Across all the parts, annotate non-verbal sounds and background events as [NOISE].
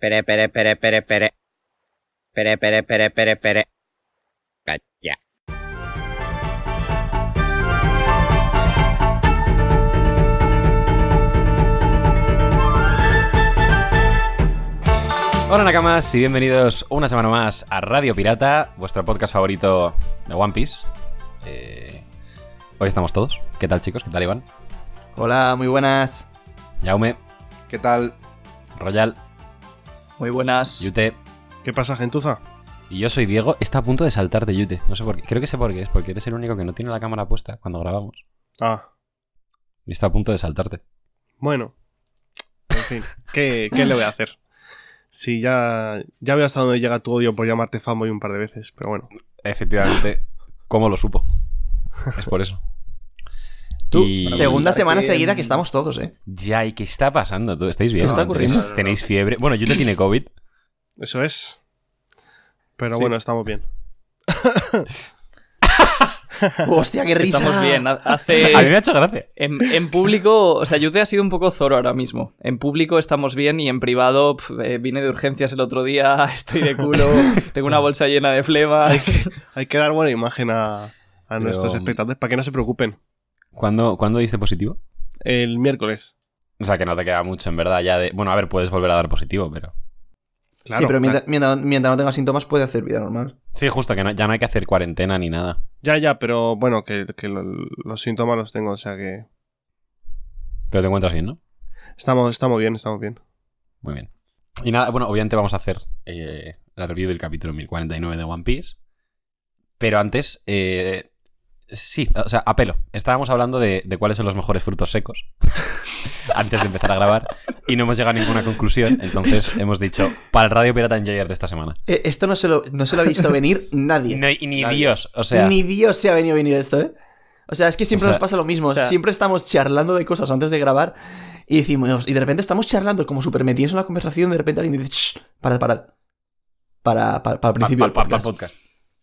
Pere, pere, pere, pere, pere. Pere, pere, pere, pere, pere. Cacha. Hola Nakamas y bienvenidos una semana más a Radio Pirata, vuestro podcast favorito de One Piece. Eh, hoy estamos todos. ¿Qué tal chicos? ¿Qué tal Iván? Hola, muy buenas. Yaume, ¿Qué tal? Royal, Muy buenas. Yute ¿Qué pasa, gentuza? y yo soy Diego. Está a punto de saltar de Yute. No sé por qué. Creo que sé por qué es, porque eres el único que no tiene la cámara puesta cuando grabamos. Ah, Y está a punto de saltarte. bueno. En fin, ¿qué, qué le voy a hacer? Sí, ya, ya veo hasta dónde llega tu odio por llamarte fanboy un par de veces, pero bueno. Efectivamente. ¿Cómo lo supo? Es por eso. Tú, Y- segunda Para semana que- seguida que estamos todos, [LAUGHS] ¿eh? Ya, ¿y qué está pasando? ¿Tú? ¿Estáis bien? ¿Qué está ocurriendo? ¿Tenéis, tenéis fiebre? Bueno, Yute tiene COVID. Eso es. Pero Sí. bueno, estamos bien. Hostia, qué risa. Estamos bien. Ha- [LAUGHS] Hace. A mí me ha hecho gracia. En, en público, o sea, Yute ha sido un poco Zoro ahora mismo. En público estamos bien y en privado pf, eh, vine de urgencias el otro día, [LAUGHS] estoy de culo, tengo una bolsa llena de flema. Hay que dar buena imagen a, a nuestros mm, um, espectadores para que no se preocupen. ¿Cuándo, ¿Cuándo diste positivo? El miércoles. O sea, que no te queda mucho, en verdad, ya de... Bueno, a ver, puedes volver a dar positivo, pero... Claro, sí, pero mientras, claro. mientras- mientras no tenga síntomas puede hacer vida normal. Sí, justo, que no- ya no hay que hacer cuarentena ni nada. Ya, ya, pero bueno, que, que lo- los síntomas los tengo, o sea que. Pero te encuentras bien, ¿no? Estamos, estamos bien, estamos bien. Muy bien. Y nada, bueno, obviamente vamos a hacer eh, la review del capítulo 1049 de One Piece. Pero antes, eh, sí, o sea, apelo. Estábamos hablando de, de cuáles son los mejores frutos secos [LAUGHS] antes de empezar a grabar y no hemos llegado a ninguna conclusión. [LAUGHS] Entonces hemos dicho, para el Radio Pirata Enjoyer de esta semana. Eh, esto no se, lo, no se lo ha [LAUGHS] visto venir nadie. No, y ni Nadie. Dios, o sea... Ni Dios se ha venido a venir esto, ¿eh? O sea, es que siempre O sea, nos pasa lo mismo. o sea- siempre estamos charlando de cosas antes de grabar y decimos, y de repente estamos charlando como súper metidos en la conversación, de repente alguien dice, "Shh, parad, parad. Para, para, para el pa- pa- principio pa- del podcast. podcast.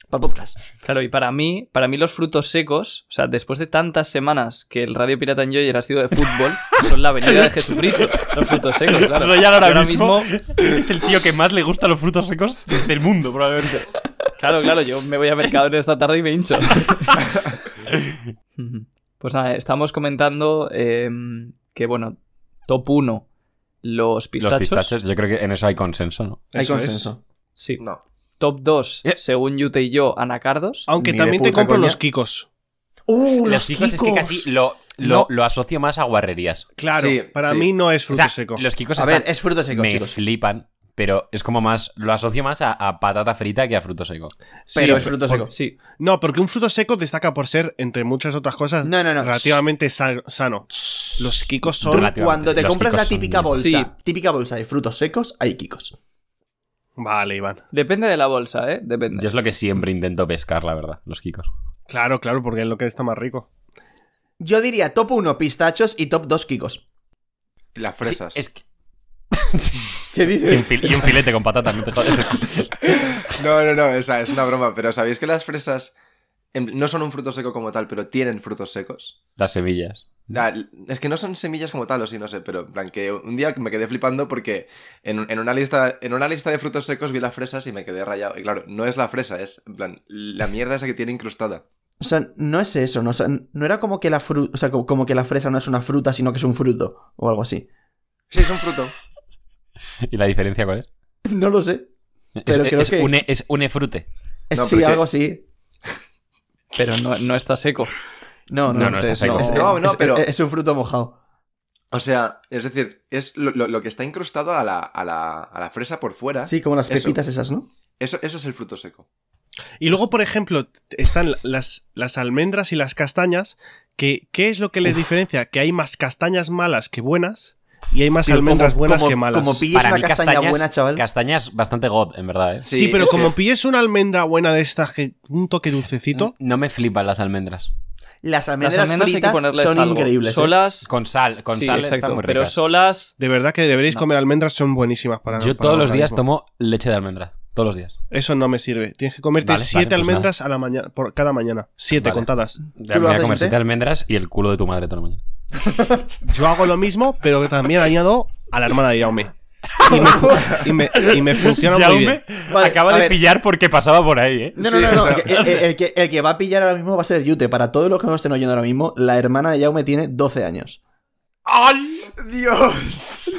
Para el podcast. Claro, y para mí, para mí los frutos secos, o sea, después de tantas semanas que el Radio Pirata Enjoyer ha sido de [LAUGHS] fútbol, son la venida de Jesucristo. Los frutos secos, claro. Royal ahora Yo mismo- Es el tío que más le gustan los frutos secos del mundo, probablemente. Claro, claro, yo me voy a Mercadona esta tarde y me [LAUGHS] hincho. Ujú. pues nada, estamos comentando eh, que, bueno, top 1, los Los pistachos. pistachos, yo creo que en eso hay consenso, ¿no? Hay Eso es. consenso. Sí. No. Top 2, Eh. según Yute y yo, anacardos. Aunque Ni de también te puta compro coña. los kikos. ¡Uh, los, chicos es que casi lo, lo, No. lo asocio más a guarrerías. Claro, Sí, para sí. mí no es O fruto sea, seco. los chicos A ver, es fruto seco, me chicos. flipan, pero es como más. Lo asocio más a, a patata frita que a fruto seco. Sí, Pero es fruto seco. Sí, No, porque un fruto seco destaca por ser, entre muchas otras cosas, No, no, no. relativamente sa- sano. Los kikos son. Relativamente. Cuando te Los compras kikos la son típica míos. bolsa, Sí. típica bolsa de frutos secos, hay kikos. Vale, Iván. depende de la bolsa, ¿eh? Depende. Yo es lo que siempre intento pescar, la verdad, los chicos. Claro, claro, porque es lo que está más rico. Yo diría top 1 pistachos y top 2 kikos. Y Las fresas. es que- ¿Qué y, un dices? fil- y un filete con patata, no te jodas. [LAUGHS] No, no, no, esa es una broma, pero ¿sabéis que las fresas em, no son un fruto seco como tal, pero tienen frutos secos? Las semillas. La- es que no son semillas como tal, o sí, no sé, pero en plan que un día me quedé flipando porque en, en una lista, en una lista de frutos secos vi las fresas y me quedé rayado. Y claro, no es la fresa, es en plan la mierda esa que tiene incrustada. O sea, no es eso, no, O sea, no era como que la fruta, o sea, como, como que la fresa no es una fruta, sino que es un fruto o algo así. [LAUGHS] Sí, es un fruto. ¿Y la diferencia cuál es? No lo sé. Pero es, creo es que- une, es une frute. Es No, sí, pero que- algo así. Pero no, no está seco. No, no, No, no, está es- seco. Es, No, no, es- pero- es un fruto mojado. O sea, es decir, es lo, lo- lo que está incrustado a la, a la- a la fresa por fuera. Sí, como las Ah, Eso. pepitas esas, ¿no? Eso, eso es el fruto seco. Y luego, por ejemplo, están las, las almendras y las castañas. Que, ¿Qué es lo que les diferencia? Que hay más castañas malas que buenas y hay más Tío, almendras como- buenas como- que malas. como pi- Y es una castaña buena, chaval. Castañas bastante god, en verdad, ¿eh? Sí, sí, pero es como que- pilles una almendra buena de esta, que- un toque Mm. dulcecito. No me flipan las almendras. Las Las almendras, almendras hay que fritas ponerles son algo. increíbles. ¿eh? Solas. Con sal, con sí, sal exacto, están muy pero ricas. solas. De verdad que deberéis No. comer almendras, son buenísimas para Yo para todos el los días organismo. tomo leche de almendra. Todos los días. Eso no me sirve. Tienes que comerte Vale, siete vale, pues almendras a la mañana, por cada mañana. Siete Vale. contadas. Me lo voy a haces, comer Yute? siete almendras y el culo de tu madre toda la mañana. Yo hago lo mismo, pero que también añado a la hermana de Yaume. Y me, y me- y me funciona muy Jaume bien. Vale, acaba a de ver. pillar porque pasaba por ahí, ¿eh? No, no, Sí, no, no, o sea- el, que- el- el que, el que va a pillar ahora mismo va a ser Yute. Para todos los que nos estén oyendo ahora mismo, la hermana de Jaume tiene 12 años. ¡Dios!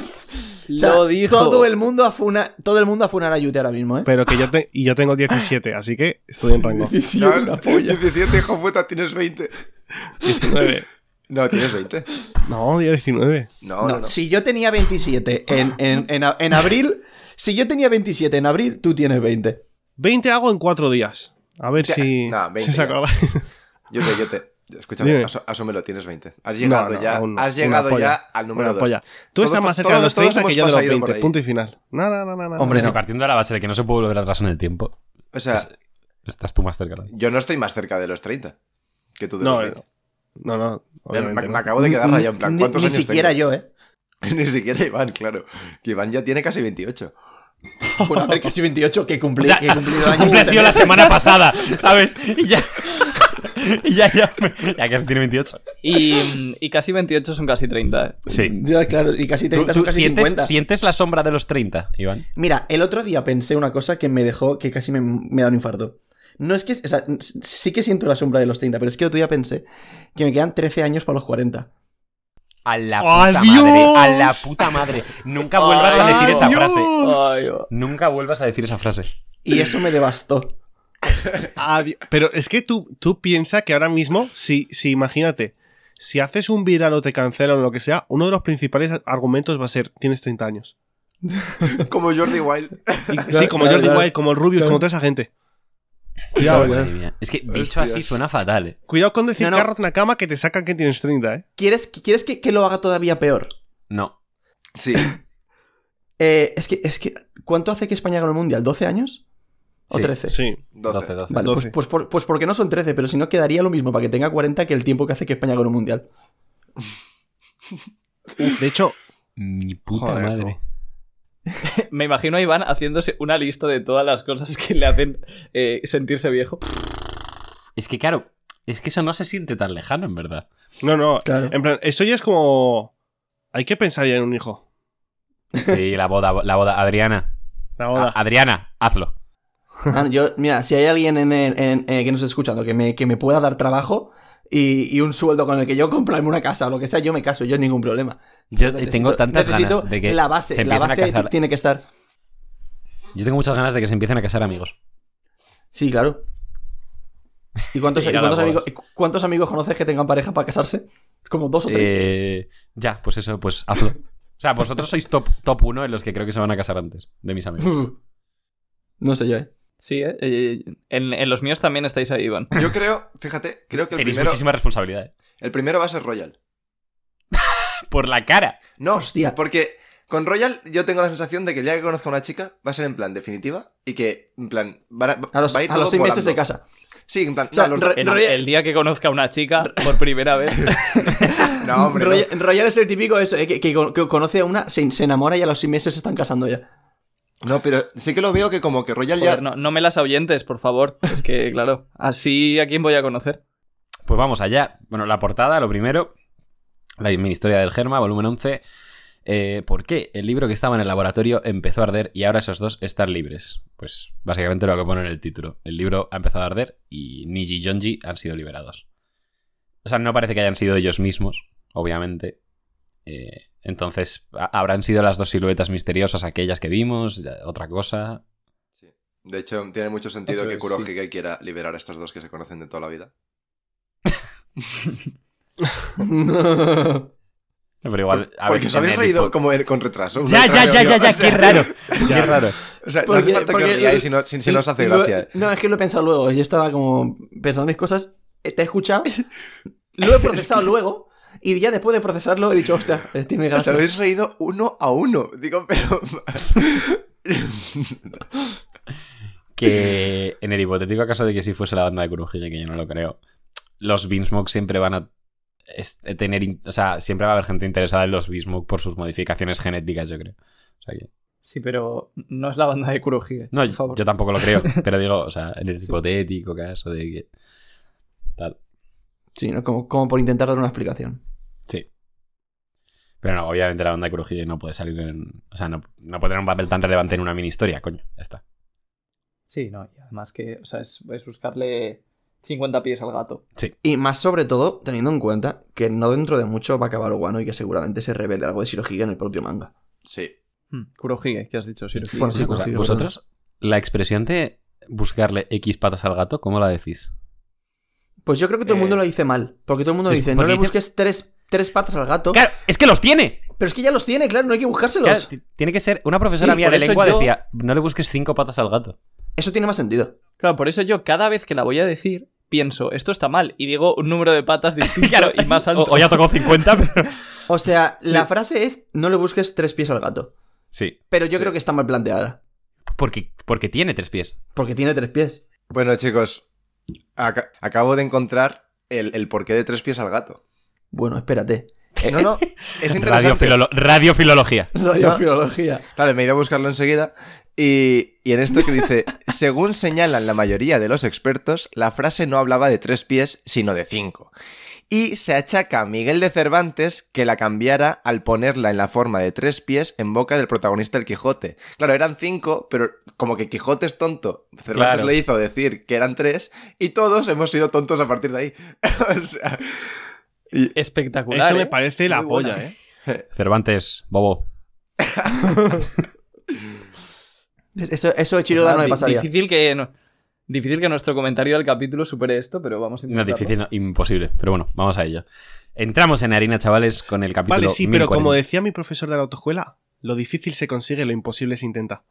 O sea, Lo dijo. Todo el mundo a funa, todo el mundo a funar a Yute ahora mismo, ¿eh? Pero que yo, te- y yo tengo 17, así que estoy en rango. [LAUGHS] Claro, [LAUGHS] 17, hijo puta, tienes 20. 19. No, tienes 20. No, día 19. No, No, no, no. Si yo tenía 27 en, en- en a- en abril, si yo tenía 27 en abril, tú tienes 20. 20 hago en 4 días. A ver Ya, si, no, 20 si se ya. acaba. Yo te, yo te. Escúchame, Dime. aso- asómelo, tienes 20. Has llegado No, no, ya, aún no. has Una llegado polla. ya al número Bueno, 2. polla. Tú Todos- estás más cerca de todos- los todos 30 que hemos yo de los pasado por 20. ahí. Punto y final. No, no, no, no. no, Hombre, no. Sí, partiendo de la base de que no se puede volver atrás en el tiempo, O sea, estás tú más cerca. de- yo no estoy más cerca de los 30 que tú de No, los eh, 20. no, no. Me- obviamente me, no. me acabo de quedar Ni- rayado en plan, ni- ¿cuántos ni años siquiera tengo? yo, [LAUGHS] ¿eh? [LAUGHS] Ni siquiera Iván, claro. Que Iván ya tiene casi 28. Bueno, a ver, que soy 28, que [LAUGHS] cumplí, O sea, que he cumplido Su años. cumple ha sido la semana pasada, ¿sabes? Y ya. Y ya, ya. me- Ya que tiene 28. Y, y casi 28 son casi 30. ¿eh? Sí. [LAUGHS] Ya, claro, y casi ¿Tú, 30, tú son casi sientes, 50. sientes la sombra de los 30, Iván? Mira, el otro día pensé una cosa que me dejó, que casi me, me da un infarto. No es que, o sea, s- sí que siento la sombra de los 30, pero es que el otro día pensé que me quedan 13 años para los 40. A la ¡Oh, ¡Adiós! madre. Nunca ¡Adiós! Ay, ¡Adiós! oh. Nunca vuelvas a decir esa frase. Y eso me devastó. Adi- Pero es que tú, tú piensas que ahora mismo, si, si imagínate, si haces un viral o te cancelan o lo que sea, uno de los principales argumentos va a ser: tienes [LAUGHS] 30 años. Como Jordi Wild. Y- sí, Claro, como claro, Jordi claro. Wild, como el Rubius, Claro. como toda esa gente. Cuidado, Madre eh. mía. Es que dicho Hostias. así suena fatal, eh. Cuidado con decir No, no. carros en la cama que te sacan que tienes 30, ¿eh? ¿Quieres, quieres que, que lo haga todavía peor? No. Sí, Eh, es que, es que, ¿cuánto hace que España ganó el mundial? ¿12 años? ¿O Sí, 13? Sí. 12. 12, 12. Vale, pues, 12. pues, por- pues porque no son 13, pero si no quedaría lo mismo para que tenga 40 que el tiempo que hace que España gane un mundial. De hecho, Mi puta Joder, madre. Me imagino a Iván haciéndose una lista de todas las cosas que le hacen eh, sentirse viejo. Es que claro, es que eso no se siente tan lejano, en verdad. no, no. Claro. En plan, eso ya es como. Hay que pensar ya en un hijo. Sí, la boda, la boda. Adriana. La boda. A- Adriana, hazlo. Ah, yo, mira, si hay alguien en el- en- eh, que nos está escuchando que me, que me pueda dar trabajo y, y un sueldo con el que yo comprarme una casa o lo que sea, yo me caso, yo ningún problema. Yo eh, Necesito- tengo tantas necesito ganas de que la base, se la empiecen base a casar. tiene que estar. Yo tengo muchas ganas de que se empiecen a casar amigos. Sí, claro. ¿Y cuántos, [LAUGHS] Ir a y cuántos las amigos, bodas. cuántos amigos conoces que tengan pareja para casarse? ¿Como dos o tres? Eh, ya, pues eso, pues hazlo. O sea, vosotros sois top, top uno en los que creo que se van a casar antes, de mis [LAUGHS] amigos. Uf. [LAUGHS] No sé yo, ¿eh? Sí, ¿eh? Eh, en, en los míos también estáis ahí, Iván. Yo creo, fíjate, creo que el Tenéis primero, muchísima responsabilidad. ¿eh? el primero va a ser Royal. Por la cara. No, Hostia. porque con Royal yo tengo la sensación de que ya que conozco a una chica va a ser en plan definitiva y que en plan van a, A los, va a ir a los todo seis meses volando. se casa. Sí, en plan, O sea, no, los- Ro- El, Royal- el día que conozca a una chica por primera vez. no, hombre, no. Royal, Royal es el típico eso, eh, que, que con- que conoce a una, se, se enamora y a los seis meses se están casando ya. [LAUGHS] No, pero sí que lo veo que como que Royal ya Joder, no, no me las ahuyentes, por favor. Es que, claro, así a quién voy a conocer. Pues vamos allá. Bueno, la portada, lo primero. La mi historia del Germa, volumen 11. Eh, ¿Por qué el libro que estaba en el laboratorio empezó a arder y ahora esos dos están libres? Pues básicamente lo que pone en el título. El libro ha empezado a arder y Niji y Jonji han sido liberados. O sea, no parece que hayan sido ellos mismos, obviamente. Eh, entonces, ha- habrán sido las dos siluetas misteriosas aquellas que vimos, Ya, otra cosa. Sí. De hecho, tiene mucho sentido Eso que es, Kurohige sí. que quiera liberar a estos dos que se conocen de toda la vida. Pero igual. a ver, Porque os habéis en el reído dispo- como en- con retraso. un Ya, ya, retraso, ya, ya, ¿no? O ya, sea, qué [LAUGHS] raro. Qué raro. O sea, no Porque- hace falta que porque- os riáis si no, si, si no os hace Lo- gracia. no, es que lo he pensado luego. Yo estaba como pensando mis cosas, eh, te he escuchado, lo he procesado luego y ya después de procesarlo he dicho, hostia, eh, [LAUGHS] tiene Os gracia. habéis reído uno a uno. Digo, pero... [LAUGHS] [LAUGHS] que en el hipotético caso de que sí fuese la banda de Kurohige, que yo no lo creo, los Beansmoke siempre van a es- tener, in- o sea, siempre va a haber gente interesada en los Beansmoke por sus modificaciones genéticas, yo creo. O sea que- Sí, pero no es la banda de Kurohige. no, por favor. yo tampoco lo [LAUGHS] creo, pero digo, o sea, en el hipotético caso de que tal. Sí, ¿no? como, como por intentar dar una explicación. Sí. Pero no, obviamente la banda de Kurohige no puede salir en. O sea, no, no puede tener un papel tan relevante en una mini historia, coño. Ya está. Sí, no, y además que, o sea, es, es buscarle 50 pies al gato. Y más sobre todo, teniendo en cuenta que no dentro de mucho va a acabar Wano y que seguramente se revele algo de Shirohige en el propio manga. Sí. Hmm, Kurohige, que has dicho, Shirohige. Bueno, sí, Una cosa, Kurohige, vosotros, la expresión de buscarle X patas al gato, ¿cómo la decís? Pues yo creo que todo el mundo Eh, lo dice mal. Porque todo el mundo es- dice, no porque le dice- busques tres, tres patas al gato. ¡Claro! ¡Es que los tiene! Pero es que ya los tiene, claro, no hay que buscárselos. Claro, t- tiene que ser. Una profesora Sí, mía por de eso lengua yo- decía: no le busques cinco patas al gato. [LAUGHS] Eso tiene más sentido. Claro, por eso yo cada vez que la voy a decir, pienso, esto está mal, y digo un número de patas distinto y más alto. O, o ya tocó 50, pero. [LAUGHS] O sea, Sí. la frase es, no le busques tres pies al gato. Sí. Pero yo Sí. creo que está mal planteada. Porque, porque tiene tres pies. Porque tiene tres pies. Bueno, chicos, aca- acabo de encontrar el, el porqué de tres pies al gato. Bueno, espérate. No, no, [LAUGHS] es Radio, interesante. filolo- radiofilología. Radiofilología. Claro, me he ido a buscarlo enseguida. Y, y en esto [LAUGHS] que dice, según señalan la mayoría de los expertos, la frase no hablaba de tres pies, sino de cinco. Y se achaca a Miguel de Cervantes que la cambiara al ponerla en la forma de tres pies en boca del protagonista del Quijote. Claro, eran cinco, pero como que Quijote es tonto. Cervantes Claro. le hizo decir que eran tres y todos hemos sido tontos a partir de ahí. [LAUGHS] o sea, y- Espectacular. Eso me ¿eh? parece la Muy polla, buena. ¿eh? Cervantes, bobo. Eso, eso de Pues Chiroda no Di- le pasaría. Difícil que, no- difícil que nuestro comentario del capítulo supere esto, pero vamos a No, intentarlo. difícil, no, imposible. Pero bueno, vamos a ello. Entramos en harina, chavales, con el capítulo. Vale, sí, pero 1040. como decía mi profesor de la autoescuela, lo difícil se consigue, lo imposible se intenta.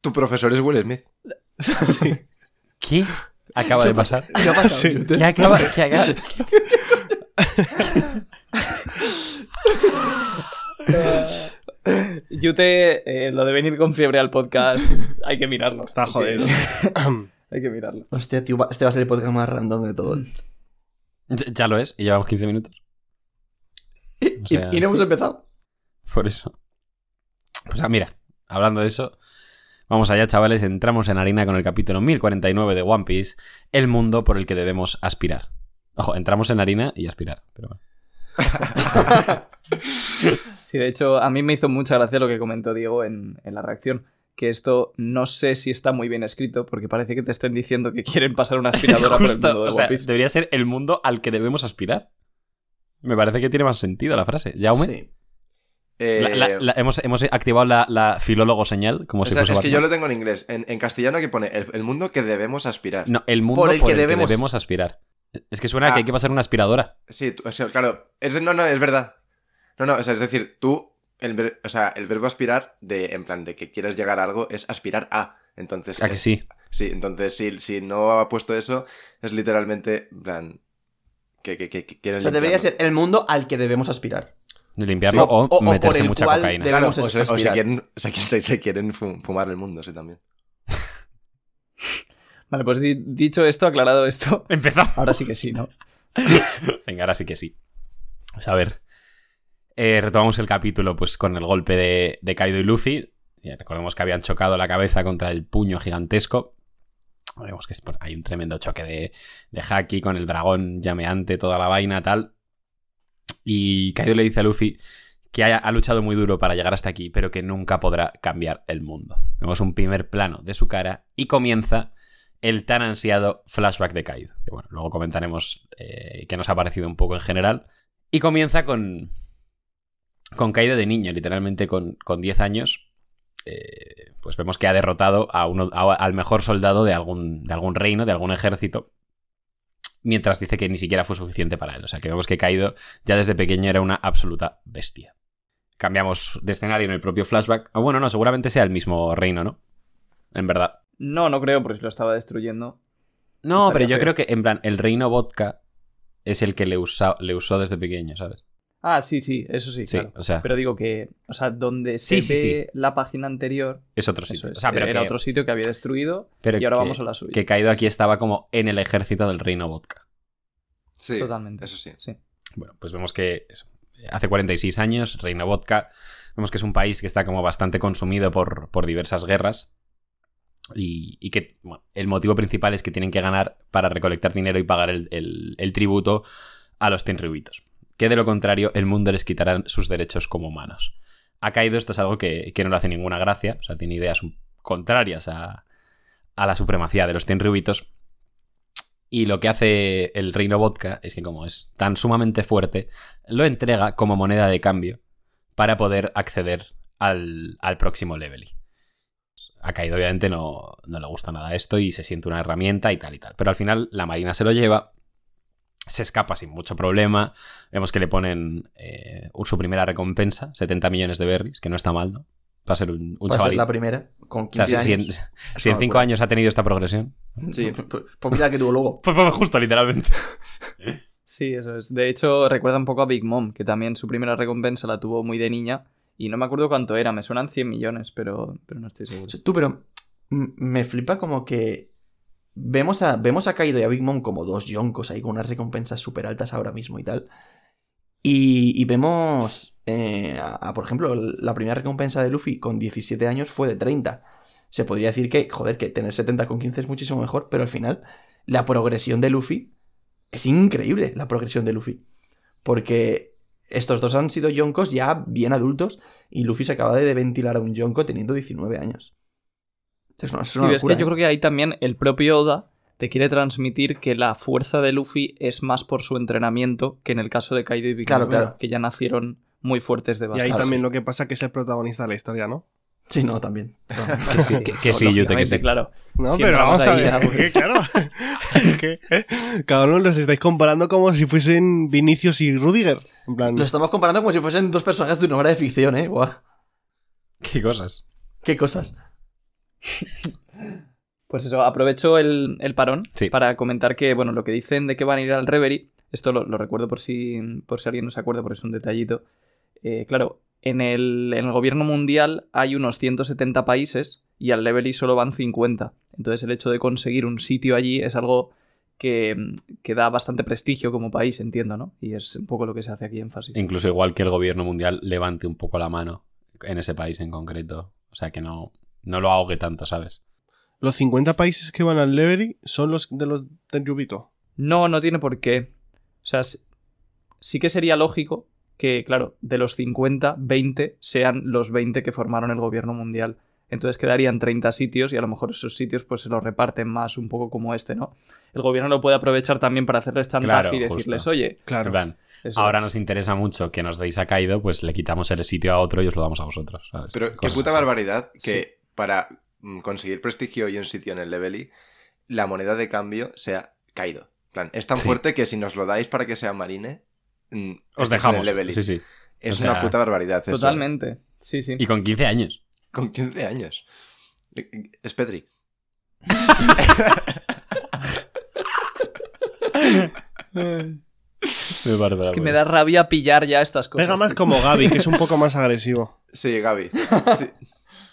tu profesor es Will Smith. ¿Qué acaba de pasar? ¿Qué ha pasado, [LAUGHS] Sí. Newton? ¿Qué acaba? ¿Qué acaba? Yute, eh, lo de venir con fiebre al podcast, hay que mirarlo. Está Hay que- jodido. [LAUGHS] [CLEARS THROAT] Hay que mirarlo. Hostia, tío, va- este va a ser el podcast más random de todo. Ya ya lo es, y llevamos 15 minutos. Y, sea, y no hemos sí. empezado. Por eso. O sea, mira, hablando de eso, vamos allá, chavales. Entramos en harina con el capítulo 1049 de One Piece, el mundo por el que debemos aspirar. Ojo, entramos en harina y aspirar. Pero bueno. Sí, de hecho, a mí me hizo mucha gracia lo que comentó Diego en, en la reacción. Que esto no sé si está muy bien escrito, porque parece que te estén diciendo que quieren [LAUGHS] pasar una aspiradora por el Justo, mundo de o sea, One Piece. debería ser el mundo al que debemos aspirar. Me parece que tiene más sentido la frase. Jaume, Sí. Eh, la- la- la- hemos, hemos activado la, la filólogo señal, como O si sea, fuese es que yo Batman. lo tengo en inglés. En, en castellano que pone el, el mundo que debemos aspirar. No, el mundo por el, que, debemos... aspirar. Es que suena a que Ah. hay que pasar una aspiradora. Sí, tú- o sea, claro. Es, no, no, es verdad. No, no, o sea, es decir, tú, el, ver- o sea, el verbo aspirar, de, en plan, de que quieres llegar a algo, es aspirar a. Entonces, ¿A que es- sí? sí, entonces, si, si no ha puesto eso, es literalmente, en plan, que, que, que, que O quieres sea, debería limpiarlo. ser el mundo al que debemos aspirar. Limpiarlo Sí. o, O- o- o meterse por el mucha cual cocaína. de- Claro, o, debemos se, o se aspirar. quieren, o sea, que se, se quieren fu- fumar el mundo, sí, también. Vale, pues di- dicho esto, [LAUGHS] aclarado esto, [LAUGHS] Empezamos. ahora sí que sí, ¿no? Venga, ahora sí que sí. Pues a ver. Eh, retomamos el capítulo pues con el golpe de, de Kaido y Luffy. Ya recordemos que habían chocado la cabeza contra el puño gigantesco. Vemos que es por- hay un tremendo choque de, de Haki con el dragón llameante, toda la vaina, tal. Y Kaido le dice a Luffy que haya- ha luchado muy duro para llegar hasta aquí, pero que nunca podrá cambiar el mundo. Vemos un primer plano de su cara y comienza el tan ansiado flashback de Kaido. Que bueno, luego comentaremos eh, qué nos ha parecido un poco en general. Y comienza con. Con Kaido de niño, literalmente con, con 10 años. eh, pues vemos que ha derrotado a uno, a- al mejor soldado de algún, de algún reino, de algún ejército. Mientras dice que ni siquiera fue suficiente para él. O sea que vemos que Kaido ya desde pequeño era una absoluta bestia. Cambiamos de escenario en el propio flashback. Ah, bueno, no, seguramente sea el mismo reino, ¿no? En verdad. No, no creo, porque lo estaba destruyendo. No, pero Estaría yo feo. creo que, en plan, el reino vodka es el que le, usa- le usó desde pequeño, ¿sabes? Ah, sí, sí, eso sí, Sí, claro. o sea, Pero digo que, o sea, donde Sí, se sí, ve la página anterior, es otro eso sitio. es, o sea, pero era que, otro sitio que había destruido pero y ahora que- vamos a la suya. que Kaido aquí estaba como en el ejército del reino vodka. Sí, Totalmente. eso sí. Sí. Bueno, pues vemos que eso, hace 46 años, reino vodka, vemos que es un país que está como bastante consumido por, por diversas guerras y, y que bueno, el motivo principal es que tienen que ganar para recolectar dinero y pagar el, el- el tributo a los tenryubitos. que de lo contrario el mundo les quitará sus derechos como humanos. Ha caído, esto es algo que, que no le hace ninguna gracia, o sea, tiene ideas un- contrarias a, a la supremacía de los tenryubitos. Y lo que hace el reino vodka es que como es tan sumamente fuerte, lo entrega como moneda de cambio para poder acceder al, al próximo level. A Kaido obviamente no, no le gusta nada esto y se siente una herramienta y tal y tal. Pero al final la Marina se lo lleva, se escapa sin mucho problema. Vemos que le ponen eh, su primera recompensa, 70 millones de berries, que no está mal, ¿no? Para ser un, un Va a ser chavalín. la primera, con O sea, 15 si, si en- años. si en una cinco locura. años ha tenido esta progresión. [LAUGHS] Sí. Pues- pues- Pues mira que tuvo luego. Pues, justo, literalmente. Sí, eso es. De hecho, recuerda un poco a Big Mom, que también su primera recompensa la tuvo muy de niña. Y no me acuerdo cuánto era, me suenan 100 millones, pero, pero no estoy seguro. Tú, pero m- me flipa como que vemos a, vemos a Kaido y a Big Mom como dos yonkos ahí con unas recompensas súper altas ahora mismo y tal. Y, y vemos, eh, a, a, por ejemplo, la primera recompensa de Luffy con 17 años fue de 30. Se podría decir que, joder, que tener 70 con 15 es muchísimo mejor, pero al final la progresión de Luffy es increíble, la progresión de Luffy. Porque estos dos han sido yonkos ya bien adultos y Luffy se acaba de ventilar a un yonko teniendo 19 años. Es una, es Sí, una es que locura, yo ¿eh? creo que ahí también el propio Oda te quiere transmitir que la fuerza de Luffy es más por su entrenamiento que en el caso de Kaido y Big Claro, Mom, claro. que ya nacieron muy fuertes de Y base. ahí Claro, también sí. lo que pasa que es el protagonista de la historia, ¿no? Sí, no, también. [LAUGHS] Que sí, que, que sí, yo te que sí. Obviamente, claro. No, Siempre pero vamos vamos a ahí ver. a- [LAUGHS] que claro. que, eh, cada uno los estáis comparando como si fuesen Vinicius y Rudiger. En [LAUGHS] plan, Lo estamos comparando como si fuesen dos personajes de una obra de ficción, ¿eh? Guau, [LAUGHS] Qué cosas. qué cosas. Pues eso, aprovecho el, el parón Sí. para comentar que, bueno, lo que dicen de que van a ir al Reverie, esto lo, lo recuerdo por si, por si alguien no se acuerda, porque es un detallito. Eh, claro, en el, en el gobierno mundial hay unos 170 países y al Reverie solo van 50. Entonces el hecho de conseguir un sitio allí es algo que, que da bastante prestigio como país, entiendo, ¿no? Y es un poco lo que se hace aquí énfasis. Incluso igual que el gobierno mundial levante un poco la mano en ese país en concreto. O sea, que no, no lo ahogue tanto, ¿sabes? los 50 países que van al Levery son los de los del Yubito. No, no tiene por qué. O sea, s- sí que sería lógico que, claro, de los 50, 20 sean los 20 que formaron el gobierno mundial. Entonces quedarían 30 sitios y a lo mejor esos sitios pues se los reparten más, un poco como este, ¿no? El gobierno lo puede aprovechar también para hacerles chantaje Claro, y decirles, justo. oye, En Claro. plan, eso ahora es". nos interesa mucho que nos deis a Kaido, pues le quitamos el sitio a otro y os lo damos a vosotros, ¿sabes? Pero qué Cosas puta así. barbaridad que para mm, conseguir prestigio y un sitio en el Levely, la moneda de cambio sea Kaido. En plan, es tan Sí. fuerte que si nos lo dais para que sea Marine, mm, Os estáis en dejamos. el Levely. Sí, sí. Es o sea, una puta barbaridad. eso. ¿eh? Totalmente. Sí, sí. Y con 15 años. Con 15 años. Eh, Es Pedri. Qué barbaridad. Es que me da rabia pillar ya estas cosas. Pega más tío. como Gaby, que es un poco más [LAUGHS] agresivo. Sí, Gaby. Sí.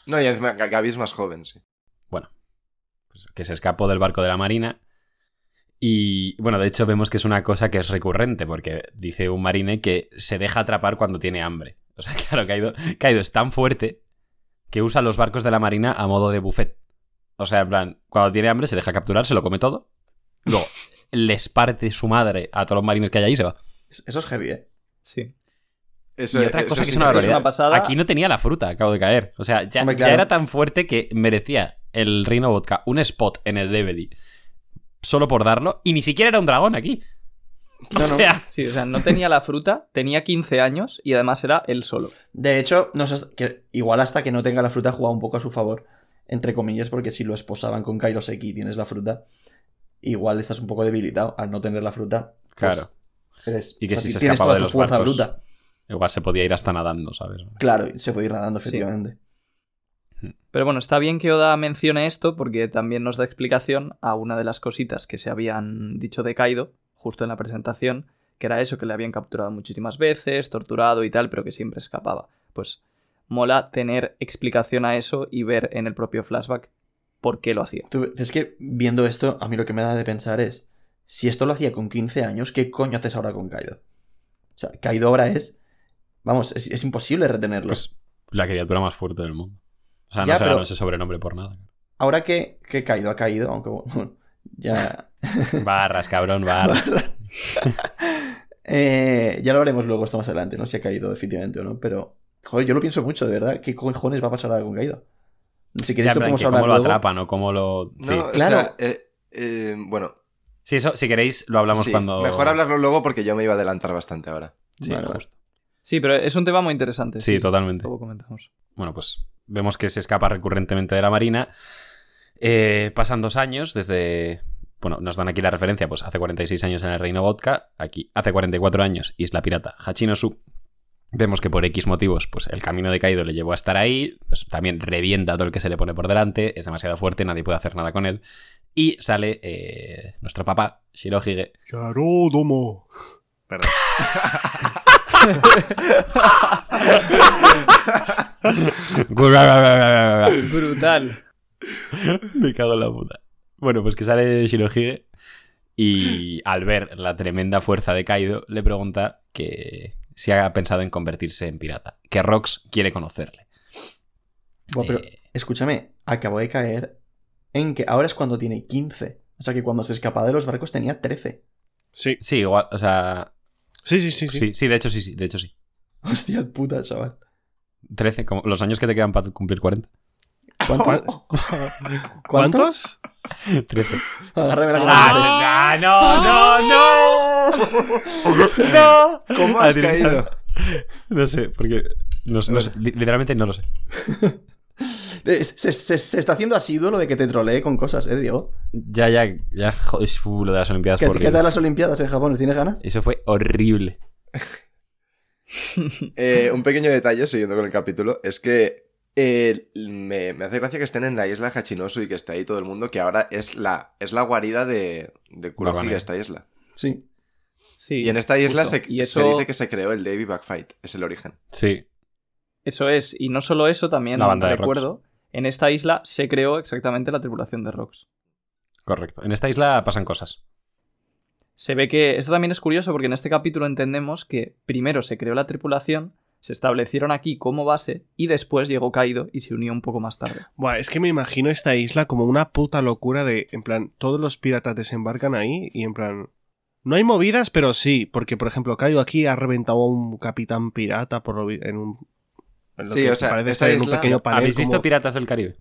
No, y encima G- Gaby es más joven, sí. pues, que se escapó del barco de la marina. Y bueno, de hecho vemos que es una cosa que es recurrente, porque dice un marine que se deja atrapar cuando tiene hambre. O sea, [LAUGHS] claro, Kaido, Kaido es tan fuerte que usa los barcos de la marina a modo de buffet. O sea, en plan, cuando tiene hambre se deja capturar, se lo come todo. Luego [LAUGHS] les parte su madre a todos los marines que hay ahí y se va. Eso es heavy, ¿eh? Sí. Eso, y otra eso cosa que sí es una esto es barbaridad. una pasada. Aquí no tenía la fruta, acabo de caer. O sea, ya, Hombre, ya claro. era tan fuerte que merecía el Reino Vodka un spot en el Devil solo por darlo. Y ni siquiera era un dragón aquí. [LAUGHS] No, o no. sea, Sí, o sea, no tenía la fruta, tenía 15 años y además era él solo. De hecho, no sé, que igual hasta que no tenga la fruta jugaba un poco a su favor, entre comillas, porque si lo esposaban con Kairoseki y tienes la fruta, igual estás un poco debilitado al no tener la fruta. pues, Claro. eres- Y que o sea, si ti- se tienes escapaba toda de tu los fuerza barcos. bruta. igual se podía ir hasta nadando, ¿sabes? Claro, y se puede ir nadando, Sí. efectivamente. Pero bueno, está bien que Oda mencione esto porque también nos da explicación a una de las cositas que se habían dicho de Kaido justo en la presentación, que era eso, que le habían capturado muchísimas veces, torturado y tal, pero que siempre escapaba. Pues mola tener explicación a eso y ver en el propio flashback por qué lo hacía. Tú- es que viendo esto, a mí lo que me da de pensar es, si esto lo hacía con 15 años, ¿qué coño haces ahora con Kaido? O sea, Kaido ahora es... Vamos, es, es imposible retenerlo. Pues la criatura más fuerte del mundo. O sea, no Ya, se ganó pero- ese sobrenombre por nada. ahora que, que Kaido ha caído, aunque bueno, [LAUGHS] ya... [LAUGHS] Barras, cabrón, barras. Eh, ya lo haremos luego esto más adelante, no sé si ha caído definitivamente o no, pero joder, yo lo pienso mucho, de verdad. ¿Qué cojones va a pasar ahora con caído? Si Ya, queréis lo pero podemos que hablar ¿Cómo lo luego. atrapan o cómo lo...? No, Sí. o claro. sea, eh, eh, bueno, Sí, eso, si queréis, lo hablamos sí, cuando... mejor hablarlo luego porque yo me iba a adelantar [LAUGHS] bastante ahora. Sí, Vale, vale. justo. Sí, pero es un tema muy interesante. Sí, totalmente. Luego comentamos. bueno, pues vemos que se escapa recurrentemente de la Marina. Eh, pasan dos años desde... Bueno, nos dan aquí la referencia, pues hace 46 años en el Reino Vodka, aquí hace 44 años Isla Pirata, Hachinosu. Vemos que por X motivos, pues el camino de Kaido le llevó a estar ahí, pues también revienta todo el que se le pone por delante, es demasiado fuerte, nadie puede hacer nada con él. Y sale eh, nuestro papá, Shirohige, [LAUGHS] Yarodomo. Perdón. Brutal. [LAUGHS] Me cago en la puta. Bueno, pues que sale Shirohige [CLEARS THROAT] y al ver la tremenda fuerza de Kaido, le pregunta que si ha pensado en convertirse en pirata. Que Rox quiere conocerle. Buah, pero, Eh, escúchame, acabo de caer en que ahora es cuando tiene 15. O sea que cuando se escapaba de los barcos tenía 13. Sí. sí, igual, o sea. Sí, sí, sí, Sí, sí. sí, de hecho sí, sí, de hecho sí. [LAUGHS] Hostia puta, chaval. 13, como los años que te quedan para cumplir 40. [LAUGHS] ¿Cuántos? ¿Cuántos? [LAUGHS] 13. Agárrame la garganta. ¡Ah, sí! ¡Ah, no, [LAUGHS] no, no! ¡No! ¿Cómo has Adrián, caído? No sé, porque. No, sé, no sé, li- literalmente no lo sé. Eh, Se, se- se está haciendo asiduo lo de que te trolee con cosas, ¿eh, Diego? Ya, ya, ya. Joder, uh, lo de las Olimpiadas. ¿Qué, fue qué horrible. tal las Olimpiadas en Japón? ¿Tienes ganas? Eso fue horrible. Eh, un pequeño detalle, siguiendo con el capítulo, es que eh, me, me hace gracia que estén en la isla Hachinosu y que esté ahí todo el mundo, que ahora es la, es la guarida de, de Kurohige, Barbanel. esta isla. Sí. Sí. Y en esta isla justo. se, Y se eso- dice que se creó el Davy Backfight, es el origen. Sí. Eso es. Y no solo eso, también La banda de recuerdo. En esta isla se creó exactamente la tripulación de Rocks. Correcto. En esta isla pasan cosas. Se ve que. Esto también es curioso porque en este capítulo entendemos que primero se creó la tripulación, se establecieron aquí como base y después llegó Kaido y se unió un poco más tarde. Buah, es que me imagino esta isla como una puta locura de, en plan, todos los piratas desembarcan ahí y en plan... No hay movidas, pero sí, porque por ejemplo, Kaido aquí ha reventado a un capitán pirata por lo vi- en un... en lo Sí, que o sea, parece esta ser en un isla- pequeño panel ¿Habéis visto como- Piratas del Caribe?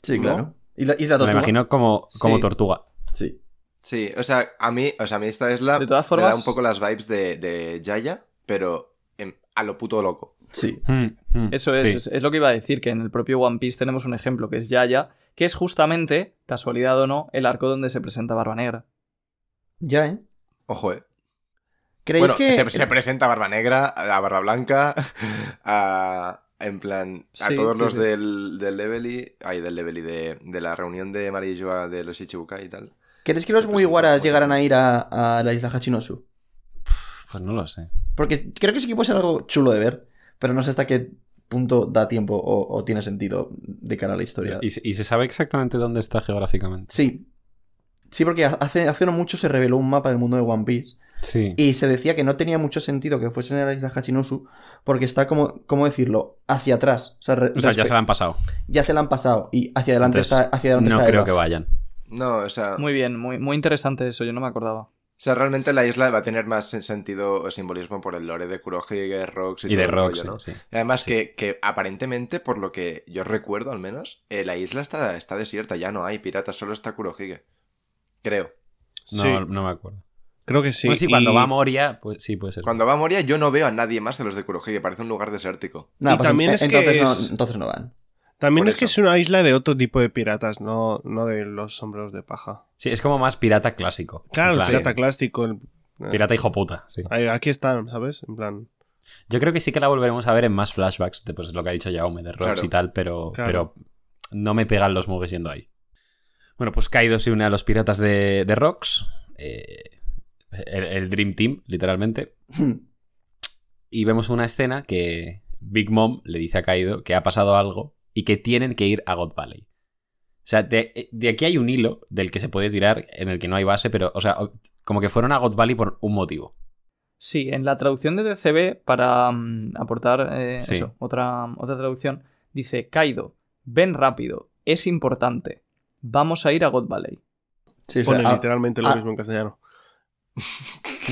Sí, ¿No? claro. ¿Y la, y la Me tortuga? imagino como, como Sí. tortuga. Sí. Sí, o sea, a mí, o sea, a mí esta isla De todas me da formas- un poco las vibes de, de Yaya, pero em, a lo puto loco. Sí. Hmm, Eso es, Sí. es, es lo que iba a decir, que en el propio One Piece tenemos un ejemplo que es Yaya, que es justamente, casualidad o no, el arco donde se presenta Barba Negra. Ya, ¿eh? Ojo, eh. ¿Creéis Bueno, que...? se, se presenta a Barba Negra, a Barba Blanca, [LAUGHS] a, en plan, a Sí, todos sí, los sí. del, del Levely, ay, del Levely, de, de la reunión de Mari y Joa de los Ichibukai y tal. ¿Creéis que los se Mugiwaras presenta llegaran como- a ir a, a la isla Hachinosu? Pues no lo sé. Porque creo que sí que puede ser algo chulo de ver, pero no sé hasta qué punto da tiempo o, o tiene sentido de cara a la historia. ¿Y, se- y se sabe exactamente dónde está geográficamente? Sí. Sí, porque hace, hace no mucho se reveló un mapa del mundo de One Piece Sí. y se decía que no tenía mucho sentido que fuesen a la isla Hachinosu porque está, como, ¿cómo decirlo? Hacia atrás. O sea, re- O sea, ya respe- se la han pasado. ya se la han pasado y hacia adelante Entonces, está hacia adelante No está creo Elbaf. que vayan. No, o sea, Muy bien, muy, muy interesante eso, yo no me acordaba. o sea, realmente la isla va a tener más sen- sentido o simbolismo por el lore de Kurohige, Rocks y, Y de todo el Rox, rollo, ¿no? sí. sí. Y Además que, que aparentemente, por lo que yo recuerdo al menos, eh, la isla está, está desierta, ya no hay piratas, solo está Kurohige. Creo. No, Sí, no me acuerdo. creo que sí. Bueno, sí, cuando y- va a Moria, pues sí, puede ser. Cuando va a Moria yo no veo a nadie más que los de Kurohige, parece un lugar desértico. Nada, Y pues, también en- es que entonces, es- No, entonces no van. [LAUGHS] También por es que es eso. una isla de otro tipo de piratas, no, no de los sombreros de paja. Sí, es como más pirata clásico. Claro, En el plan, pirata clásico. el- eh, Pirata hijo puta, sí. Ahí- Aquí están, ¿sabes? En plan... Yo creo que sí que la volveremos a ver en más flashbacks, de, pues lo que ha dicho Jaume de Rox Claro. y tal, pero, Claro. pero no me pegan los mugs yendo ahí. Bueno, pues Kaido se une a los piratas de, de Rox, eh, el, el Dream Team, literalmente, y vemos una escena que Big Mom le dice a Kaido que ha pasado algo y que tienen que ir a God Valley. O sea, de, de aquí hay un hilo del que se puede tirar en el que no hay base, pero, o sea, como que fueron a God Valley por un motivo. Sí, en la traducción de DCB, para mm, aportar eh, Sí. eso, otra, otra traducción, dice, Kaido, ven rápido, es importante, vamos a ir a God Valley. Sí, o sea, Pone a- literalmente lo ah. mismo en castellano.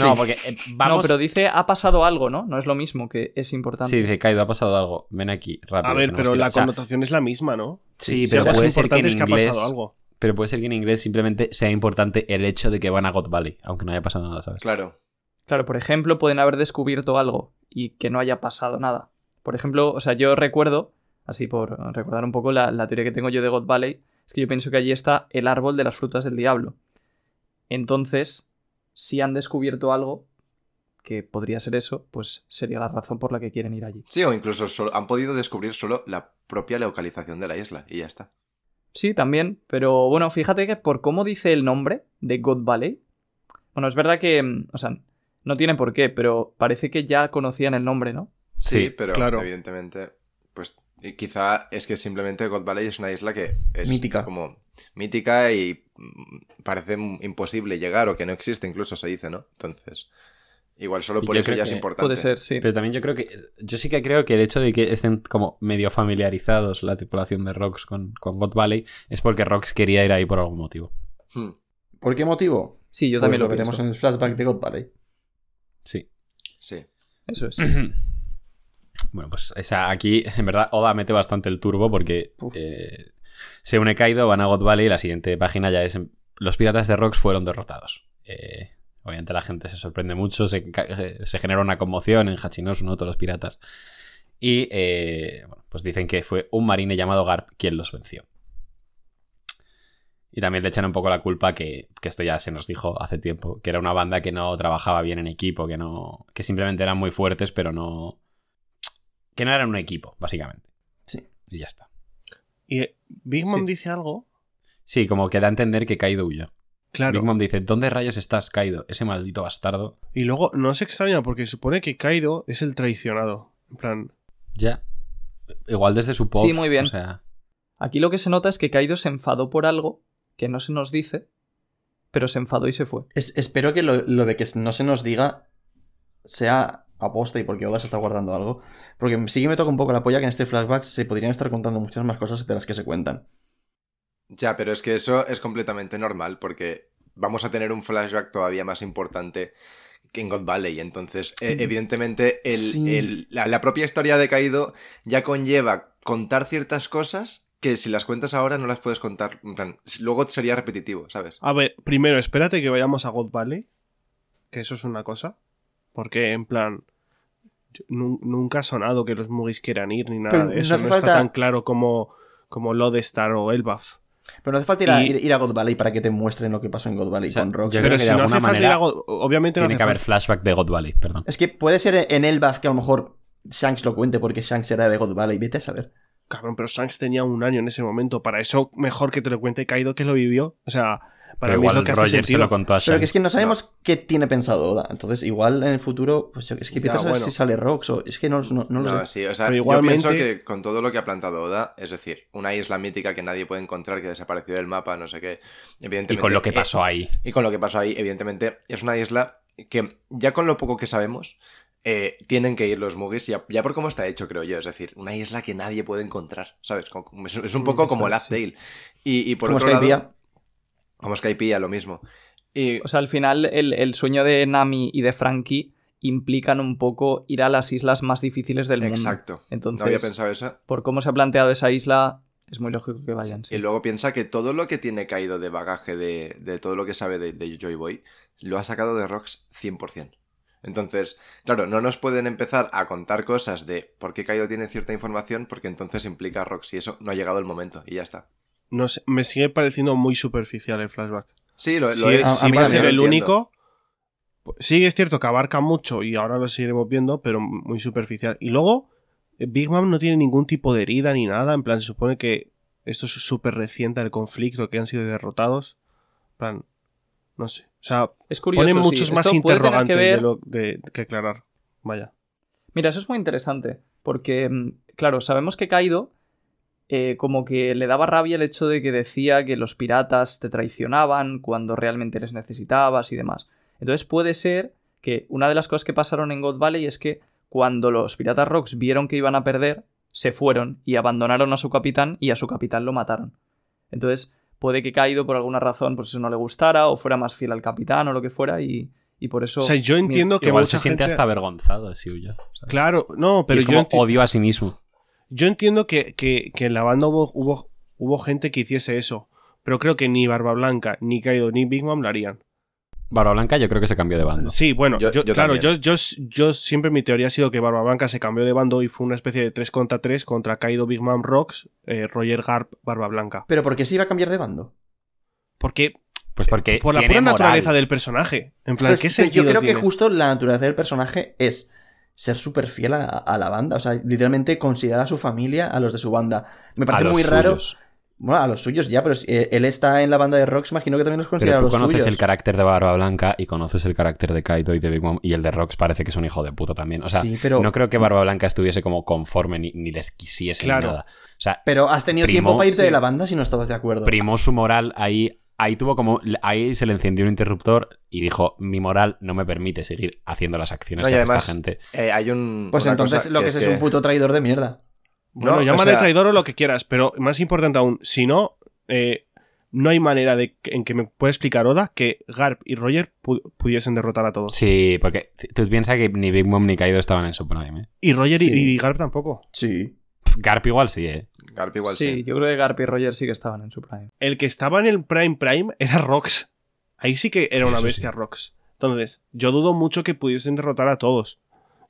No, porque eh, vamos. No, pero dice ha pasado algo, ¿no? No es lo mismo que es importante. Sí, dice Kaido, ha pasado algo. Ven aquí, rápido. A ver, tenemos pero que ir". la O sea, connotación es la misma, ¿no? Sí, Si pero algo puede es ser que en importante es que ha inglés. pasado algo. Pero puede ser que en inglés simplemente sea importante el hecho de que van a God Valley, aunque no haya pasado nada, ¿sabes? Claro. Claro, por ejemplo, pueden haber descubierto algo y que no haya pasado nada. Por ejemplo, o sea, yo recuerdo, así por recordar un poco la, la teoría que tengo yo de God Valley, es que yo pienso que allí está el árbol de las frutas del diablo. Entonces, si han descubierto algo, que podría ser eso, pues sería la razón por la que quieren ir allí. Sí, o incluso solo- han podido descubrir solo la propia localización de la isla y ya está. Sí, también, pero bueno, fíjate que por cómo dice el nombre de God Valley, bueno, es verdad que, mm, o sea, no tiene por qué, pero parece que ya conocían el nombre, ¿no? Sí, Sí, pero claro. evidentemente, pues y quizá es que simplemente God Valley es una isla que es Mítica. como mítica y mm, parece m- imposible llegar o que no existe, incluso se dice, ¿no? Entonces, igual solo Y por yo eso creo ya es que importante. Puede ser, sí. Pero también yo creo que. Yo sí que creo que el hecho de que estén como medio familiarizados la tripulación de Rox con, con God Valley es porque Rox quería ir ahí por algún motivo. Hmm. ¿Por qué motivo? Sí, yo Pues también lo, lo, veremos pienso. en el flashback de God Valley. Sí. Sí. Eso es. Bueno, pues o sea, aquí [LAUGHS] en verdad Oda mete bastante el turbo porque eh, se une Kaido, van a God Valley y la siguiente página ya es los piratas de Rox fueron derrotados. Eh, obviamente la gente se sorprende mucho, se, ca- eh, se genera una conmoción en Hachinosu, ¿no? Todos los piratas. Y eh, bueno, pues dicen que fue un marine llamado Garp quien los venció. Y también le echan un poco la culpa que, que esto ya se nos dijo hace tiempo, que era una banda que no trabajaba bien en equipo, que no. que simplemente eran muy fuertes, pero no. que no eran un equipo, básicamente. Sí. Y ya está. Y eh, Big Mom Sí. dice algo. Sí, como que da a entender que Kaido huyó. Claro. Big Mom dice, ¿dónde rayos estás, Kaido? Ese maldito bastardo. Y luego no se extraña porque supone que Kaido es el traicionado. En plan, Ya. Igual desde su pop. Sí, muy bien. O sea, Aquí lo que se nota es que Kaido se enfadó por algo que no se nos dice, pero se enfadó y se fue. Es- espero que lo, lo de que no se nos diga sea aposta y porque Oda se está guardando algo. Porque sí que me toca un poco la polla que en este flashback se podrían estar contando muchas más cosas de las que se cuentan. Ya, pero es que eso es completamente normal porque vamos a tener un flashback todavía más importante que en God Valley. Entonces, e- Mm. evidentemente, el- Sí. el- la, la propia historia de Caído ya conlleva contar ciertas cosas que si las cuentas ahora no las puedes contar. en plan, luego sería repetitivo, ¿sabes? a ver, primero espérate que vayamos a God Valley. Que eso es una cosa. Porque en plan, yo- nu- nunca ha sonado que los Mugis quieran ir ni nada Pero de no eso. hace No, falta- está tan claro como, como Lodestar o Elbaf. Pero no hace falta ir a, Y- ir- ir a God Valley para que te muestren lo que pasó en God Valley O sea, con Rox. yo creo Pero que si de no hace alguna falta ir manera a God... Obviamente no tiene hace que haber falta. flashback de God Valley, perdón. Es que puede ser en Elbaf que a lo mejor Shanks lo cuente porque Shanks era de God Valley. Vete a saber. Cabrón, pero Shanks tenía un año en ese momento. Para eso, mejor que te lo cuente Kaido que lo vivió. O sea, para Pero mí es igual lo que hace Roger se sentido. lo contó a Pero que Shanks. es que no sabemos qué tiene pensado Oda. Entonces, igual en el futuro, pues yo- es que Ya, empiezas a ver bueno. si sale Rox o es que no, no- no lo No, sé. sí, o sea, Pero yo pienso igualmente- que con todo lo que ha plantado Oda, es decir, una isla mítica que nadie puede encontrar, que desapareció del mapa, no sé qué, evidentemente... Y con lo que eh, pasó ahí. Y con lo que pasó ahí, evidentemente, es una isla que ya con lo poco que sabemos, eh, tienen que ir los Mugis, ya, ya por cómo está hecho, creo yo. Es decir, una isla que nadie puede encontrar, ¿sabes? Como- como- Es, es un poco eso como es, Last sí. Tale. Y, y por Como otro Skype lado, ya. como Skypiea, lo mismo. Y O sea, al final el, el sueño de Nami y de Frankie implican un poco ir a las islas más difíciles del mundo. exacto. No había Entonces, pensado eso. por cómo se ha planteado esa isla, es muy lógico que vayan. sí. Y luego piensa que todo lo que tiene caído de bagaje, de, de todo lo que sabe de, de Joy Boy, lo ha sacado de Rocks 100%. Entonces, claro, no nos pueden empezar a contar cosas de por qué Kaido tiene cierta información, porque entonces implica a Rox y eso no ha llegado el momento y ya está. No sé, me sigue pareciendo muy superficial el flashback. Sí, lo, lo si es. a- si a mí va a también ser lo el entiendo. único. pues Sí, es cierto que abarca mucho y ahora lo seguiremos viendo, pero muy superficial. Y luego, eh, Big Mom no tiene ningún tipo de herida ni nada. En plan, se supone que esto es súper reciente el conflicto, que han sido derrotados. En plan, no sé. O sea, es curioso. ponen sí, muchos más esto puede tener interrogantes que de ver- lo- de- que aclarar. Vaya. Mira, eso es muy interesante, porque, mm, claro, sabemos que Kaido eh, como que le daba rabia el hecho de que decía que los piratas te traicionaban cuando realmente les necesitabas y demás. Entonces puede ser que una de las cosas que pasaron en God Valley es que cuando los piratas Rocks vieron que iban a perder, se fueron y abandonaron a su capitán y a su capitán lo mataron. Entonces puede que Kaido por alguna razón pues eso no le gustara o fuera más fiel al capitán o lo que fuera y, Y por eso. O sea, yo entiendo que Igual mucha se siente gente- hasta avergonzado si huyo. ¿sabes? Claro, no, pero Y es yo, como enti- odio a sí mismo. yo entiendo que, que- que en la banda hubo, hubo, hubo gente que hiciese eso. Pero creo que ni Barba Blanca, ni Kaido, ni Big Mom lo harían. Barba Blanca yo creo que se cambió de bando. Sí, bueno, yo, Yo- yo claro, yo, también. yo, yo siempre mi teoría ha sido que Barba Blanca se cambió de bando y fue una especie de 3 contra 3 contra Kaido, Big Mom, Rocks, eh, Roger Garp, Barba Blanca. ¿Pero por qué se iba a cambiar de bando? Porque Pues porque por la tiene pura moral. naturaleza del personaje. En plan, Pues, ¿qué pero sentido yo creo tiene? que justo la naturaleza del personaje es ser súper fiel a, a la banda. O sea, literalmente considerar a su familia a los de su banda. Me a parece los muy raro. suyos. Bueno, a los suyos ya, pero si, eh, él está en la banda de Rocks, imagino que también los considera Pero a tú los conoces suyos. el carácter de Barba Blanca y conoces el carácter de Kaido y de Big Mom y el de Rox parece que es un hijo de puta también. O sea, sí, pero, mm. no creo que Barba Blanca estuviese como conforme ni, ni les quisiese ni Claro. nada. O sea, pero has tenido Primo, tiempo para irte sí. de la banda si no estabas de acuerdo. primó su moral ahí. Ahí tuvo como. Ahí se le encendió un interruptor y dijo: Mi moral no me permite seguir haciendo las acciones No, y que hace además- esta gente. Eh, hay un. pues una entonces cosa lo que, es, es es un puto traidor de mierda. Bueno, No, o llámale sea- traidor o lo que quieras, pero más importante aún, si no, eh, no hay manera de, en que me pueda explicar Oda que Garp y Roger pu- pudiesen derrotar a todos. Sí, porque tú piensas que ni Big Mom ni Kaido estaban en su prime. ¿eh? Y Roger y- Sí. y, Garp tampoco. Sí. Pff, Garp igual sí, ¿eh? Garp igual sí, sí. yo creo que Garp y Roger sí que estaban en su prime. El que estaba en el Prime Prime era Rox. Ahí sí que era Sí, una eso bestia Rox. Entonces, yo dudo mucho que pudiesen derrotar a todos.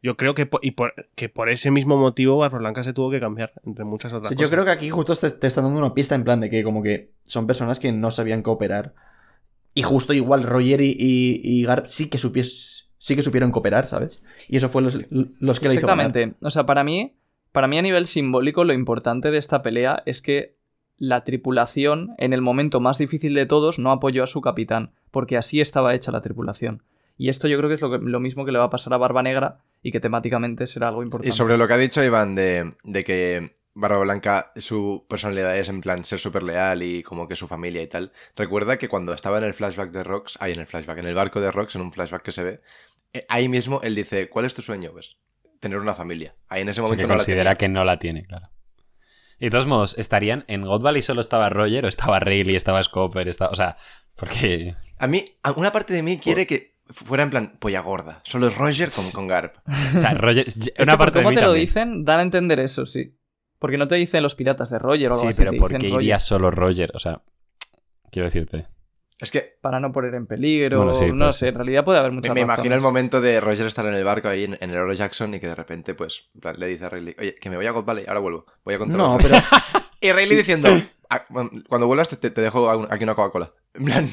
Yo creo que, po- y por, que por ese mismo motivo Barba Blanca se tuvo que cambiar, entre muchas O otras sea, cosas. yo creo que aquí justo te, te están dando una pista en plan de que como que son personas que no sabían cooperar. Y justo igual Roger y, y- y Garp sí que, supies- sí que supieron cooperar, ¿sabes? Y eso fue los, los que le hizo ganar. Exactamente. O sea, para mí, para mí a nivel simbólico, lo importante de esta pelea es que la tripulación, en el momento más difícil de todos, no apoyó a su capitán, porque así estaba hecha la tripulación. Y esto yo creo que es lo, que- lo mismo que le va a pasar a Barba Negra y que temáticamente será algo importante. Y sobre lo que ha dicho Iván de, de que Barba Blanca, su personalidad es en plan ser súper leal y como que su familia y tal. Recuerda que cuando estaba en el flashback de Rox, ahí en el flashback, en el barco de Rox, en un flashback que se ve, eh, ahí mismo él dice, ¿cuál es tu sueño? Pues tener una familia. Ahí en ese Porque momento no la considera tenía. que no la tiene, claro. Y de todos modos, ¿estarían en God Valley solo estaba Roger o estaba Rayleigh, estaba Scopper? Estaba... O sea, porque... A mí, a- una parte de mí quiere que fuera en plan polla gorda. Solo es Roger con, con Garp. O sea, Roger... Es una que por parte de cómo mí te lo también. dicen, dan a entender eso, sí. Porque no te dicen los piratas de Roger o algo Sí, así, pero te ¿por dicen qué Roger, iría solo Roger? O sea, quiero decirte. Es que Para no poner en peligro, Bueno, sí, no pues sé, sí. en realidad puede haber me, muchas me imagino el razones. momento de Roger estar en el barco ahí en, en el Oro Jackson y que de repente, pues, en plan, le dice a Rayleigh, oye, que me voy a God Valley, ahora vuelvo. Voy a contar No, los- pero Y Rayleigh diciendo, "Ah, bueno, cuando vuelvas te, te dejo a un- aquí una Coca-Cola. [LAUGHS] En plan,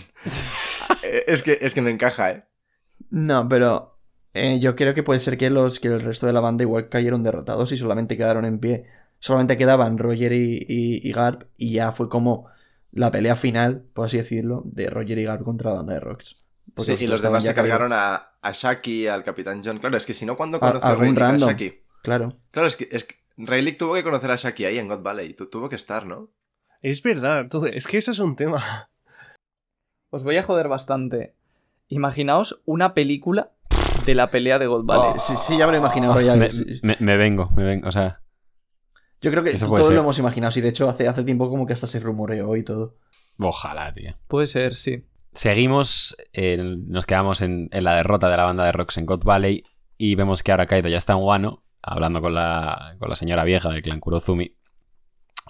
eh, es que, es que me encaja, ¿eh? [LAUGHS] No, pero eh, yo creo que puede ser que los que el resto de la banda igual cayeron derrotados y solamente quedaron en pie. Solamente quedaban Roger y, y- y Garp y ya fue como la pelea final, por así decirlo, de Roger y Garp contra la banda de Rocks. Porque Sí, y los estaban demás ya se cargaron a, a Shaki, al Capitán John. Claro, es que si no, ¿cuándo A- conoce algún Rayleigh a random. Shaki? Claro. Claro, es que, es que Rayleigh tuvo que conocer a Shaki ahí en God Valley. Tu- tuvo que estar, ¿no? Es verdad, tú, es que eso es un tema. Os voy a joder bastante. Imaginaos una película de la pelea de God Valley. Sí, sí, ya me lo he imaginado. ya. Ah, Me, Sí, sí. me- me vengo, me vengo. O sea, Yo creo que eso puede todos lo ser. hemos imaginado. Sí, de hecho, hace, hace tiempo como que hasta se rumoreó y todo. ojalá, tío. Puede ser, sí. Seguimos, eh, nos quedamos en, en la derrota de la banda de Rocks en God Valley y vemos que ahora Kaido ya está en Wano, hablando con la, con la señora vieja del clan Kurozumi,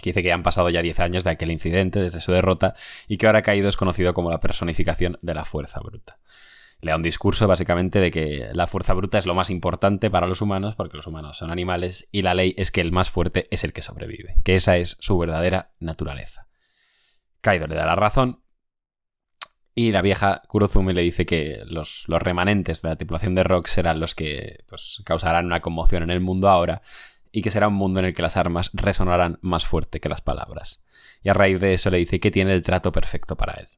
que dice que han pasado ya 10 años de aquel incidente, desde su derrota, y que ahora Kaido es conocido como la personificación de la fuerza bruta. Le da un discurso básicamente de que la fuerza bruta es lo más importante para los humanos, porque los humanos son animales, y la ley es que el más fuerte es el que sobrevive, que esa es su verdadera naturaleza. Kaido le da la razón, y la vieja Kurozumi le dice que los, los remanentes de la tripulación de Rock serán los que pues, causarán una conmoción en el mundo ahora y que será un mundo en el que las armas resonarán más fuerte que las palabras. Y a raíz de eso le dice que tiene el trato perfecto para él,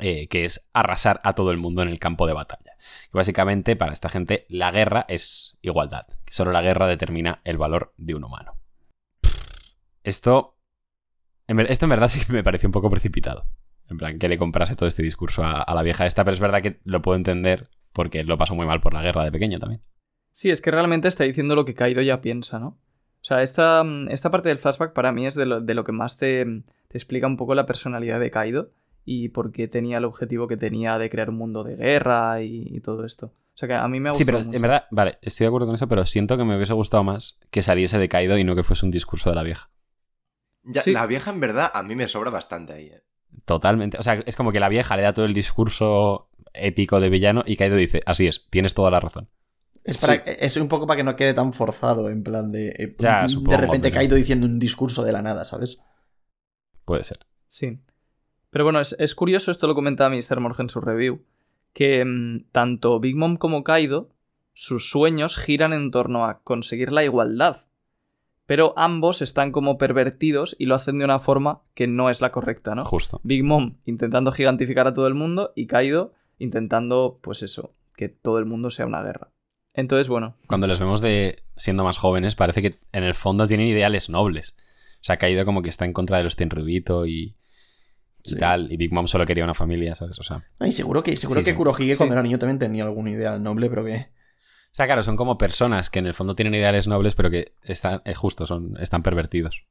eh, que es arrasar a todo el mundo en el campo de batalla. Que básicamente para esta gente la guerra es igualdad, que solo la guerra determina el valor de un humano. Esto, en ver- esto en verdad sí que me pareció un poco precipitado. En plan, que le comprase todo este discurso a, a la vieja esta, pero es verdad que lo puedo entender porque lo pasó muy mal por la guerra de pequeño también. Sí, es que realmente está diciendo lo que Kaido ya piensa, ¿no? O sea, esta, mm, esta parte del flashback para mí es de lo, de lo que más te, te explica un poco la personalidad de Kaido y por qué tenía el objetivo que tenía de crear un mundo de guerra y, y todo esto. O sea que a mí me ha Sí, gustado pero mucho. en verdad, vale, estoy de acuerdo con eso, pero siento que me hubiese gustado más que saliese de Kaido y no que fuese un discurso de la vieja. Ya, Sí. La vieja, en verdad, a mí me sobra bastante ahí. eh. Totalmente. O sea, es como que la vieja le da todo el discurso épico de villano y Kaido dice, así es, tienes toda la razón. Es, para, es un poco para que no quede tan forzado, en plan de. eh, Ya, de supongo, repente pero- caído diciendo un discurso de la nada, ¿sabes? Puede ser. Sí. Pero bueno, es, es curioso, esto lo comentaba Mr. Morgan en su review, que mm, tanto Big Mom como Kaido, sus sueños giran en torno a conseguir la igualdad. Pero ambos están como pervertidos y lo hacen de una forma que no es la correcta, ¿no? Justo. Big Mom intentando gigantificar a todo el mundo y Kaido intentando, pues eso, que todo el mundo sea una guerra. Entonces, bueno, Cuando les vemos de siendo más jóvenes, parece que en el fondo tienen ideales nobles. O sea, Kaido como que está en contra de los Tenryubito y, y Sí. tal. Y Big Mom solo quería una familia, ¿sabes? O sea, No, y seguro que, seguro Sí, que sí. Kurohige cuando Sí. era niño también tenía alguna idea del noble, pero que. O sea, claro, son como personas que en el fondo tienen ideales nobles, pero que están, eh, justo, son, están pervertidos.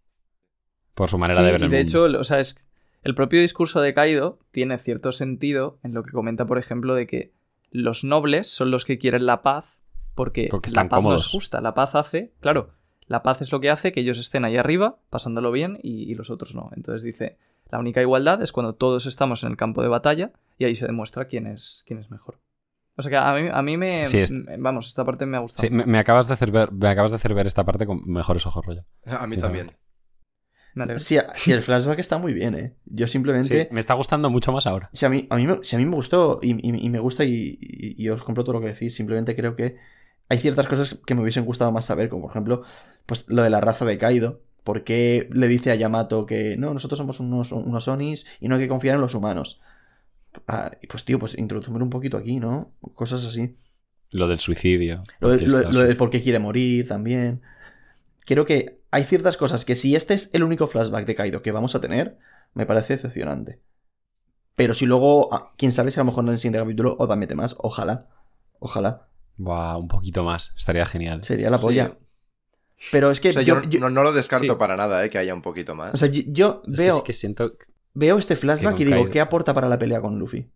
Por su manera Sí, de ver y el de mundo. hecho, el- o sea, es, el propio discurso de Kaido tiene cierto sentido en lo que comenta, por ejemplo, de que los nobles son los que quieren la paz porque, Porque la están paz no cómodos. es justa. La paz hace, claro, la paz es lo que hace que ellos estén ahí arriba pasándolo bien y, y los otros no. Entonces dice, la única igualdad es cuando todos estamos en el campo de batalla y ahí se demuestra quién es, quién es mejor. O sea que a mí, a mí me... Sí, es- m- Vamos, esta parte me ha gustado. Sí, me, me acabas de hacer ver, me acabas de hacer ver esta parte con mejores ojos, rollo. A mí también. Me alegro. Sí, a- sí, el flashback está muy bien, ¿eh? Yo simplemente. Sí, me está gustando mucho más ahora. Si a mí, a mí, me- si a mí me gustó y, y- y me gusta y, y- y os compro todo lo que decís, simplemente creo que hay ciertas cosas que me hubiesen gustado más saber, como por ejemplo, pues lo de la raza de Kaido. ¿Por qué le dice a Yamato que no, nosotros somos unos, unos Onis y no hay que confiar en los humanos? Ah, y pues tío, pues introducirme un poquito aquí, ¿no? Cosas así. Lo del suicidio. Lo de, que lo de- está- lo de por qué quiere morir también. Creo que hay ciertas cosas que si este es el único flashback de Kaido que vamos a tener, me parece decepcionante. Pero si luego, ah, quién sabe si a lo mejor en el siguiente capítulo Oda mete más, ojalá. Ojalá. Buah, un poquito más. Estaría genial. Sería la Sí. polla. Pero es que O sea, yo, yo, yo- no, no lo descarto sí. para nada, eh, que haya un poquito más. o sea, yo- yo Es que- veo, es que siento que veo este flashback que y con digo, Kaido- ¿qué aporta para la pelea con Luffy?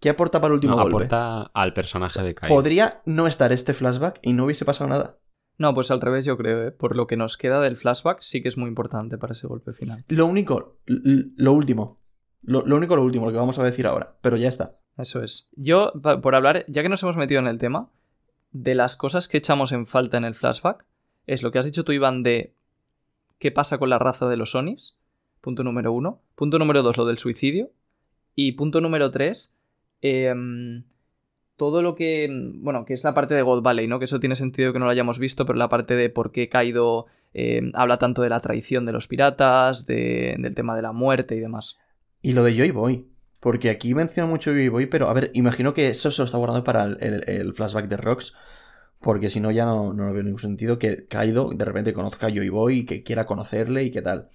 ¿Qué aporta para el último no, golpe? aporta al personaje de Kaido. Podría no estar este flashback y no hubiese pasado nada. No, pues al revés yo creo, ¿eh? Por lo que nos queda del flashback sí que es muy importante para ese golpe final. Lo único, l- lo último. Lo, lo único, lo último, lo que vamos a decir ahora. Pero ya está. Eso es. Yo, pa- por hablar, ya que nos hemos metido en el tema, de las cosas que echamos en falta en el flashback, es lo que has dicho tú, Iván, de qué pasa con la raza de los Onis, punto número uno. Punto número dos, lo del suicidio. Y punto número tres, em, todo lo que, em, bueno, que es la parte de God Valley, ¿no? Que eso tiene sentido que no lo hayamos visto, pero la parte de por qué Kaido em, habla tanto de la traición de los piratas, de- del tema de la muerte y demás. Y lo de Joy Boy. Porque aquí menciona mucho Joy Boy, pero a ver, imagino que eso se lo está guardando para el, el- el flashback de Rocks. Porque si no, ya no, no lo veo ningún sentido que Kaido de repente conozca a Joy Boy y que quiera conocerle y qué tal.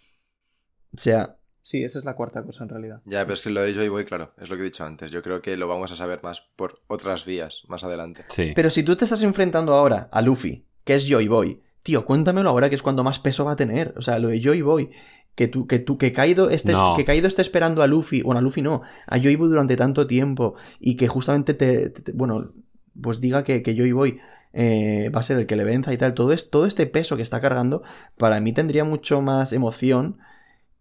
O sea, Sí, esa es la cuarta cosa en realidad. Ya, pero es que lo de Joy Boy, claro, es lo que he dicho antes. Yo creo que lo vamos a saber más por otras vías más adelante. Sí. pero si tú te estás enfrentando ahora a Luffy, que es Joy Boy, tío, cuéntamelo ahora que es cuando más peso va a tener. O sea, lo de Joy Boy, que tú, que tú, que Kaido estés, No. que Kaido esté esperando a Luffy, bueno, a Luffy no, a Joy Boy durante tanto tiempo y que justamente te, te- te- bueno, pues diga que, que Joy Boy eh, va a ser el que le venza y tal. Todo, es, todo este peso que está cargando, para mí tendría mucho más emoción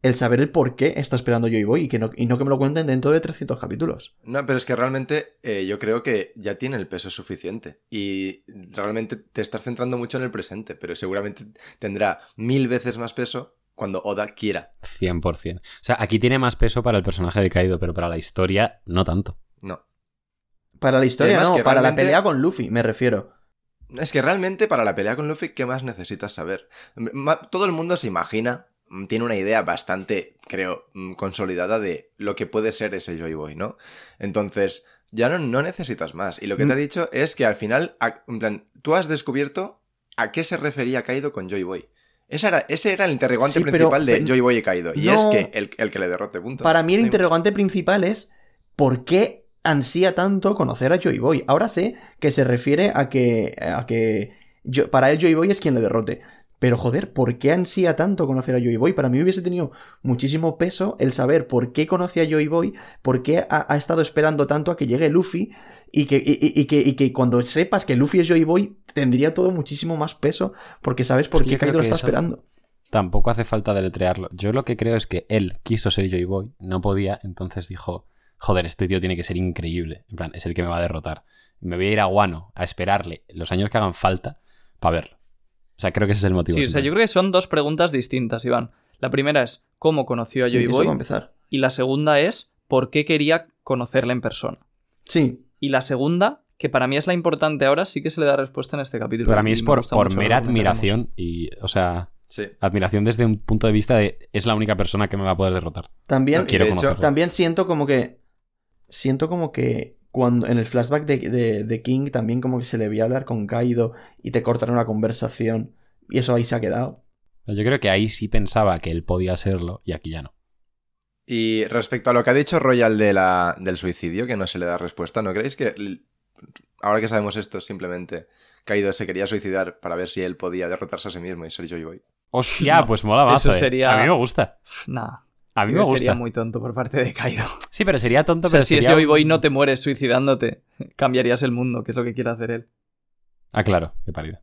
el saber el por qué está esperando Joy Boy y que no, y no que me lo cuenten dentro de 300 capítulos. No, pero es que realmente eh, yo creo que ya tiene el peso suficiente y realmente te estás centrando mucho en el presente, pero seguramente tendrá mil veces más peso cuando Oda quiera. 100%. O sea, aquí tiene más peso para el personaje de Kaido, pero para la historia no tanto. No. Para la historia, Además, no, que para la realmente- pelea con Luffy, me refiero. Es que realmente para la pelea con Luffy, ¿qué más necesitas saber? Ma- Todo el mundo se imagina, mm, tiene una idea bastante, creo, mm, consolidada de lo que puede ser ese Joy Boy, ¿no? Entonces, ya no, no necesitas más. Y lo que te Mm. he dicho es que al final, a- en plan, tú has descubierto a qué se refería Kaido con Joy Boy. Esa era, ese era el interrogante Sí, pero- principal de pero- Joy Boy y Kaido. Y es no. que el, el que le derrote, punto. Para mí el No hay- interrogante principal es ¿por qué ansía tanto conocer a Joy Boy? Ahora sé que se refiere a que, a que yo- para él Joy Boy es quien le derrote, Pero joder, ¿por qué ansía tanto conocer a Joy Boy? Para mí hubiese tenido muchísimo peso el saber por qué conoce a Joy Boy, por qué ha, ha estado esperando tanto a que llegue Luffy y que, y- y- y que, y que cuando sepas que Luffy es Joy Boy tendría todo muchísimo más peso porque sabes por Es que qué yo creo Kaido lo que está eso- esperando. Tampoco hace falta deletrearlo. Yo lo que creo es que él quiso ser Joy Boy, no podía, entonces dijo, joder, este tío tiene que ser increíble. En plan, es el que me va a derrotar. Me voy a ir a Guano a esperarle los años que hagan falta para verlo. O sea, creo que ese es el motivo. Sí, o sea, yo creo que son dos preguntas distintas, Iván. La primera es cómo conoció a Sí, Joy eso va a Boy empezar. y la segunda es por qué quería conocerla en persona. Sí, Y la segunda, que para mí es la importante ahora, sí que se le da respuesta en este capítulo. Para mí Y es me por, gusta por mucho, mera lo comentaremos. admiración y, o sea, Sí. admiración desde un punto de vista de es la única persona que me va a poder derrotar. también... No quiero de hecho, conocerlo. También siento como que. Siento como que. Cuando, en el flashback de, de- de King también como que se le veía hablar con Kaido y te cortaron la conversación. Y eso ahí se ha quedado. Yo creo que ahí sí pensaba que él podía serlo y aquí ya no. Y respecto a lo que ha dicho Royal de la, del suicidio, que no se le da respuesta, ¿no creéis que l- ahora que sabemos esto, simplemente Kaido se quería suicidar para ver si él podía derrotarse a sí mismo y ser Joy Boy? Hostia, No, pues mola más. eso sería- A mí me gusta. Pff, Nah, A mí me sería gusta. muy tonto por parte de Kaido. [LAUGHS] Sí, pero sería tonto, O sea, pero si sería es Joy Boy un- no te mueres suicidándote, [LAUGHS] cambiarías el mundo, que es lo que quiere hacer él. Ah, claro, qué parido.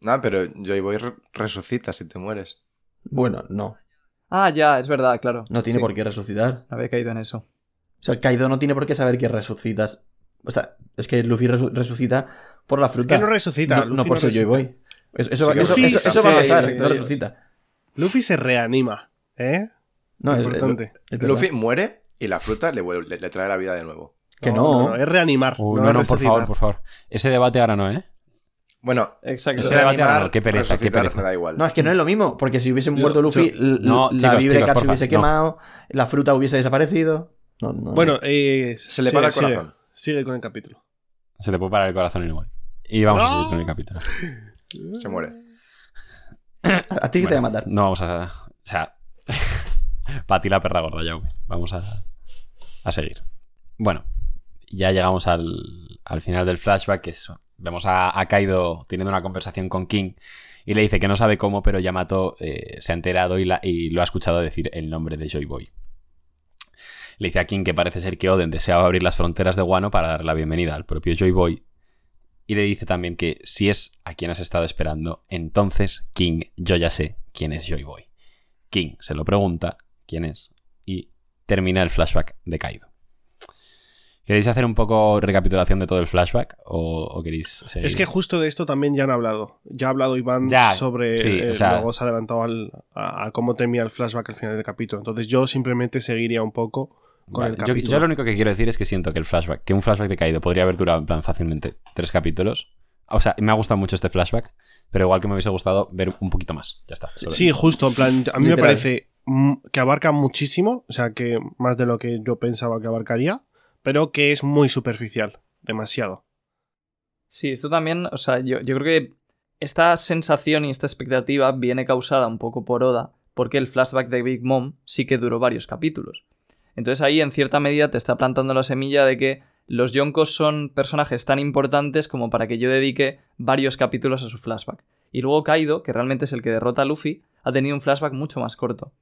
Nada, Ah, pero Joy Boy re- resucita si te mueres. Bueno, no. Ah, ya, es verdad, claro. No tiene Sí, por qué resucitar. Había caído en eso. O sea, Kaido no tiene por qué saber que resucitas. O sea, es que Luffy resu- resucita por la fruta. Que no resucita. No- Luffy no por ser resucita. Joy Boy. Eso, eso, Sí va- que eso- resucita. eso- eso va a Sí, pasar, exacto. no resucita. Luffy se reanima. ¿eh? No, es, Importante. es- es verdad. Luffy muere y la fruta le, vuelve- le- le trae la vida de nuevo. que no. es reanimar. Uy, no, no, es no, por resucitar. favor, por favor. Ese debate ahora no, ¿eh? Bueno, Exacto. Ese debate ahora no, reanimar, qué pereza, qué resucitar, pereza. me da igual. No, es que no es lo mismo, porque si hubiese muerto Luffy, yo- l- no, la chicos, Vibre chicos, Catch porfa, hubiese no. quemado, la fruta hubiese desaparecido. No, no. Bueno, eh, Se le para el sigue, corazón. Sigue, sigue con el capítulo. Se te puede parar el corazón y no muere. Y vamos a seguir con el capítulo. Se muere. [LAUGHS] a a ti que te voy a matar. No vamos a. O sea. [LAUGHS] para ti la perra gorda, ya, güey. Vamos a, a seguir. Bueno, ya llegamos al, al final del flashback. Que es, vemos a, a Kaido teniendo una conversación con King y le dice que no sabe cómo, pero Yamato eh, se ha enterado y, la- y lo ha escuchado decir el nombre de Joy Boy. Le dice a King que parece ser que Oden deseaba abrir las fronteras de Guano para dar la bienvenida al propio Joy Boy. Y le dice también que si es a quien has estado esperando, entonces King, yo ya sé quién es Joy Boy. King se lo pregunta quién es y termina el flashback de Kaido. ¿Queréis hacer un poco recapitulación de todo el flashback o, o queréis seguir? Es que justo de esto también ya han hablado. Ya ha hablado Iván Ya, sobre. sí, eh, o sea- luego se ha adelantado al- a, a cómo termina el flashback al final del capítulo. Entonces yo simplemente seguiría un poco con Vale, el yo- capítulo. Yo, lo único que quiero decir es que siento que el flashback, que un flashback de Kaido podría haber durado en plan fácilmente tres capítulos. O sea, me ha gustado mucho este flashback, pero igual que me hubiese gustado ver un poquito más. Ya está. Solo- Sí, justo. En plan, a mí me Literal. parece mm, que abarca muchísimo. O sea, que más de lo que yo pensaba que abarcaría. Pero que es muy superficial. Demasiado. Sí, esto también, o sea, yo, yo creo que esta sensación y esta expectativa viene causada un poco por Oda, porque el flashback de Big Mom sí que duró varios capítulos. Entonces ahí en cierta medida te está plantando la semilla de que los Yonkos son personajes tan importantes como para que yo dedique varios capítulos a su flashback. Y luego Kaido, que realmente es el que derrota a Luffy, ha tenido un flashback mucho más corto.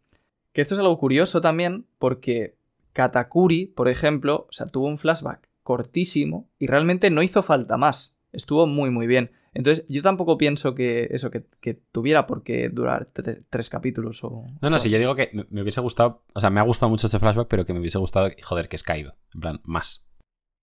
Que esto es algo curioso también porque Katakuri, por ejemplo, o sea, tuvo un flashback cortísimo y realmente no hizo falta más. Estuvo muy, muy bien. Entonces, yo tampoco pienso que eso, que, que tuviera por qué durar tre- tres capítulos o... No, no, si yo digo que me- me hubiese gustado, o sea, me ha gustado mucho este flashback, pero que me hubiese gustado, joder, que es Kaido. En plan, más.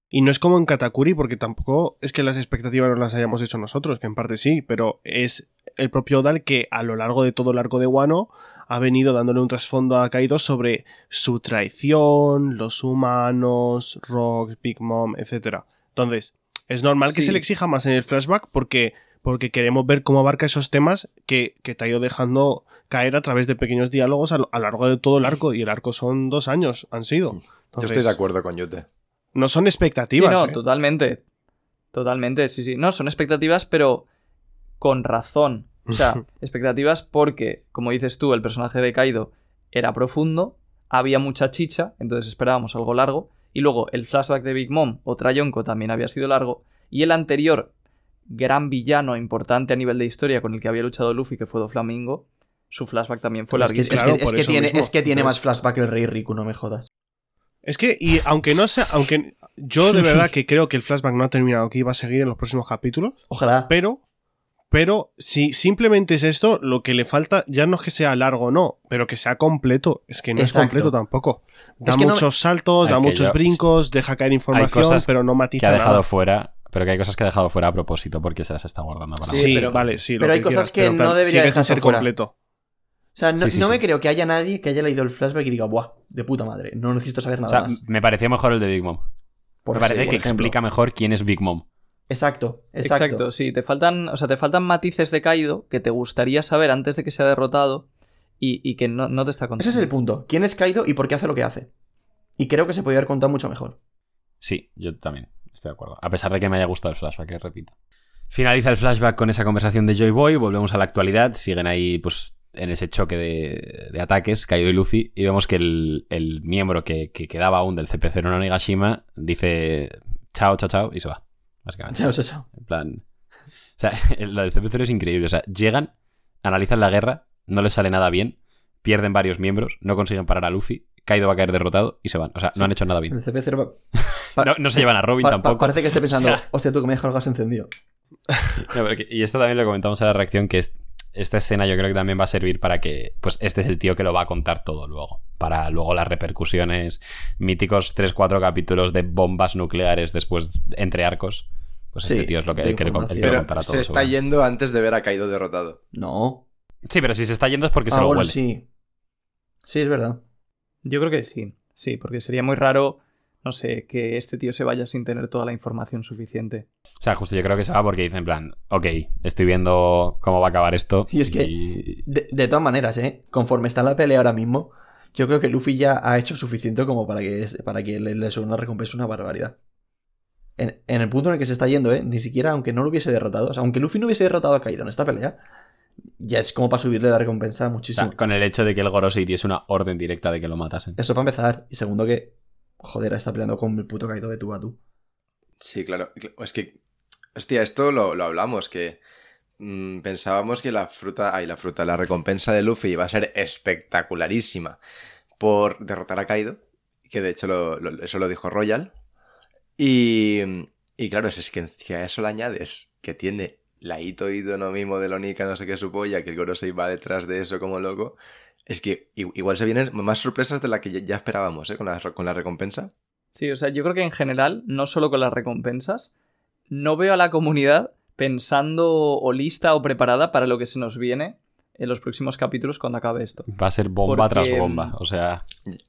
Y no es como en Katakuri, porque tampoco es que las expectativas no las hayamos hecho nosotros, que en parte sí, pero es el propio Oda el que a lo largo de todo el arco de Wano ha venido dándole un trasfondo a Kaido sobre su traición, los humanos, Rock, Big Mom, etc. Entonces, es normal que Sí. se le exija más en el flashback porque, porque queremos ver cómo abarca esos temas que, que te ha ido dejando caer a través de pequeños diálogos a lo a lo largo de todo el arco, y el arco son dos años, han sido. Yo Entonces, estoy de acuerdo con Yute. No son Sí, expectativas. no, ¿eh? totalmente. Totalmente, sí, sí. No, son expectativas, pero con razón. [LAUGHS] O sea, expectativas porque, como dices tú, el personaje de Kaido era profundo, había mucha chicha, entonces esperábamos algo largo. Y luego el flashback de Big Mom, otra Yonko, también había sido largo. Y el anterior gran villano importante a nivel de historia con el que había luchado Luffy, que fue Doflamingo, su flashback también fue Es que, es larguísimo. que- Claro, es por que eso tiene, mismo. es que tiene más Entonces- flashback el rey Riku, no me jodas. Es que, y aunque no sea, aunque yo de verdad que creo que el flashback no ha terminado, que iba a seguir en los próximos capítulos, Ojalá. pero, pero si simplemente es esto, lo que le falta ya no es que sea largo o no, pero que sea completo, es que no Exacto. es completo tampoco. Da Es que no- muchos saltos, Ay, da que muchos yo- brincos, deja caer información, cosas pero no Que matiza ha dejado nada. fuera, pero que hay cosas que ha dejado fuera a propósito porque se las está guardando para Sí, Sí, pero- vale, sí. lo pero hay que cosas quieras, que pero en plan, no debería sigue sin dejarse ser fuera. completo. O sea, no, Sí, sí, no me sí. creo que haya nadie que haya leído el flashback y diga, ¡buah! De puta madre, no necesito saber O nada sea, más. me parecía mejor el de Big Mom. Por me parece sí, por que ejemplo. explica mejor quién es Big Mom. Exacto, Exacto. exacto. sí, te faltan, o sea, te faltan matices de Kaido que te gustaría saber antes de que sea derrotado y, y que no, no te está contando. Ese es el punto. ¿Quién es Kaido y por qué hace lo que hace? Y creo que se podría haber contado mucho mejor. Sí, yo también estoy de acuerdo. A pesar de que me haya gustado el flashback, eh, repito. Finaliza el flashback con esa conversación de Joy Boy, volvemos a la actualidad, siguen ahí pues en ese choque de, de ataques, Kaido y Luffy, y vemos que el, el miembro que, que quedaba aún del CP0 en Onigashima dice chao, chao, chao, y se va, [LAUGHS] básicamente. Chao, chao, chao. En plan. O sea, [LAUGHS] lo del CP0 es increíble. O sea, llegan, analizan la guerra, no les sale nada bien, pierden varios miembros, no consiguen parar a Luffy, Kaido va a caer derrotado y se van. O sea, no han hecho nada bien. El CP0 va- pa- No, no se llevan a Robin pa- pa- tampoco. Parece que esté [LAUGHS] pensando, O sea- hostia, tú que me dejas el gas encendido. No, pero que- y esto también lo comentamos en la reacción, que es, esta escena yo creo que también va a servir para que, pues este es el tío que lo va a contar todo luego, para luego las repercusiones, míticos 3-4 capítulos de bombas nucleares después entre arcos. Pues este Sí, tío es lo que de el que le con- el que información. le Pero contará todo. se está seguro. yendo antes de ver a Kaido derrotado. No. Sí, pero si se está yendo es porque se Ah, lo bueno, huele. sí. Sí, es verdad. Yo creo que sí, sí, porque sería muy raro, no sé, que este tío se vaya sin tener toda la información suficiente. O sea, justo yo creo que se va porque dice en plan, ok, estoy viendo cómo va a acabar esto. Y es que- y- De, de todas maneras, ¿eh? Conforme está la pelea ahora mismo, yo creo que Luffy ya ha hecho suficiente como para que, para que le, le suba una recompensa, una barbaridad. En, en el punto en el que se está yendo, ¿eh? Ni siquiera, aunque no lo hubiese derrotado, o sea, aunque Luffy no hubiese derrotado a Kaido en esta pelea, ya es como para subirle la recompensa o sea, muchísimo. con el hecho de que el Goro City es una orden directa de que lo matasen. Eso para empezar. Y segundo que, joder, está peleando con el puto Kaido de tú a tú. Sí, claro. Es que, hostia, esto lo, lo hablamos, que mm, pensábamos que la fruta, ay, la fruta, la recompensa de Luffy iba a ser espectacularísima por derrotar a Kaido, que de hecho lo- lo- eso lo dijo Royal. Y, y claro, es, es que si a eso le añades que tiene la Ito Ito no mismo de Lonica, no sé qué su polla, que el Gorosei va detrás de eso como loco. Es que i- igual se vienen más sorpresas de las que ya- ya esperábamos, ¿eh? Con la, con la recompensa. Sí, o sea, yo creo que en general, no solo con las recompensas, no veo a la comunidad pensando o lista o preparada para lo que se nos viene en los próximos capítulos cuando acabe esto. Va a ser bomba Porque, tras bomba. O sea,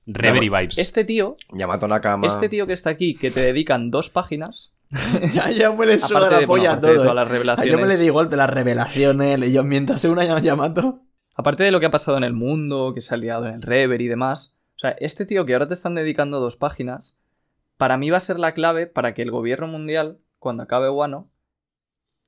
Reverie Vibes. Este tío, Yamato Nakama. este tío que está aquí, que te dedican dos páginas, [LAUGHS] ya, ya me le suda aparte la de, bueno, polla a aparte de todo. ¿eh? todas las Ah, revelaciones, Yo me le di igual de las revelaciones, le- yo mientras se una llamando. aparte de lo que ha pasado en el mundo, que se ha liado en el Rever y demás, o sea, este tío que ahora te están dedicando dos páginas, para mí va a ser la clave para que el gobierno mundial, cuando acabe Wano,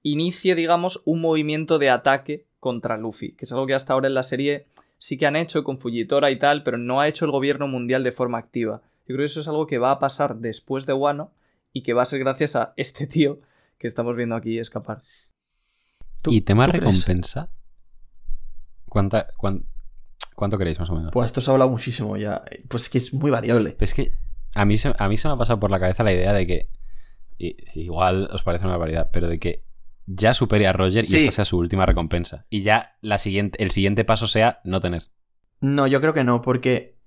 inicie, digamos, un movimiento de ataque contra Luffy, que es algo que hasta ahora en la serie sí que han hecho con Fujitora y tal, pero no ha hecho el gobierno mundial de forma activa. Yo creo que eso es algo que va a pasar después de Wano y que va a ser gracias a este tío que estamos viendo aquí escapar. ¿Tú- ¿Y tema tú crees? recompensa? ¿Cuánta, cuán- ¿Cuánto queréis más o menos? Pues esto se ha hablado muchísimo ya. Pues es que es muy variable. Es que a mí, se, a mí se me ha pasado por la cabeza la idea de que. i- Igual os parece una barbaridad, pero de que ya supere a Roger y Sí. esta sea su última recompensa. Y ya la siguiente, el siguiente paso sea no tener. No, yo creo que no, porque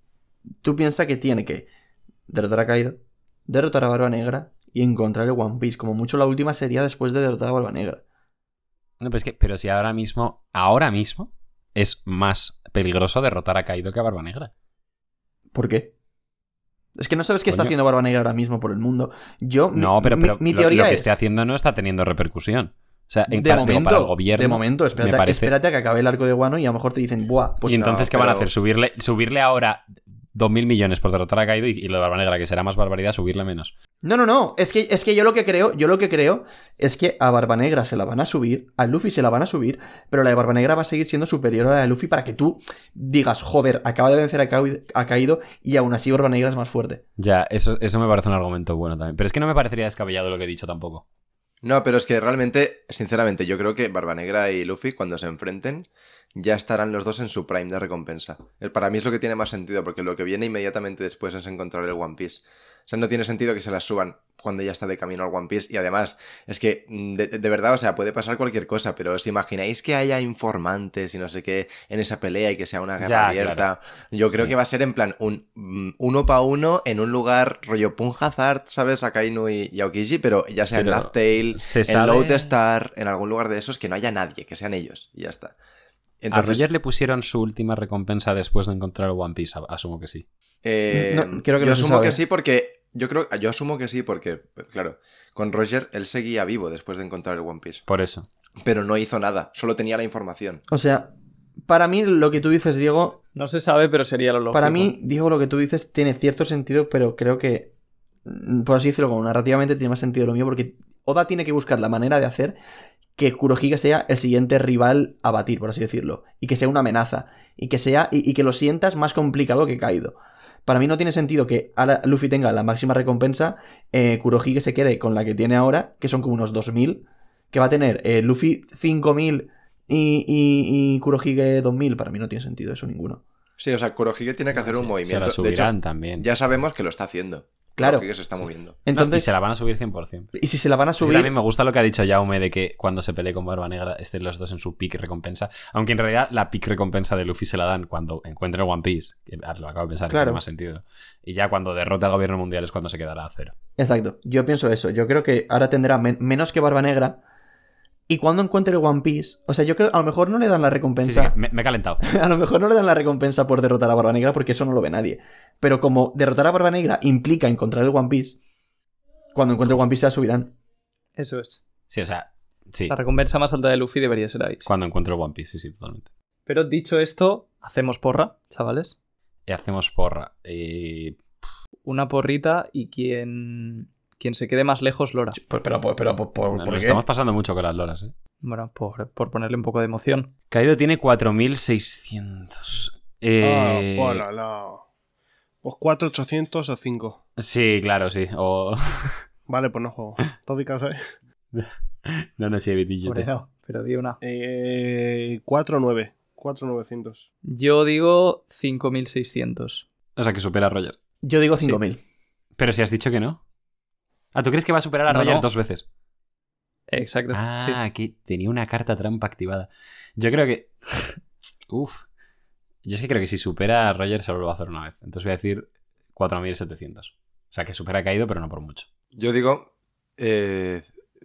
tú piensas que tiene que derrotar a Kaido, derrotar a Barba Negra y encontrar el One Piece. Como mucho la última sería después de derrotar a Barba Negra. No, pero es que, pero si ahora mismo, ahora mismo, es más peligroso derrotar a Kaido que a Barba Negra. ¿Por qué? Es que no sabes qué está Coño. haciendo Barba Negra ahora mismo por el mundo. Yo, mi- No, pero, mi, pero mi lo- teoría lo, que es... esté haciendo no está teniendo repercusión. O sea, en de, para, digo, momento, para el gobierno. de momento, espérate, me parece- espérate a que acabe el arco de Wano y a lo mejor te dicen, ¡buah! y Pues no. entonces, no, ¿qué van a pero- hacer? Subirle, subirle ahora 2.000 millones por derrotar a Kaido y, y lo de Barba Negra, que será más barbaridad, subirle menos. No, no, no. Es que, es que yo lo que creo, yo lo que creo es que a Barba Negra se la van a subir, a Luffy se la van a subir, pero la de Barba Negra va a seguir siendo superior a la de Luffy para que tú digas, joder, acaba de vencer a, Kaido- a Kaido y aún así Barba Negra es más fuerte. Ya, eso, eso me parece un argumento bueno también. Pero es que no me parecería descabellado lo que he dicho tampoco. No, pero es que realmente, sinceramente, yo creo que Barbanegra y Luffy, cuando se enfrenten, ya estarán los dos en su prime de recompensa. Eh, Para mí es lo que tiene más sentido, porque lo que viene inmediatamente después es encontrar el One Piece. O sea, no tiene sentido que se las suban cuando ya está de camino al One Piece. Y además, es que, mm, de, de verdad, o sea, puede pasar cualquier cosa, pero os imagináis que haya informantes y no sé qué en esa pelea y que sea una guerra Ya, abierta. claro. Yo creo Sí. que va a ser en plan un mm, uno pa' uno en un lugar rollo Punjazard, ¿sabes? Akainu y, y Aokiji, pero ya sea en Pero Laugh Tale, se en sabe- Load Star, en algún lugar de esos que no haya nadie, que sean ellos, y ya está. A Entonces, Roger le pusieron su última recompensa después de encontrar One Piece, a- asumo que sí. eh, No, creo que yo no se asumo sabe. que sí porque yo creo yo asumo que sí porque claro, con Roger él seguía vivo después de encontrar el One Piece, Por eso. pero no hizo nada, solo tenía la información. O sea, para mí lo que tú dices, Diego, No se sabe, pero sería lo lógico. para mí, Diego, lo que tú dices tiene cierto sentido, pero creo que, mm, por así decirlo, como narrativamente tiene más sentido lo mío, porque Oda tiene que buscar la manera de hacer que Kurohige sea el siguiente rival a batir, por así decirlo, y que sea una amenaza, y que sea y, y que lo sientas más complicado que Kaido. Para mí no tiene sentido que ahora Luffy tenga la máxima recompensa, eh, Kurohige se quede con la que tiene ahora, que son como unos 2000, que va a tener eh, Luffy 5000 y, y, y Kurohige 2000. Para mí no tiene sentido eso ninguno. Sí, o sea, Kurohige tiene Ah, que hacer Se un la movimiento. De subirán hecho, también. ya sabemos que lo está haciendo. Claro. Kurohige se está moviendo. No, y Entonces, se la van a subir 100%. Y si se la van a Subir. subir. A mí me gusta lo que ha dicho Jaume de que cuando se pelee con Barba Negra estén los dos en su pick recompensa. Aunque en realidad la pick recompensa de Luffy se la dan cuando encuentre el One Piece. que ah, Lo acabo de pensar, que Claro. tiene más sentido. Y ya cuando derrota al gobierno mundial es cuando se quedará a cero. Exacto. Yo pienso eso. Yo creo que ahora tendrá men- menos que Barba Negra. Y cuando encuentre el One Piece. O sea, yo creo. A lo mejor no le dan la Sí, sí, recompensa. me, me he calentado. [LAUGHS] a lo mejor no le dan la recompensa por derrotar a Barba Negra porque eso no lo ve nadie. Pero como derrotar a Barba Negra implica encontrar el One Piece. Cuando encuentre el One Piece se la subirán. Eso es. Sí, o sea, sí. La recompensa más alta de Luffy debería ser ahí. Cuando encuentre el One Piece, sí, sí, totalmente. Pero dicho esto, hacemos porra, chavales. Y hacemos porra. Y Una porrita y quien, quien se quede más lejos, Lora. Pero, pero, pero, por- por- nos ¿por qué? estamos pasando mucho con las loras, ¿eh? Bueno, por, por ponerle un poco de emoción. Caído tiene 4600. Eh, Ah, hola, la. Pues 4800 o 5. sí, claro, sí. O. [LAUGHS] Vale, pues [GASPS] no juego. Tópicas, ¿eh? no, no, sí, Vitillo. Hombre, no, pero di una. eh 4900. 4900. Yo digo 5600. O sea, que supera a Roger. Yo digo Sí. 5.000. Pero si has dicho que no. Ah, ¿tú crees que va a superar a No, Roger no. dos veces? Exacto. Ah, sí. aquí tenía una carta trampa activada. Yo creo que. [LAUGHS] Uf. Yo es que creo que si supera a Roger solo lo va a hacer una vez. Entonces voy a decir 4700. O sea, que supera a Caído, pero no por mucho. Yo digo eh,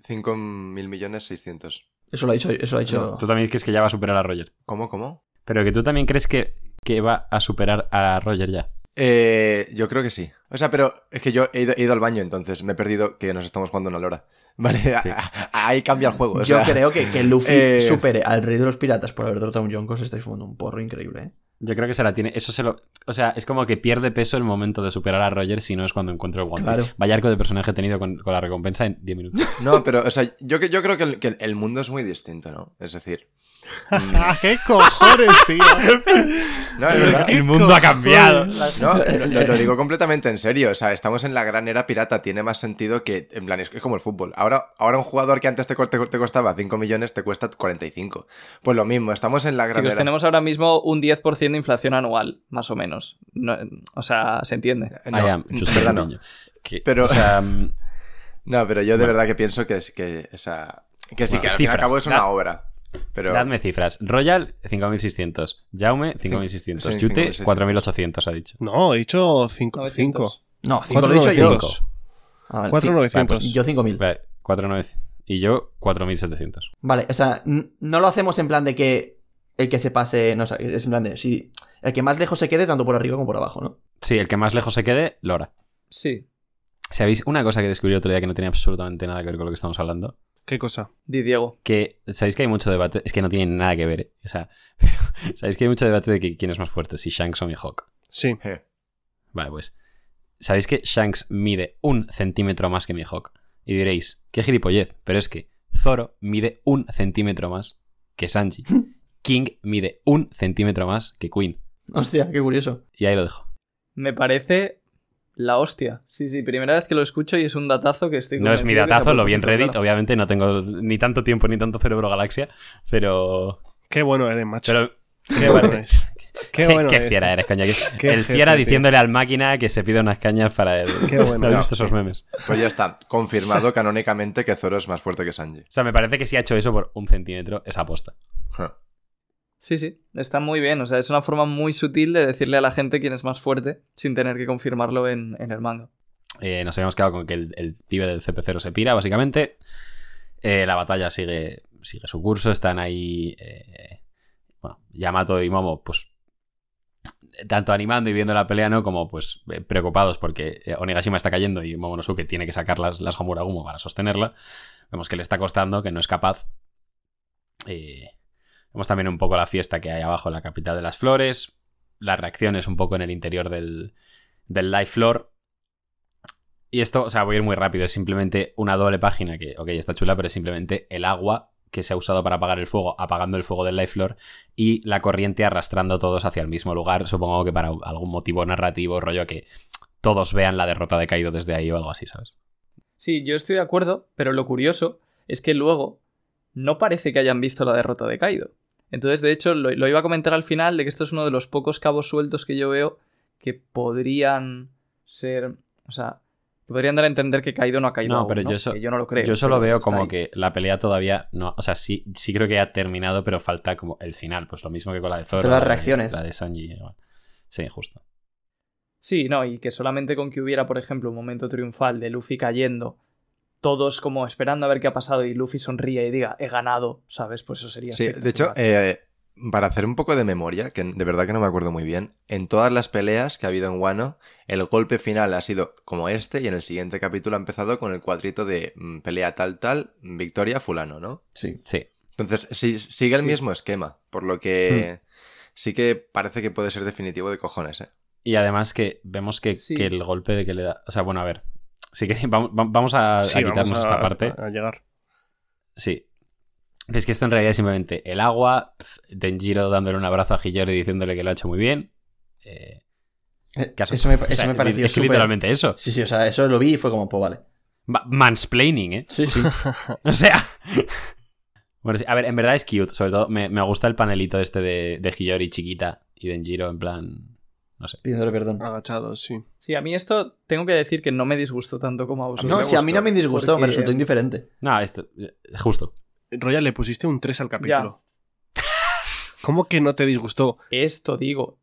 5.000 millones 600. Eso lo ha dicho. Eso lo ha dicho. Tú también crees que ya va a superar a Roger. ¿Cómo, cómo? Pero que tú también crees que, que va a superar a Roger ya. Eh, yo creo que sí. O sea, pero es que yo he ido, he ido al baño, entonces me he perdido que nos estamos jugando una lora. [LAUGHS] Vale, Sí. a- a- ahí cambia el juego. o yo sea, creo que, [LAUGHS] que Luffy eh, supere al rey de los piratas por haber derrotado a un Yonko. Se estáis fumando un porro increíble, ¿eh? Yo creo que se la tiene. Eso se lo. O sea, es como que pierde peso el momento de superar a Roger si no es cuando encuentro el One Piece. Claro. Vaya arco de personaje tenido con, con la recompensa en 10 minutos. No, pero, o sea, yo, que- yo creo que el, que el mundo es muy distinto, ¿no? [LAUGHS] Es decir. mm, ¡Ah, qué cojones, [LAUGHS] tío! no, es verdad. el mundo ha cambiado. No, lo, lo- lo digo completamente en serio. O sea, estamos en la gran era pirata. Tiene más sentido que, en plan, es, es como el fútbol. Ahora, ahora un jugador que antes te, co- te co- te costaba 5 millones te cuesta 45. Pues lo mismo, estamos en la gran Chicos, era. tenemos ahora mismo un 10% de inflación anual, más o menos. No, o sea, se entiende. Eh, No, I am en just verdad a no. niño. Que- Pero- um, o sea, mm, No, pero yo de Bueno. verdad que pienso que, es- que, o sea, que sí, Bueno, que al fin y al cifras. cabo es una Dad- obra. Pero dadme cifras. Royal, 5.600. Jaume, 5.600. sí, Yute, 5.600. 4.800, ha dicho. No, he dicho 5. 5. No, 5 lo he dicho yo. 4900. Ah, vale, ci- 4900. yo 5.000. Vale, 4.900. Y yo, 4.700. Vale, o sea, n- no lo hacemos en plan de que el que se pase, no, o sea, es en plan de, si el que más lejos se quede, tanto por arriba como por abajo, ¿no? [LAUGHS] Sí, el que más lejos se quede, Lora. Sí, ¿Sabéis una cosa que descubrí otro día que no tenía absolutamente nada que ver con lo que estamos hablando? ¿Qué cosa? di Diego. que sabéis que hay mucho debate, es que no tienen nada que ver, ¿eh? o sea, [LAUGHS] pero sabéis que hay mucho debate de que quién es más fuerte, si Shanks o Mihawk. Sí. eh, Vale, pues sabéis que Shanks mide un centímetro más que Mihawk. Y diréis, qué gilipollez, pero es que Zoro mide un centímetro más que [LAUGHS] Sanji. King mide un centímetro más que Queen. Hostia, qué curioso. Y ahí lo dejo. Me parece La hostia. Sí, sí, primera vez que lo escucho y es un datazo que estoy No es mi convencido que se ha datazo, lo vi en propuesto, Reddit, claro. obviamente no tengo ni tanto tiempo ni tanto cerebro galaxia, pero... Qué bueno eres, macho. pero qué [LAUGHS] bueno eres. Qué qué, bueno qué eres. fiera eh, eres, coño. que- [LAUGHS] Qué el jefe, fiera tío. diciéndole al máquina que se pida unas cañas para él. Qué ¿No [LAUGHS] bueno. has No. visto esos memes? Pues ya está, [LAUGHS] confirmado canónicamente que Zoro es más fuerte que Sanji. O sea, me parece que si ha hecho eso por un centímetro, es aposta. Ja. Sí, sí, está muy bien. O sea, es una forma muy sutil de decirle a la gente quién es más fuerte sin tener que confirmarlo en, en el manga. Eh, nos habíamos quedado con que el, el pibe del CP0 se pira, básicamente. Eh, la batalla sigue, sigue su curso, están ahí. eh, bueno, Yamato y Momo, pues. Tanto animando y viendo la pelea, ¿no? Como pues eh, preocupados porque eh, Onigashima está cayendo y Momonosuke tiene que sacar las, las Homuragumo para sostenerla. Vemos que le está costando, que no es capaz. Eh, vemos también un poco la fiesta que hay abajo en la capital de las flores. Las reacciones un poco en el interior del, del Life Floor. Y esto, o sea, voy a ir muy rápido. Es simplemente una doble página que, ok, está chula, pero es simplemente el agua que se ha usado para apagar el fuego, apagando el fuego del Life Floor y la corriente arrastrando todos hacia el mismo lugar. Supongo que para algún motivo narrativo, rollo que todos vean la derrota de Kaido desde ahí o algo así, ¿sabes? Sí, yo estoy de acuerdo, pero lo curioso es que luego no parece que hayan visto la derrota de Kaido. Entonces, de hecho, lo, lo iba a comentar al final de que esto es uno de los pocos cabos sueltos que yo veo que podrían ser. O sea, que podrían dar a entender que Kaido no ha caído. No, aún, pero yo so- Que yo no lo creo. Yo solo pero veo está como ahí. que la pelea todavía no, o sea, sí, sí creo que ha terminado, pero falta como el final, pues lo mismo que con la de Zoro. Todas las la de- reacciones. La de Sanji. igual. Sí, justo. Sí, no, y que solamente con que hubiera, por ejemplo, un momento triunfal de Luffy cayendo, todos como esperando a ver qué ha pasado y Luffy sonríe y diga, he ganado, ¿sabes? Pues eso sería. Sí, de hecho, espectacular. eh, para hacer un poco de memoria, que de verdad que no me acuerdo muy bien, en todas las peleas que ha habido en Wano, el golpe final ha sido como este y en el siguiente capítulo ha empezado con el cuadrito de mm, pelea tal tal, victoria fulano, ¿no? Sí. Sí. Entonces, sí- sigue el Sí. mismo esquema, por lo que Hmm. sí que parece que puede ser definitivo de cojones, ¿eh? Y además que vemos que, Sí. que el golpe de que le da. O sea, bueno, a ver. Sí que vamos, va- vamos a, Sí, a vamos quitarnos esta a- parte. A llegar. Sí. Es que esto en realidad es simplemente el agua, pf, Denjiro dándole un abrazo a Hiyori diciéndole que lo ha hecho muy bien. eh, Eh, que ha so- Eso me, o eso sea, me li- pareció Es que súper- literalmente eso. Sí, sí, o sea, eso lo vi y fue como, pues vale. Ma- Mansplaining, ¿eh? Sí, [LAUGHS] sí. [LAUGHS] O sea. bueno, sí, a ver, en verdad es cute. Sobre todo me, me gusta el panelito este de, de Hiyori chiquita y Denjiro en plan. No sé. Pidiéndole perdón. Ah, Agachados, sí. Sí, a mí esto tengo que decir que no me disgustó tanto como a vosotros. No, pues me si a mí gustó, eh, no me disgustó, me porque- resultó indiferente. No, esto. eh, Justo. Royal, le pusiste un 3 al capítulo. ¿Cómo que no te disgustó? Esto digo.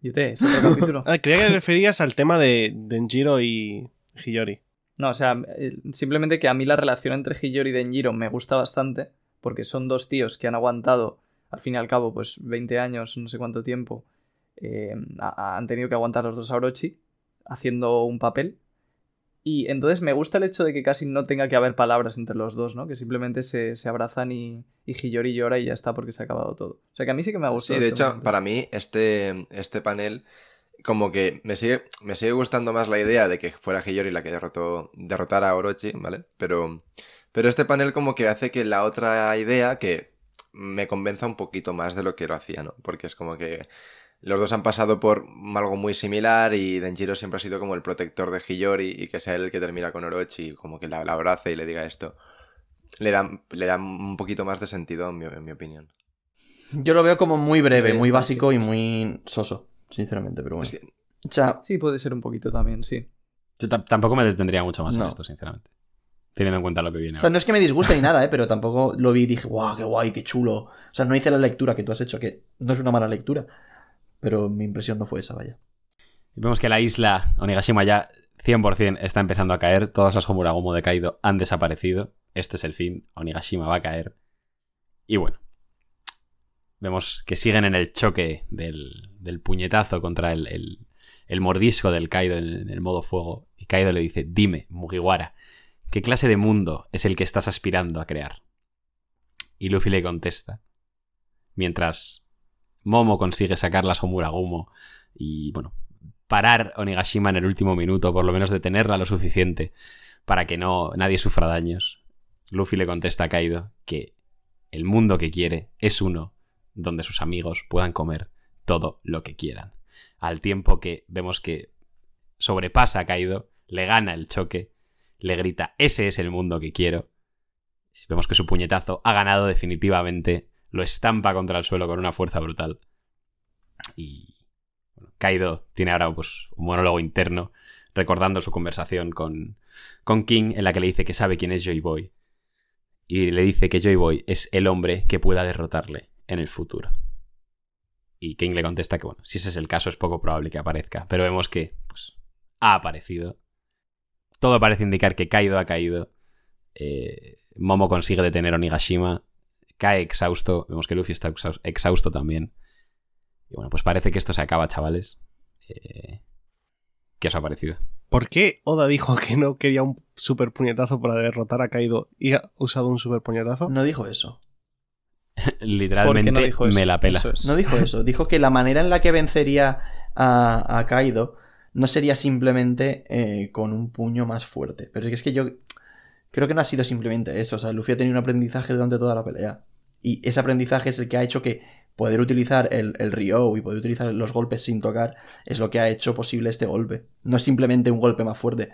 Yo te, es otro [LAUGHS] capítulo. Ah, creía que te referías al tema de Denjiro y Hiyori. No, o sea, eh, simplemente que a mí la relación entre Hiyori y Denjiro me gusta bastante, porque son dos tíos que han aguantado, al fin y al cabo, pues 20 años, no sé cuánto tiempo, eh, ha- han tenido que aguantar los dos a Orochi, haciendo un papel. Y entonces me gusta el hecho de que casi no tenga que haber palabras entre los dos, ¿no? Que simplemente se, se abrazan y, y Hiyori llora y ya está porque se ha acabado todo. O sea, que a mí sí que me ha Sí, gustado. de este hecho, momento. para mí este, este panel como que me sigue, me sigue gustando más la idea de que fuera Hiyori la que derrotó, derrotara a Orochi, ¿vale? Pero, pero este panel como que hace que la otra idea que me convenza un poquito más de lo que lo hacía, ¿no? Porque es como que los dos han pasado por algo muy similar y Denjiro siempre ha sido como el protector de Hiyori y que sea él el que termina con Orochi, como que la, la abrace y le diga esto. Le da, le da un poquito más de sentido, en mi, en mi opinión. Yo lo veo como muy breve, Sí, muy está, básico y muy soso, sinceramente, pero bueno. Sí. O sea, Sí, puede ser un poquito también, sí. Yo tam- tampoco me detendría mucho más en No. esto, sinceramente. Teniendo en cuenta lo que viene. o sea, ahora. no es que me disguste ni nada, ¿eh? pero tampoco lo vi y dije, guau, qué guay, qué chulo. O sea, no hice la lectura que tú has hecho, que no es una mala lectura, pero mi impresión no fue esa, vaya. Y Vemos que la isla Onigashima ya 100% está empezando a caer. Todas las Homuragumo de Kaido han desaparecido. Este es el fin. Onigashima va a caer. Y bueno. Vemos que siguen en el choque del, del puñetazo contra el, el- el mordisco del Kaido en, en el modo fuego. Y Kaido le dice, dime, Mugiwara, ¿qué clase de mundo es el que estás aspirando a crear? Y Luffy le contesta. Mientras Momo consigue sacar las Homuragumo y bueno, parar Onigashima en el último minuto, por lo menos detenerla lo suficiente para que no nadie sufra daños. Luffy le contesta a Kaido que el mundo que quiere es uno donde sus amigos puedan comer todo lo que quieran. Al tiempo que vemos que sobrepasa a Kaido, le gana el choque, le grita, ese es el mundo que quiero. Vemos que su puñetazo ha ganado definitivamente, lo estampa contra el suelo con una fuerza brutal. Y bueno, Kaido tiene ahora pues, un monólogo interno recordando su conversación con, con King en la que le dice que sabe quién es Joy Boy. Y le dice que Joy Boy es el hombre que pueda derrotarle en el futuro. Y King le contesta que, bueno, si ese es el caso, es poco probable que aparezca. Pero vemos que, pues, ha aparecido. Todo parece indicar que Kaido ha caído. Eh, Momo consigue detener a Onigashima. Cae exhausto. Vemos que Luffy está exhaus- exhausto también. Y bueno, pues parece que esto se acaba, chavales. Eh, ¿Qué os ha parecido? [LAUGHS] ¿Por qué Oda dijo que no quería un super puñetazo para derrotar a Kaido y ha usado un super puñetazo? No dijo eso. Literalmente no dijo eso? me la pela. Eso es. No dijo eso. Dijo que la manera en la que vencería a, a Kaido no sería simplemente eh, con un puño más fuerte. Pero es que yo creo que no ha sido simplemente eso. O sea, Luffy ha tenido un aprendizaje durante toda la pelea. Y ese aprendizaje es el que ha hecho que poder utilizar el, el Ryo y poder utilizar los golpes sin tocar es lo que ha hecho posible este golpe. No es simplemente un golpe más fuerte.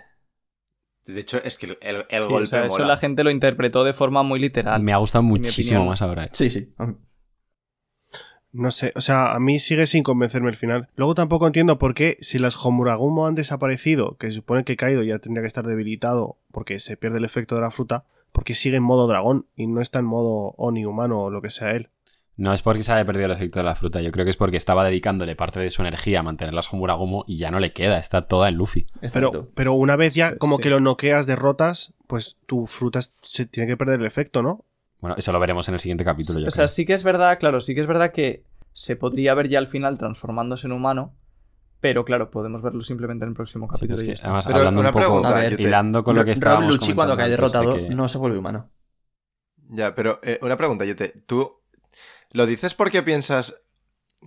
De hecho, es que el, el Sí, o golpe sea, eso mola. la gente lo interpretó de forma muy literal. Me ha gustado mi muchísimo opinión. más ahora. eh. Sí, um, sí. No sé, o sea, a mí sigue sin convencerme el final. Luego tampoco entiendo por qué, si las Homuragumo han desaparecido, que se supone que Kaido ya tendría que estar debilitado porque se pierde el efecto de la fruta, porque sigue en modo dragón y no está en modo Oni humano o lo que sea él. No es porque se haya perdido el efecto de la fruta, yo creo que es porque estaba dedicándole parte de su energía a mantener las Homuragomo y ya no le queda, está toda en Luffy. Pero, pero una vez ya Sí, como sí. que lo noqueas, derrotas, pues tu fruta se tiene que perder el efecto, ¿no? Bueno, eso lo veremos en el siguiente capítulo, yo O sea, creo. sí que es verdad, claro, sí que es verdad que se podría ver ya al final transformándose en humano, pero claro, podemos verlo simplemente en el próximo Sí, pero capítulo. es y que, ya está. además, Pero hablando una un poco, pregunta, A ver, yo te- hilando con lo que Rob estábamos Lucci cuando cae comentando antes de derrotado que- no se vuelve humano. Ya, pero eh, una pregunta, Yete. ¿Tú lo dices porque piensas.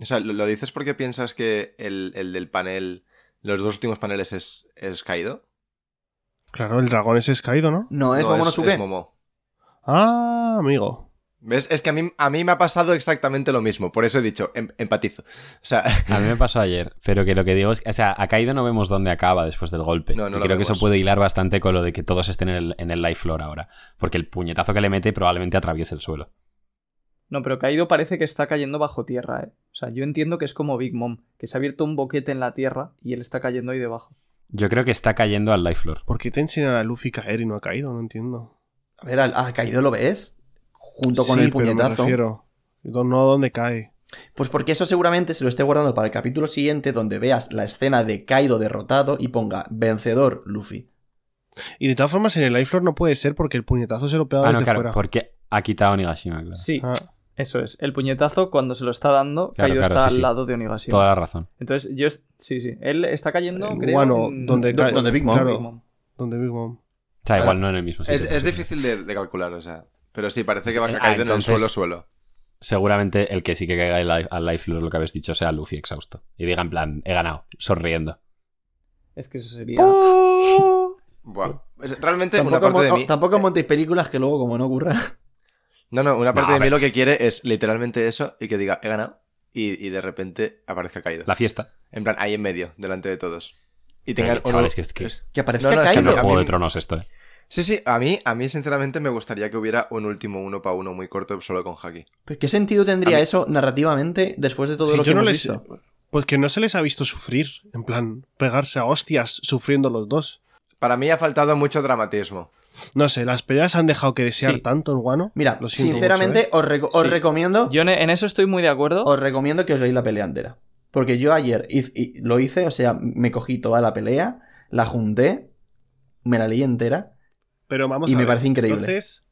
O sea, ¿lo, lo dices porque piensas que el, el del panel. Los dos últimos paneles es, es Kaido? Claro, el dragón ese es Kaido, ¿no? No, es No, Momonosuke. es Momo. Ah, amigo. ¿Ves? Es que a mí, a mí me ha pasado exactamente lo mismo. Por eso he dicho, em- empatizo. O sea, A mí me pasó ayer, pero que lo que digo es que, o sea, a Kaido no vemos dónde acaba después del golpe. No, no y lo creo que vemos. eso puede hilar bastante con lo de que todos estén en el, en el life floor ahora, porque el puñetazo que le mete probablemente atraviese el suelo. ah. No, pero Kaido parece que está cayendo bajo tierra, ¿eh? O sea, yo entiendo que es como Big Mom, que se ha abierto un boquete en la tierra y él está cayendo ahí debajo. Yo creo que está cayendo al life floor. ¿Por qué te enseñan a Luffy caer y no ha caído? No entiendo. A ver, al- a Kaido lo ves junto con Sí, el pero me puñetazo. refiero, No a dónde cae. Pues porque eso seguramente se lo esté guardando para el capítulo siguiente donde veas la escena de Kaido derrotado y ponga vencedor Luffy. Y de todas formas, en el Life Lord no puede ser porque el puñetazo se lo pega Ah, no, desde claro, fuera. porque ha quitado a Onigashima, claro. Sí, Ah, eso es. El puñetazo, cuando se lo está dando, Claro, Kaido claro, está sí, al sí. lado de Onigashima. Toda la razón. Entonces, yo... es- Sí, sí. Él está cayendo, En creo... Wano, en- donde en cae- Eh, donde Big Mom. Big claro. donde Big Mom. O sea, Ahora, igual no en el mismo sitio. es, pero es sí. difícil de, de calcular, o sea. Pero sí, parece que va a Ah, caer entonces- en el suelo, suelo. Seguramente el que sí que caiga al life- al life floor, lo que habéis dicho, sea Luffy exhausto. Y diga en plan, he ganado, sonriendo. Es que eso sería... Buah. Es- Realmente, una Tampoco, parte de oh, mon- mí. Eh. tampoco montéis películas que luego, como no ocurra. [LAUGHS] No, no, una parte No, a de ver. mí lo que quiere es literalmente eso y que diga, he ganado. Y, y de repente aparezca Kaido. La fiesta. En plan, ahí en medio, delante de todos. Pero, Y tengan chavales, que es que- Que aparezca No, no, es que Que no a es mí Kaido. Juego de me- Tronos esto, eh. Sí, sí, a mí, a mí sinceramente me gustaría que hubiera un último uno para uno muy corto solo con Haki. ¿Pero ¿Qué sentido tendría A mí- eso narrativamente después de todo Sí, lo que yo no hemos les- visto? Pues que no se les ha visto sufrir. En plan, pegarse a hostias sufriendo los dos. Para mí ha faltado mucho dramatismo. No sé, las peleas han dejado que desear Sí. tanto en Guano. Mira, Lo siento ¿eh? sinceramente os, reco- os Sí. recomiendo Yo en- en eso estoy muy de acuerdo. os recomiendo que os leáis la pelea entera. Porque yo ayer hiz- y- lo hice, o sea, me cogí toda la pelea, la junté, me la leí entera. Pero vamos Y a me ver, parece increíble. Entonces,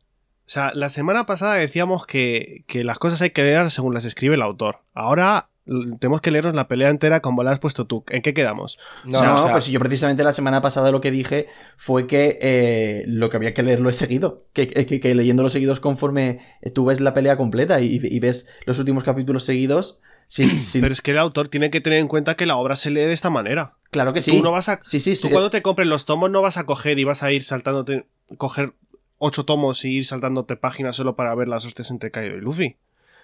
o sea, la semana pasada decíamos que, que las cosas hay que leer según las escribe el autor. Ahora l- tenemos que leernos la pelea entera como la has puesto tú. ¿En qué quedamos? No, No, o sea, pues yo precisamente la semana pasada lo que dije fue que eh, lo que había que leerlo es seguido. Que, eh, que, que- que leyéndolo seguidos conforme eh, tú ves la pelea completa y, y ves los últimos capítulos seguidos. [CLEARS THROAT] sin- sin- Pero es que el autor tiene que tener en cuenta que la obra se lee de esta manera. claro que sí. Tú no vas a Sí, sí, Tú estoy- cuando te compres los tomos no vas a coger y vas a ir saltándote, coger ocho tomos y ir saltándote páginas solo para ver las hostias entre Kaido y Luffy.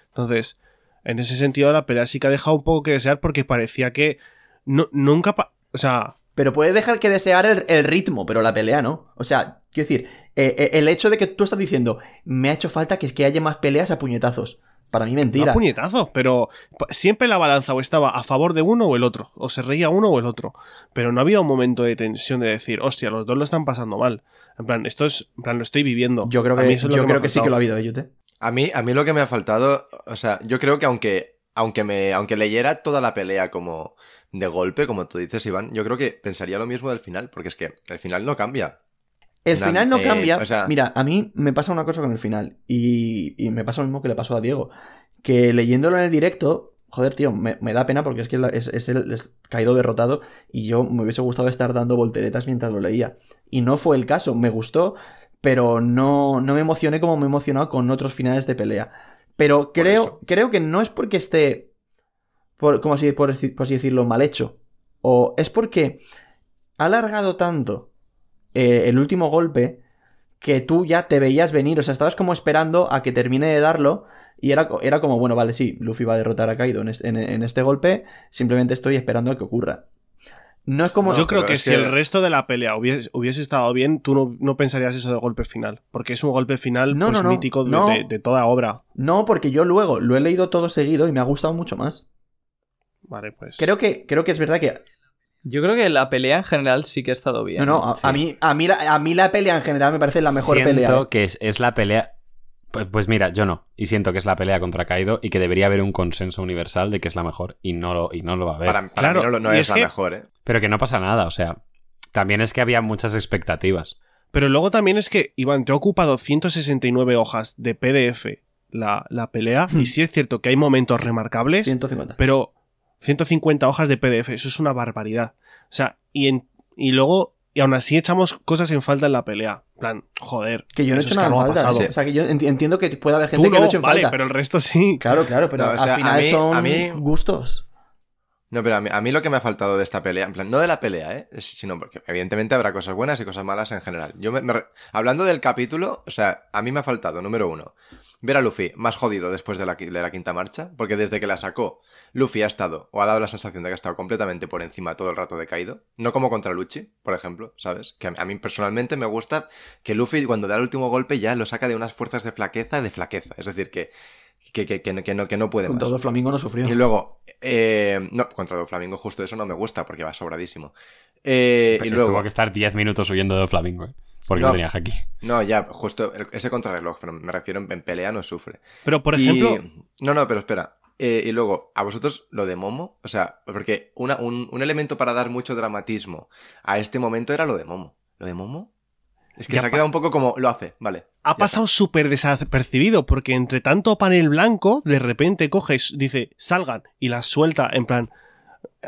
Entonces, en ese sentido la pelea sí que ha dejado un poco que desear porque parecía que no- nunca... pa- o sea, Pero puede dejar que desear el, el ritmo, pero la pelea no. O sea, quiero decir, eh, eh, el hecho de que tú estás diciendo, me ha hecho falta que, es que haya más peleas a puñetazos. Para mí, mentira. A puñetazos, pero pa- siempre la balanza o estaba a favor de uno o el otro, o se reía uno o el otro. Pero no había un momento de tensión de decir, hostia, los dos lo están pasando mal. En plan, esto es, en plan, lo estoy viviendo. yo creo A que, mí eso es lo yo me creo ha que sí faltado. que lo ha habido, ¿eh, Yute? A mí, a mí lo que me ha faltado, o sea, yo creo que aunque, aunque, me, aunque leyera toda la pelea como de golpe, como tú dices, Iván, yo creo que pensaría lo mismo del final, porque es que el final no cambia. El Nah, final no eh, cambia. o sea- Mira, a mí me pasa una cosa con el final. Y, y me pasa lo mismo que le pasó a Diego. Que leyéndolo en el directo, joder, tío, me, me da pena porque es que la- es, es el es caído derrotado. Y yo me hubiese gustado estar dando volteretas mientras lo leía. Y no fue el caso. Me gustó, pero no, no me emocioné como me he emocionado con otros finales de pelea. Pero creo, creo que no es porque esté. Por, como así, por, deci- por así decirlo, mal hecho. O es porque ha alargado tanto eh, el último golpe que tú ya te veías venir, o sea, estabas como esperando a que termine de darlo y era, co- era como, bueno, vale, sí, Luffy va a derrotar a Kaido en es- en- en este, golpe, simplemente estoy esperando a que ocurra. No es como... No, Yo creo pero que es si que- el resto de la pelea hubiese, hubiese estado bien, tú no, no pensarías eso de golpe final. Porque es un golpe final No, pues, no, no, mítico de, no. de- de toda obra. No, porque yo luego lo he leído todo seguido y me ha gustado mucho más. Vale, pues. Creo que, creo que es verdad que... Yo creo que la pelea en general sí que ha estado bien. No, no, a, a mí, a, mí la, a mí la pelea en general me parece la mejor siento pelea. ¿eh? que es, es la pelea. Pues, pues mira, yo no. Y siento que es la pelea contra Kaido y que debería haber un consenso universal de que es la mejor y no lo, y no lo va a haber. Para, para claro, mí no, lo- no y es, es la que- mejor, ¿eh? Pero que no pasa nada, o sea. También es que había muchas expectativas. Pero luego también es que, Iván, te ocupa 269 hojas de PDF la, la pelea. Hmm. Y sí es cierto que hay momentos remarcables, 150. pero 150 hojas de PDF, eso es una barbaridad. O sea, y, en- y luego, y aún así echamos cosas en falta en la pelea. En plan, joder. Que yo no he eso hecho es nada en algo ha falta. pasado. O sea, que yo enti- entiendo que puede haber Tú gente que no, lo ha hecho en vale, falta. pero el resto sí. Claro, claro, pero No, o sea, al a final mí- son a mí- gustos. No, pero a mí, a mí lo que me ha faltado de esta pelea, en plan, no de la pelea, ¿eh? Es- Sino porque evidentemente habrá cosas buenas y cosas malas en general. Yo me- me re- Hablando del capítulo, o sea, a mí me ha faltado, número uno, ver a Luffy más jodido después de la, qui- de la quinta marcha, porque desde que la sacó, Luffy ha estado, o ha dado la sensación de que ha estado completamente por encima todo el rato de Kaido. No como contra Luchi, por ejemplo, ¿sabes? Que a, a mí personalmente me gusta que Luffy cuando da el último golpe ya lo saca de unas fuerzas de flaqueza, de flaqueza. Es decir, que, que, que, que no- que no, que no puede Con más. todo Flamingo no sufrió. Y luego, eh, no, contra Doflamingo justo eso no me gusta porque va sobradísimo. Eh, y Pero luego, Tuvo que estar 10 minutos huyendo de Flamingo, ¿eh? porque No. no tenía aquí. no, ya, justo el- ese contrarreloj, pero me refiero en, en pelea no sufre. Pero, por Y- ejemplo, No, no, pero espera. Eh, y luego, a vosotros lo de Momo, o sea, porque una- un, un elemento para dar mucho dramatismo a este momento era lo de Momo. ¿Lo de Momo? Es que Ya se ha pa- quedado un poco como lo hace, vale. ha ya pasado súper desapercibido porque entre tanto panel blanco, de repente coges, dice, salgan y la suelta en plan...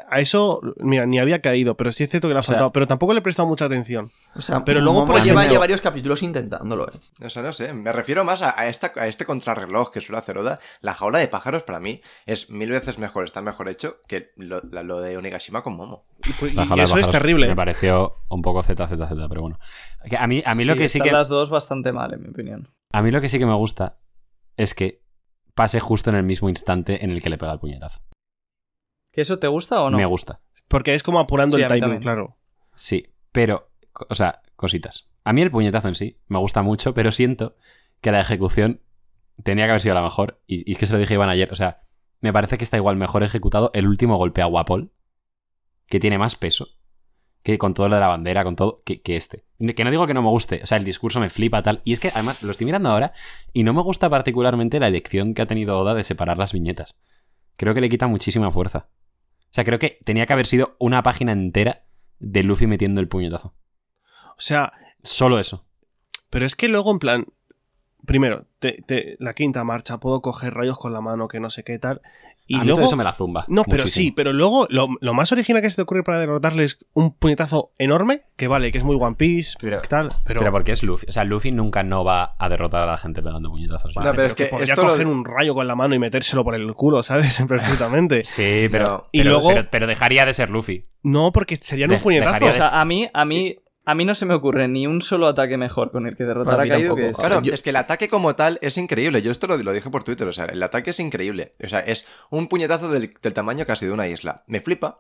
A eso, mira, ni había caído, pero sí es cierto que le ha sea- faltado, pero tampoco le he prestado mucha atención. O sea, Pero luego, Momo por lleva ejemplo- ya varios capítulos intentándolo, eh. O sea, no sé, me refiero más a, a esta, a este contrarreloj que suele hacer Oda. La jaula de pájaros para mí es mil veces mejor, está mejor hecho que lo, la- lo de Onigashima con Momo. Y, pues- y La jaula de eso es pájaros terrible. Me pareció un poco ZZZ, pero bueno. Que A mí, a mí lo que sí están que. las dos bastante mal, en mi opinión. A mí lo que sí que me gusta es que pase justo en el mismo instante en el que le pega el puñetazo. ¿Que eso te gusta o no? Me gusta. Porque es como apurando Sí, el a timing, mí también. claro. Sí, pero, co- o sea, cositas. A mí el puñetazo en sí me gusta mucho, pero siento que la ejecución tenía que haber sido la mejor. Y, y es que se lo dije a Iván ayer. O sea, me parece que está igual mejor ejecutado el último golpe a Guapol, que tiene más peso, que con todo lo de la bandera, con todo, que, que este. Que no digo que no me guste, o sea, el discurso me flipa tal. Y es que además lo estoy mirando ahora y no me gusta particularmente la elección que ha tenido Oda de separar las viñetas. Creo que le quita muchísima fuerza. O sea, creo que tenía que haber sido una página entera de Luffy metiendo el puñetazo. O sea, Solo eso. pero es que luego en plan... Primero, te- te- la quinta marcha, puedo coger rayos con la mano, que no sé qué tal. Y a mí luego... todo eso me la zumba. No, pero muchísimo. sí, pero luego lo, lo más original que se te ocurre para derrotarles un puñetazo enorme, que vale, que es muy One Piece, Pero- tal, pero, Pero... porque es Luffy. O sea, Luffy nunca no va a derrotar a la gente pegando puñetazos. No, pero es que podría esto lo- coger un rayo con la mano y metérselo por el culo, [LAUGHS] ¿sabes? Perfectamente. Sí, pero, No. Y pero- luego- pero, pero dejaría de ser Luffy. No, porque serían un Dej- puñetazo. dejaría O sea, a mí, a mí, a mí no se me ocurre ni un solo ataque mejor con el que A derrotar a mí Kaido tampoco. que este. Claro, yo- es que el ataque como tal es increíble. Yo esto lo, lo dije por Twitter, o sea, el ataque es increíble. O sea, es un puñetazo del, del tamaño casi de una isla. Me flipa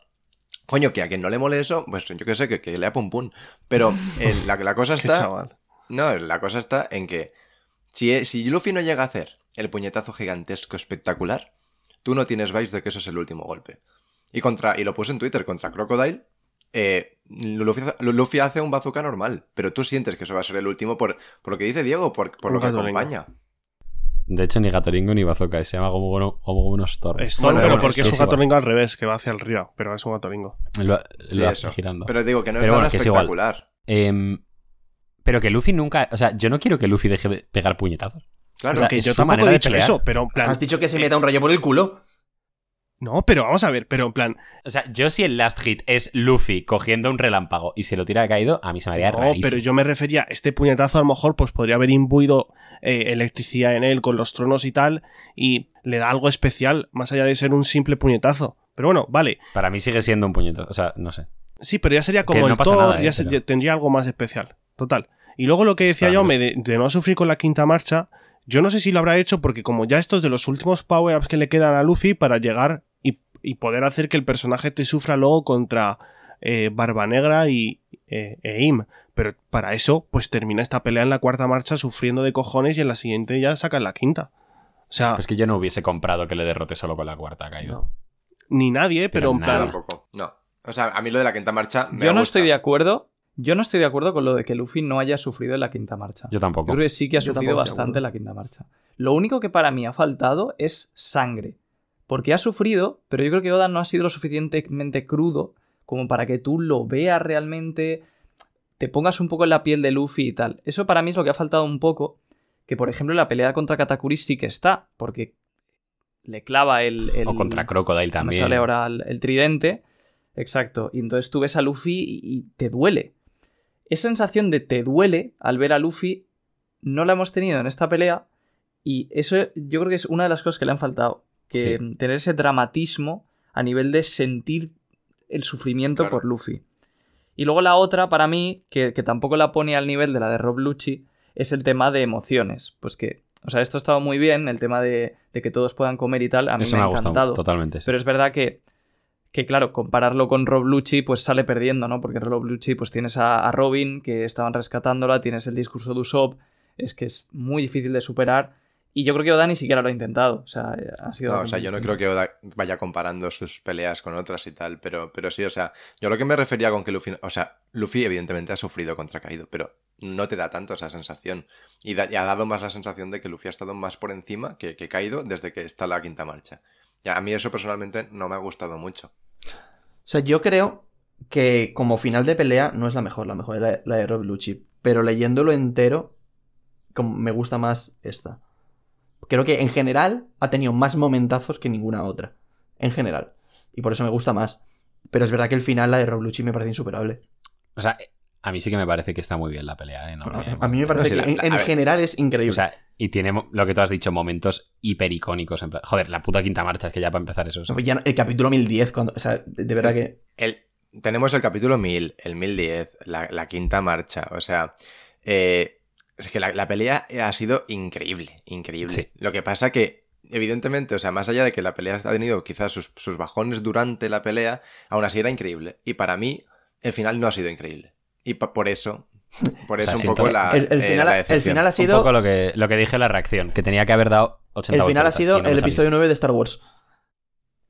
Coño, que a quien no le mole eso, pues yo qué sé, que, que lea pum pum. Pero eh, la, la [LAUGHS] cosa Qué está. chaval. No, la cosa está en que si, e, si Luffy no llega a hacer el puñetazo gigantesco espectacular, tú no tienes vibes de que eso es el último golpe. Y contra y lo puse en Twitter contra Crocodile. eh, Luffy, Luffy hace un bazooka normal, pero tú sientes que eso va a ser el último por, por lo que dice Diego, por, por lo Un que gato acompaña. De hecho, ni Gatoringo ni Bazooka, se llama como, uno- como unos torres. Storm, Bueno, pero bueno, porque es es un igual. gatolingo al revés, que va hacia arriba, pero es un gatolingo. Lo, Sí, lo hace eso. girando. Pero digo que no Pero es bueno, nada que es igual. espectacular. Em, pero que Luffy nunca. O sea, yo no quiero que Luffy deje de pegar puñetazos. Claro, Pero Que Es yo su tampoco manera he de dicho pelear. eso, pero en plan. Has dicho que se meta un rayo por el culo. No, pero vamos a ver, pero en plan. O sea, yo si el last hit es Luffy cogiendo un relámpago y se lo tira caído, a mí se me haría No, rarísimo. pero yo me refería, este puñetazo a lo mejor pues podría haber imbuido eh, electricidad en él con los tronos y tal, y le da algo especial, más allá de ser un simple puñetazo. Pero bueno, vale. Para mí sigue siendo un puñetazo. O sea, no sé. Sí, pero ya sería como no el pasa Thor, nada, ¿eh? ya se- Pero- tendría algo más especial. Total. Y luego lo que decía yo, Claro. me de, de no sufrir con la quinta marcha, yo no sé si lo habrá hecho porque como ya estos de los últimos power-ups que le quedan a Luffy para llegar y, y poder hacer que el personaje te sufra luego contra eh, Barba Negra y eh, e Im. Pero para eso, pues termina esta pelea en la cuarta marcha sufriendo de cojones y en la siguiente ya sacan la quinta. O Ah. sea, Pues que yo no hubiese comprado que le derrote solo con la cuarta caído. No. ni nadie, pero pero, en nada. plan... tampoco. No. O sea, a mí lo de la quinta marcha me Yo no gusta. estoy de acuerdo. Yo no estoy de acuerdo con lo de que Luffy no haya sufrido en la quinta marcha. Yo Yo tampoco. creo que sí que ha Yo sufrido tampoco estoy de bastante acuerdo. la quinta marcha. Lo único que para mí ha faltado es sangre. Porque ha sufrido, pero yo creo que Oda no ha sido lo suficientemente crudo como para que tú lo veas realmente, te pongas un poco en la piel de Luffy y tal. Eso para mí es lo que ha faltado un poco. Que por ejemplo en la pelea contra Katakuri sí que está, porque le clava el. el O contra Crocodile no me también. sale ahora el, el tridente. Exacto. Y entonces tú ves a Luffy y, y te duele. Esa sensación de te duele al ver a Luffy no la hemos tenido en esta pelea. Y eso yo creo que es una de las cosas que le han faltado. Que Sí. mm, tener ese dramatismo a nivel de sentir el sufrimiento Claro. por Luffy. Y luego la otra, para mí, que, que tampoco la pone al nivel de la de Rob Lucci, es el tema de emociones. Pues que, o sea, esto ha estado muy bien, el tema de, de que todos puedan comer y tal, a mí Eso me, me, ha ha gustado encantado. totalmente. sí. Pero es verdad que, que, claro, compararlo con Rob Lucci, pues sale perdiendo, ¿no? Porque Rob Lucci, pues tienes a, a Robin, que estaban rescatándola, tienes el discurso de Usopp, es que es muy difícil de superar. Y yo creo que Oda ni siquiera lo ha intentado. O sea, eh, ha sido. No, o sea, yo no creo que Oda vaya comparando sus peleas con otras y tal, pero, pero sí, o sea, yo lo que me refería con que Luffy, o sea, Luffy evidentemente ha sufrido contra Kaido, pero no te da tanto esa sensación. Y, da- y ha dado más la sensación de que Luffy ha estado más por encima que, que Kaido desde que está la quinta marcha. Y a mí eso personalmente no me ha gustado mucho. O sea, yo creo que como final de pelea no es la mejor, la mejor era la de Rob Lucci, pero leyéndolo entero como me gusta más esta. Creo que en general ha tenido más momentazos que ninguna otra, en general, y por eso me gusta más. Pero es verdad que el final, la de Rob Lucci, me parece insuperable. O sea, a mí sí que me parece que está muy bien la pelea. ¿eh? No, no, no, A mí me no. parece sí, la- que en, la- en a ver. general es increíble. O sea, y tiene mo- lo que tú has dicho, momentos hipericónicos. En plan, joder, la puta quinta marcha, es que ya para empezar eso. es- Ya no- el capítulo 1010, cuando, o sea, de, de verdad que... El, tenemos el capítulo 1000, el 1010, la, la quinta marcha. O sea, eh, es que la, la pelea ha sido increíble, increíble. Sí. Lo que pasa que, evidentemente, o sea, más allá de que la pelea ha tenido quizás sus, sus bajones durante la pelea, aún así era increíble. Y para mí, el final no ha sido increíble. Y pa- [LAUGHS] por eso, por O sea, eso un siento poco que la, el, el eh, final, la ha- el decepción. final ha Un sido... poco lo que, lo que dije en la reacción, que tenía que haber dado 80 El final ha vueltas y sido no me el salió. episodio 9 de Star Wars.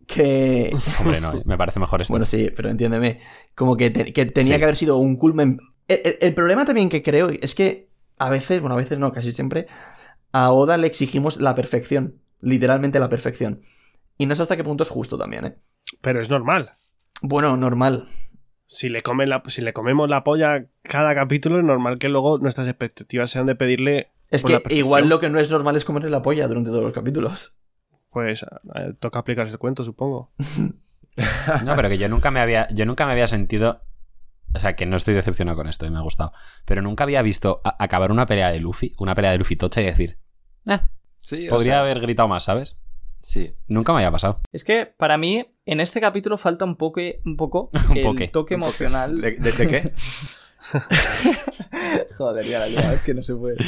Que... Hombre, no, ¿eh? me parece [LAUGHS] mejor este esto. Bueno, sí, pero entiéndeme. Como que, te- que tenía Sí. que haber sido un culmen. El, el- el problema también que creo es que a veces, bueno, a veces no, casi siempre, a Oda le exigimos la perfección. Literalmente la perfección. Y no sé hasta qué punto es justo también, ¿eh? Pero es normal. Bueno, normal. Si le, comen la- si le comemos la polla cada capítulo, es normal que luego nuestras expectativas sean de pedirle, Es Pues la que perfección. igual lo que no es normal es comerle la polla durante todos los capítulos. pues, eh, toca aplicarse el cuento, supongo. No, pero que yo nunca me había, yo nunca me había sentido. O sea, que no estoy decepcionado con esto y me ha gustado. Pero nunca había visto a- acabar una pelea de Luffy, una pelea de Luffy tocha y decir, "Ah, Sí, o podría sea, haber gritado más, ¿sabes? sí. Nunca me había pasado. Es que para mí, en este capítulo falta un poco, un [LAUGHS] poco Un el poque. toque emocional. ¿De, de- [LAUGHS] de qué? [LAUGHS] Joder, ya la he liado, es que no se puede.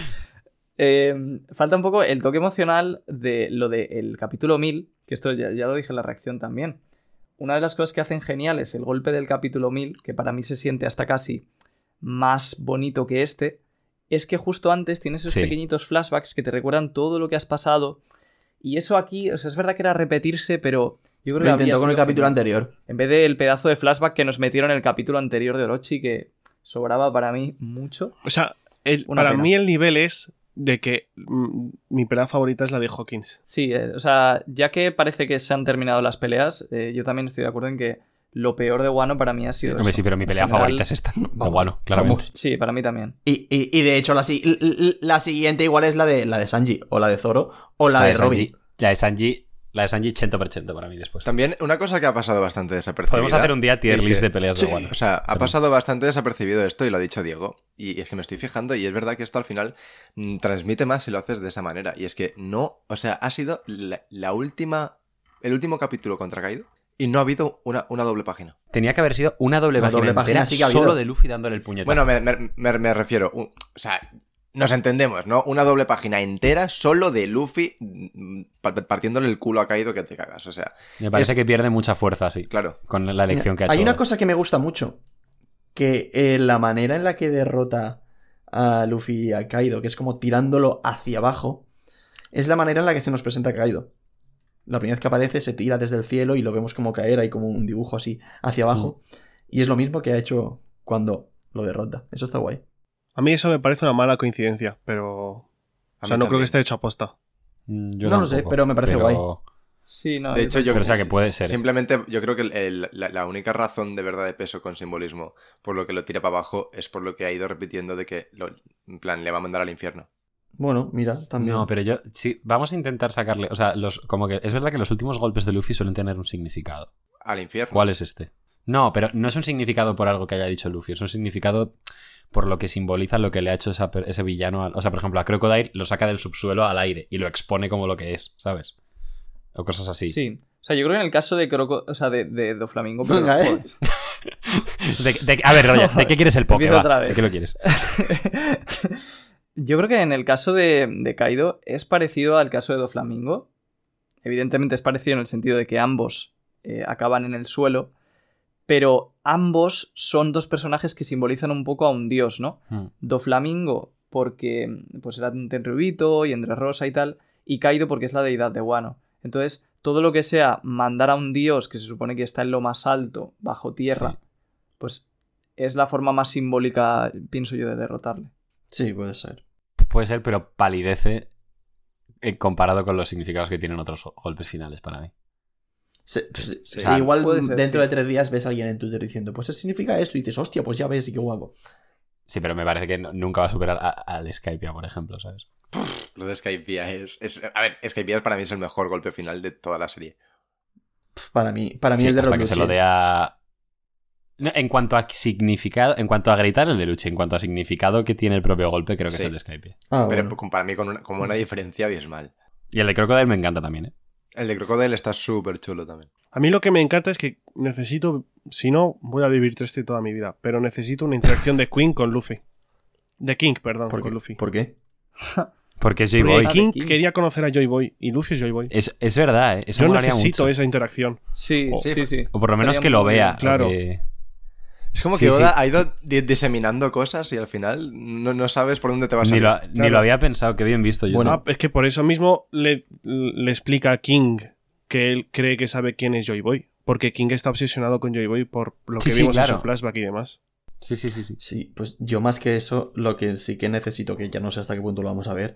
Eh, falta un poco el toque emocional de lo del capítulo 1000, que esto ya, ya lo dije en la reacción también. una de las cosas que hacen genial es el golpe del capítulo 1000, que para mí se siente hasta casi más bonito que este, es que justo antes tienes esos Sí. pequeñitos flashbacks que te recuerdan todo lo que has pasado. Y eso aquí, o sea, es verdad que era repetirse, pero yo creo que Lo habría intentó con el sido capítulo genial. anterior. En vez del pedazo de flashback que nos metieron en el capítulo anterior de Orochi, que sobraba para mí mucho. O sea, el- Una para pena. mí el nivel es de que mm, mi pelea favorita es la de Hawkins. Sí, eh, o sea, ya que parece que se han terminado las peleas, eh, yo también estoy de acuerdo en que lo peor de Wano para mí ha sido. Hombre, eso. sí, pero mi En pelea general, favorita es esta. De [LAUGHS] Vamos, Guano, claramente. vamos. Sí, para mí también. Y, y- y de hecho, la, si- l- l- la siguiente igual es la de, la de Sanji, o la de Zoro, o la, de, Robin. Sanji- La de Sanji, la de Sanji 80% para mí después. También una cosa que ha pasado bastante desapercibida. Podemos hacer un día tier es list que- de peleas de Wano. O sea, ha Pero- pasado bastante desapercibido esto y lo ha dicho Diego. Y es que me estoy fijando y es verdad que esto al final mm, transmite más si lo haces de esa manera. Y es que no, o sea, ha sido la, la última, el último capítulo contra Kaido y no ha habido una, una doble página. Tenía que haber sido una doble Una página, doble página entera sí que ha habido. solo de Luffy dándole el puñetazo. Bueno, me, me- me- me refiero, u- o sea, nos entendemos, ¿no? Una doble página entera solo de Luffy mm, pa- partiéndole el culo a Kaido que te cagas. O sea, me parece es- que pierde mucha fuerza, sí, claro. con la elección que ha Hay hecho. una cosa que me gusta mucho. Que eh, la manera en la que derrota a Luffy y a Kaido, que es como tirándolo hacia abajo, es la manera en la que se nos presenta Kaido. La primera vez que aparece se tira desde el cielo y lo vemos como caer, hay como un dibujo así Mm. hacia abajo. Y es lo mismo que ha hecho cuando lo derrota. Eso está guay. A mí eso me parece una mala coincidencia, pero. A O sea, mí no creo también. que esté hecho aposta. Mm, yo No lo sé, tampoco, pero me parece guay. Sí, Ah, no. De yo hecho, yo Pero, o sea, que puede ser. ¿eh? Simplemente, yo creo que el- el- la, la única razón de verdad de peso con simbolismo por lo que lo tira para abajo es por lo que ha ido repitiendo de que, lo- en plan, le va a mandar al infierno. Bueno, mira, también. No, pero yo sí, vamos a intentar sacarle, o sea, los como que es verdad que los últimos golpes de Luffy suelen tener un significado. Al infierno. ¿Cuál es este? No, pero no es un significado por algo que haya dicho Luffy, es un significado por lo que simboliza lo que le ha hecho esa per- ese villano, al- o sea, por ejemplo, a Crocodile lo saca del subsuelo al aire y lo expone como lo que es, ¿sabes? O cosas así. Sí. O sea, yo creo que en el caso de Croco, o sea, de, de Doflamingo, perdón, Venga, eh. joder. [LAUGHS] De- de- a ver, Roger, ¿de qué quieres el Poké? Empiezo Va, otra vez. ¿De qué lo [LAUGHS] quieres? [LAUGHS] Yo creo que en el caso de, de Kaido es parecido al caso de Doflamingo. Evidentemente es parecido en el sentido de que ambos eh, acaban en el suelo, pero ambos son dos personajes que simbolizan un poco a un dios, ¿no? Hmm. Doflamingo porque pues era un tenryubito y entre rosa y tal, y Kaido porque es la deidad de Wano. Entonces, todo lo que sea mandar a un dios que se supone que está en lo más alto, bajo tierra, Sí. pues es la forma más simbólica, pienso yo, de derrotarle. Sí, puede ser. Puede ser, pero palidece eh, comparado con los significados que tienen otros go- golpes finales para mí. Se- se- Sí. se- igual Puede ser, dentro sí. de tres días ves a alguien en Twitter diciendo, pues eso significa esto. Y dices, hostia, pues ya ves, y qué guapo. Sí, pero me parece que no- nunca va a superar a- al Skypia, por ejemplo, ¿sabes? Lo de Skypiea es, es- A ver, Skypiea para mí es el mejor golpe final de toda la serie. Para mí, para mí Sí, el de hasta que se lo Rock dé a... No, en cuanto a significado, en cuanto a gritar el de lucha, en cuanto a significado que tiene el propio golpe, creo que Sí. es el de Skypia. Ah, Pero bueno. Mm. con- para mí con una, como una diferencia abismal. Y el de Crocodile me encanta también, ¿eh? El de Crocodile está súper chulo también. A mí lo que me encanta es que necesito. Si no, voy a vivir triste toda mi vida. Pero necesito una interacción de Queen con Luffy. De King, perdón, ¿Por, qué? con Luffy. ¿Por qué? Porque es Joy Porque Boy. Ah, de King King. quería conocer a Joy Boy y Luffy es Joy Boy. Es, es verdad, ¿eh? Eso Yo molaría necesito mucho. esa interacción. Sí, Oh. sí, sí. O por lo menos Estaría que lo muy vea. bien. claro. que- Es como Sí, que Oda sí. ha ido di- diseminando cosas y al final no, no sabes por dónde te vas a Ni, ir. lo, ni Claro. lo había pensado, que bien visto yo. Bueno, Ah, es que por eso mismo le, le explica a King que él cree que sabe quién es Joy Boy. Porque King está obsesionado con Joy Boy por lo que Sí, sí, vimos en claro. su flashback y demás. Sí, sí, sí, sí. Sí, pues yo más que eso, lo que sí que necesito, que ya no sé hasta qué punto lo vamos a ver,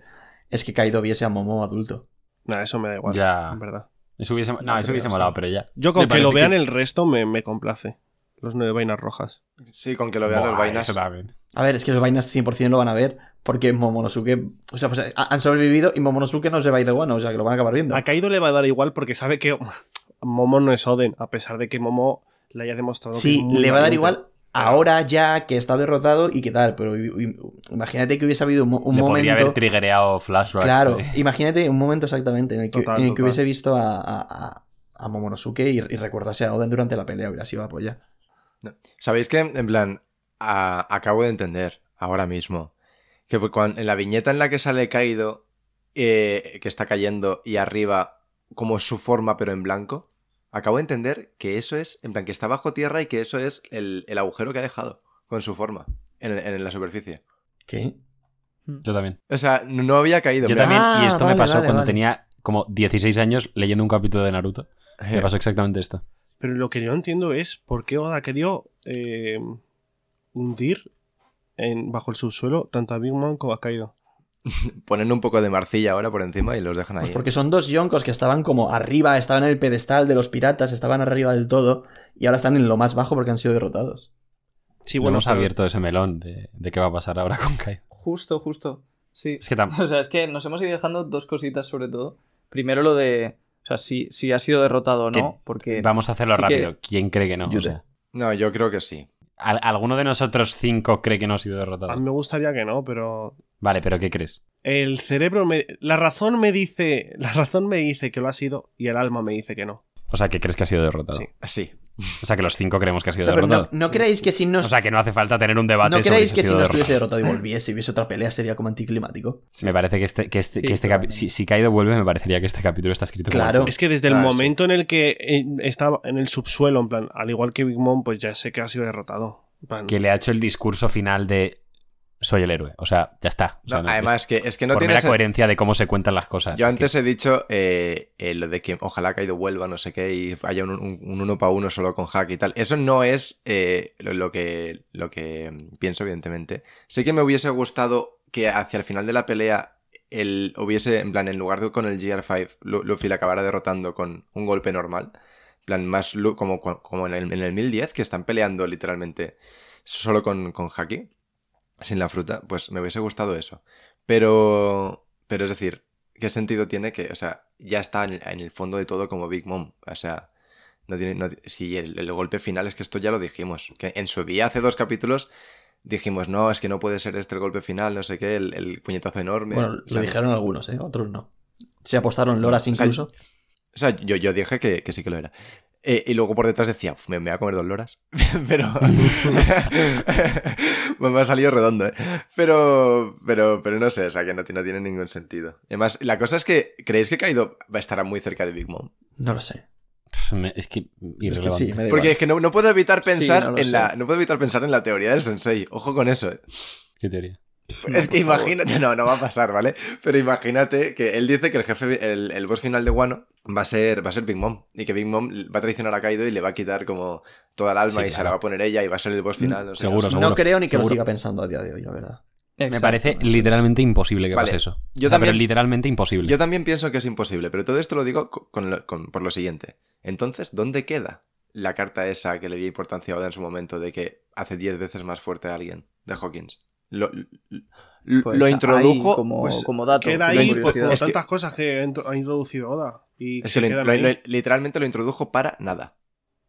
es que Kaido viese a Momo adulto. Nada, eso me da igual. Ya. En verdad. Eso hubiese, no, eso creo, hubiese sí. molado, pero ya. Yo Me con que parece lo vean que- el resto me, me complace. Los nueve vainas rojas. Sí, con que lo vean los Buah, vainas. eso también. A ver, es que los vainas 100% lo van a ver porque Momonosuke, o sea, pues ha- han sobrevivido y Momonosuke no se va a ir de guano, o sea, que lo van a acabar viendo. A Kaido le va a dar igual porque sabe que [LAUGHS] Momo no es Oden, a pesar de que Momo le haya demostrado que es Sí, muy le va a dar valiente. igual ahora ya que está derrotado y qué tal, pero i- i- imagínate que hubiese habido un, mo- un Le podría haber momento... triggereado flashbacks. eh. Claro, de- [LAUGHS] imagínate un momento exactamente en el que, Total, en el que total. hubiese visto a, a- a- a Momonosuke y, y recordase a Oden durante la pelea, hubiera sido la polla. ¿Sabéis que, en plan, a- acabo de entender ahora mismo que cu- cuan- en la viñeta en la que sale Kaido, eh, que está cayendo y arriba como su forma pero en blanco, Acabo de entender que eso es, en plan, que está bajo tierra y que eso es el, el agujero que ha dejado con su forma en, en la superficie. ¿Qué? Yo también. O sea, no había caído. Yo en plan- también. Ah, y esto vale, me pasó vale, cuando vale. tenía como 16 años leyendo un capítulo de Naruto. Eh. [LAUGHS] Me pasó exactamente esto. Pero lo que yo no entiendo es por qué Oda quería eh, hundir en, bajo el subsuelo tanto a Big Man como a Kaido. Ponen un poco de marcilla ahora por encima y los dejan ahí. Pues porque son dos yoncos que estaban como arriba, estaban en el pedestal de los piratas, estaban arriba del todo, y ahora están en lo más bajo porque han sido derrotados. Sí, Y bueno, hemos pero- abierto ese melón de, de qué va a pasar ahora con Kaido. Justo, justo. Sí. [LAUGHS] Es que tam- O sea, es que nos hemos ido dejando dos cositas sobre todo. Primero lo de, o sea, si, si ha sido derrotado o no, Que- porque... vamos a hacerlo sí que- rápido. ¿Quién cree que no? O Yude. sea, No, yo creo que sí. ¿al- ¿Alguno de nosotros cinco cree que no ha sido derrotado? A mí me gustaría que no, pero Vale, pero ¿qué crees? el cerebro me, la razón me dice, la razón me dice que lo ha sido y el alma me dice que no. O sea, ¿qué crees que ha sido derrotado? Sí. Sí. O sea, que los cinco creemos que ha O sido sea, pero no, derrotado. no creéis que si no, O sea, que no hace falta tener un debate no sobre creéis si ha que si sido no derrotado. estuviese derrotado y [LAUGHS] volviese y hubiese otra pelea sería como anticlimático. Me parece que este, que este, Sí, que este capi- probablemente. si, si Kaido vuelve, me parecería que este capítulo está escrito como- Claro. Es que desde el Ah, sí. momento en el que eh, estaba en el subsuelo, en plan, al igual que Big Mom, pues ya sé que ha sido derrotado. En plan, que le ha hecho el discurso final de soy el héroe. O sea, ya está. O sea, No, no- además, que es que no por tiene mera sen- coherencia de cómo se cuentan las cosas. Yo Es antes he dicho eh, eh, lo de que ojalá Kaido vuelva, no sé qué, y haya un, un- un uno para uno solo con hack y tal. Eso no es eh, lo, lo que, lo que mm, pienso, evidentemente. Sí que me hubiese gustado que hacia el final de la pelea el, hubiese, en plan, en lugar de con el GR5, Lu- Luffy le acabara derrotando con un golpe normal. En plan, más Lu- como, como en, el, en el 1010, que están peleando literalmente solo con, con Haki, sin la fruta. Pues me hubiese gustado eso. Pero, pero es decir, ¿qué sentido tiene que, o sea, ya está en, en el fondo de todo como Big Mom? O sea, no tiene, no- si el, el golpe final es que esto ya lo dijimos, que en su día, hace dos capítulos, dijimos, no, es que no puede ser este el golpe final, no sé qué, el, el puñetazo enorme. Bueno, O lo sea, dijeron algunos, ¿eh? Otros no. Se apostaron loras O sea, incluso. O sea, yo, yo dije que, que sí que lo era. Eh, y luego por detrás decía, "Uf, me, me voy a comer dos loras. [LAUGHS] pero. me ha salido redondo, ¿eh? Pero, pero, pero no sé, o sea, que no, ti- no tiene ningún sentido. Además, la cosa es que, ¿creéis que Kaido va a estar muy cerca de Big Mom? No lo sé. que- me- es que Es irrelevante. que sí, me da Porque igual. es que no, no puedo evitar Sí, pensar no lo en la. sé. No puedo evitar pensar en la teoría del sensei. Ojo con eso. ¿eh? ¿Qué teoría? es que por favor. imagínate. No, no va a pasar, ¿vale? Pero imagínate que él dice que el jefe, el, el boss final de Wano va a ser, va a ser Big Mom. Y que Big Mom va a traicionar a Kaido y le va a quitar como toda el alma Sí, y se claro. la va a poner ella y va a ser el boss final. no sé qué, Seguro, no sé seguro. no creo ni que lo seguro. siga pensando a día de hoy, la verdad. Me Exacto. parece literalmente imposible que Vale, pase eso. yo O sea, pero también- literalmente qué. imposible. Yo también pienso que es imposible, pero todo esto lo digo co- con lo- con- por lo siguiente. Entonces, ¿dónde queda la carta esa que le dio importancia a Oda en su momento de que hace 10 veces más fuerte a alguien de Hawkins? Lo, lo- Pues lo ahí introdujo como, pues, como dato. queda como ahí pues, curiosidad. como Es que- tantas cosas que ha intro- ha introducido Oda. Y Es se que lo- quedan lo- ahí. lo- literalmente lo introdujo para nada.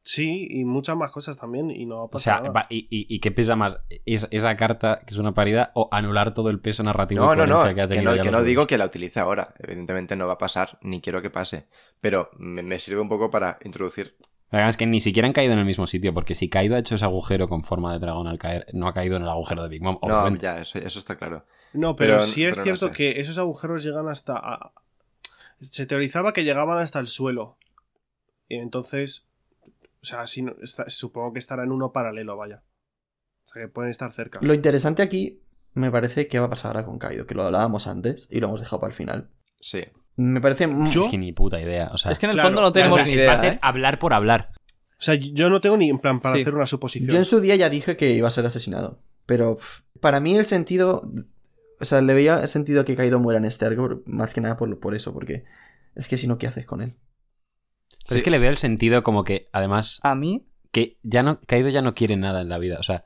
Sí, y muchas más cosas también, y no O pasa sea, nada. va- y, y- y qué pesa más? ¿Es- ¿Esa carta que es una paridad o anular todo el peso narrativo No, y no, no. coherencia Que, que ha tenido no, ya que los no digo últimos? que la utilice ahora. Evidentemente no va a pasar, ni quiero que pase. Pero me, me sirve un poco para introducir. Además que ni siquiera han caído en el mismo sitio, porque si Kaido ha hecho ese agujero con forma de dragón al caer, no ha caído en el agujero de Big Mom, No, obviamente. ya, eso, eso está claro. No, pero, Pero- sí es pero no cierto sé. que esos agujeros llegan hasta. a- Se teorizaba que llegaban hasta el suelo. Y entonces. O sea, si no- está- supongo que estará en uno paralelo, vaya. O sea, que pueden estar cerca. Lo interesante aquí me parece que va a pasar ahora con Kaido, que lo hablábamos antes y lo hemos dejado para el final. Sí. Me parece... mu- Yo- Es que ni puta idea. O sea, Es que en el Claro, fondo no o tenemos sea, ni va a idea, ser ¿eh? hablar por hablar. O sea, yo no tengo ni en plan para Sí. hacer una Yo suposición. en su día ya dije que iba a ser asesinado, pero pf, para mí el sentido, o sea, le veía sentido a que Kaido muera en este arco, por- más que nada por, por eso, porque es que si no, ¿qué haces con él? Pero Sí. es que le veo el sentido como que, además, A mí, que ya no, Kaido ya no quiere nada en la vida. O sea,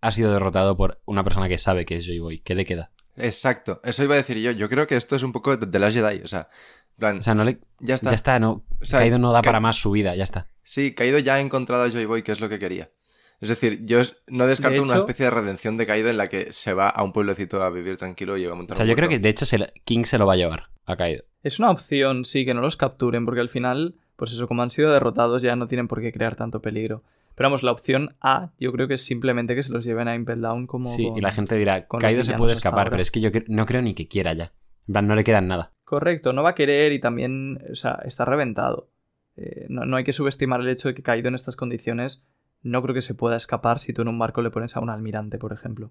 ha sido derrotado por una persona que sabe que es Joy Boy. ¿Qué le queda? Exacto. Eso iba a decir yo. Yo creo que esto es un poco de, de las Jedi. O sea, en plan, O sea, no le, ya está. ya está, no, O sea, Kaido no da Ka- para más su vida, ya está. Sí, Kaido ya ha encontrado a Joy Boy, que es lo que quería. Es decir, yo es- no descarto De una hecho- especie de redención de Kaido en la que se va a un pueblecito a vivir tranquilo y va a O montar sea, un yo creo que pueblo. de hecho se la- King se lo va a llevar a Kaido. Es una opción, sí, que no los capturen, porque al final, pues eso, como han sido derrotados, ya no tienen por qué crear tanto peligro. Pero vamos, la opción A, yo creo que es simplemente que se los lleven a Impel Down como. Sí, con- y la gente dirá, con los Kaido se villanos puede hasta escapar, ahora. pero es que yo cre- no creo ni que quiera ya. En plan, no le quedan nada. Correcto, no va a querer y también, o sea, está reventado. eh, no, no hay que subestimar el hecho de que caído en estas condiciones no creo que se pueda escapar si tú en un barco le pones a un almirante, por ejemplo.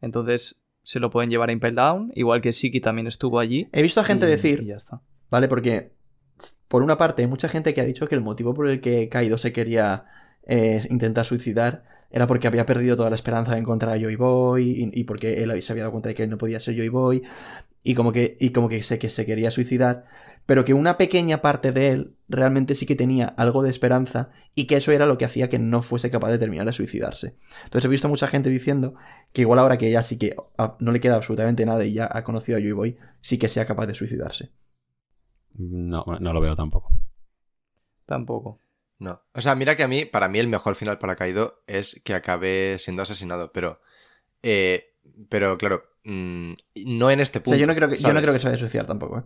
Entonces se lo pueden llevar a Impel Down, igual que Siki también estuvo allí. He visto a gente y- decir, y ya está. ¿vale? Porque, s- por una parte, hay mucha gente que ha dicho que el motivo por el que Kaido se quería eh, intentar suicidar era porque había perdido toda la esperanza de encontrar a Joy Boy y, y porque él se había dado cuenta de que él no podía ser Joy Boy y como que, y como que, se, que se quería suicidar, pero que una pequeña parte de él realmente sí que tenía algo de esperanza y que eso era lo que hacía que no fuese capaz de terminar de suicidarse. Entonces he visto mucha gente diciendo que igual ahora que ya sí que ah, no le queda absolutamente nada y ya ha conocido a Joy Boy, sí que sea capaz de suicidarse. No, no lo veo tampoco. Tampoco. No. O sea, mira que a mí, para mí, el mejor final para Kaido es que acabe siendo asesinado, pero. eh, pero claro, mm, no en este O punto. sea, yo no creo que, yo no ¿sabes? creo que se vaya a suicidar tampoco, ¿eh?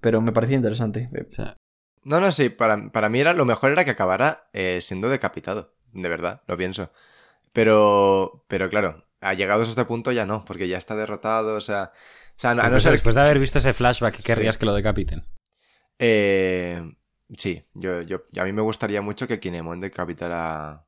Pero me parecía interesante. Eh, O sea, No, no, sí, para, para mí era, lo mejor era que acabara eh, siendo decapitado, de verdad, lo pienso. Pero, pero claro, ha llegados a este punto ya no, porque ya está derrotado, o sea, o sea, a no- a no pues ser después que- de haber visto ese flashback, Sí. querrías que lo decapiten. eh, sí, yo, yo, a mí me gustaría mucho que Kinemon decapitara...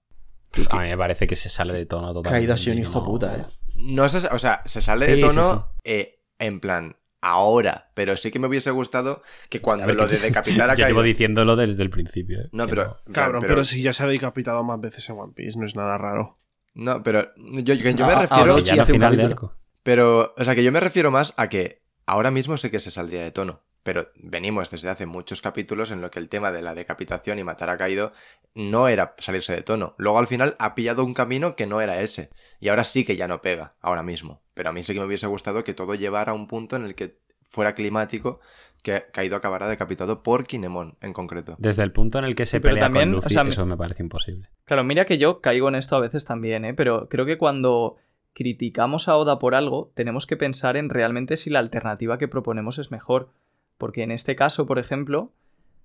A mí me parece que se sale de tono totalmente. Caído ha sido un y hijo no- puta, ¿eh? No se, o sea, se sale de Sí, sí, tono eh, en plan ahora, pero sí que me hubiese gustado que cuando A ver, lo que- de decapitar [LAUGHS] a Yo llevo Kaido- diciéndolo desde el principio. ¿eh? No, Que pero... Cabrón, pero... si ya se ha decapitado más veces en One Piece, no es nada raro. No, pero yo, yo- yo me A- a refiero... Que Orochi ya no hace un final de capítulo. arco. Pero, o sea, que yo me refiero más a que ahora mismo sé que se saldría de tono, pero venimos desde hace muchos capítulos en lo que el tema de la decapitación y matar a Kaido no era salirse de tono. Luego al final ha pillado un camino que no era ese, y ahora sí que ya no pega, ahora mismo. Pero a mí sí que me hubiese gustado que todo llevara a un punto en el que fuera climático que Kaido acabara decapitado por Kinemon en concreto. Desde el punto en el que se Sí, pero pelea también, con Luffy, o sea, me- eso me parece imposible. Claro, mira que yo caigo en esto a veces también, ¿eh? pero creo que cuando criticamos a Oda por algo, tenemos que pensar en realmente si la alternativa que proponemos es mejor. Porque en este caso, por ejemplo,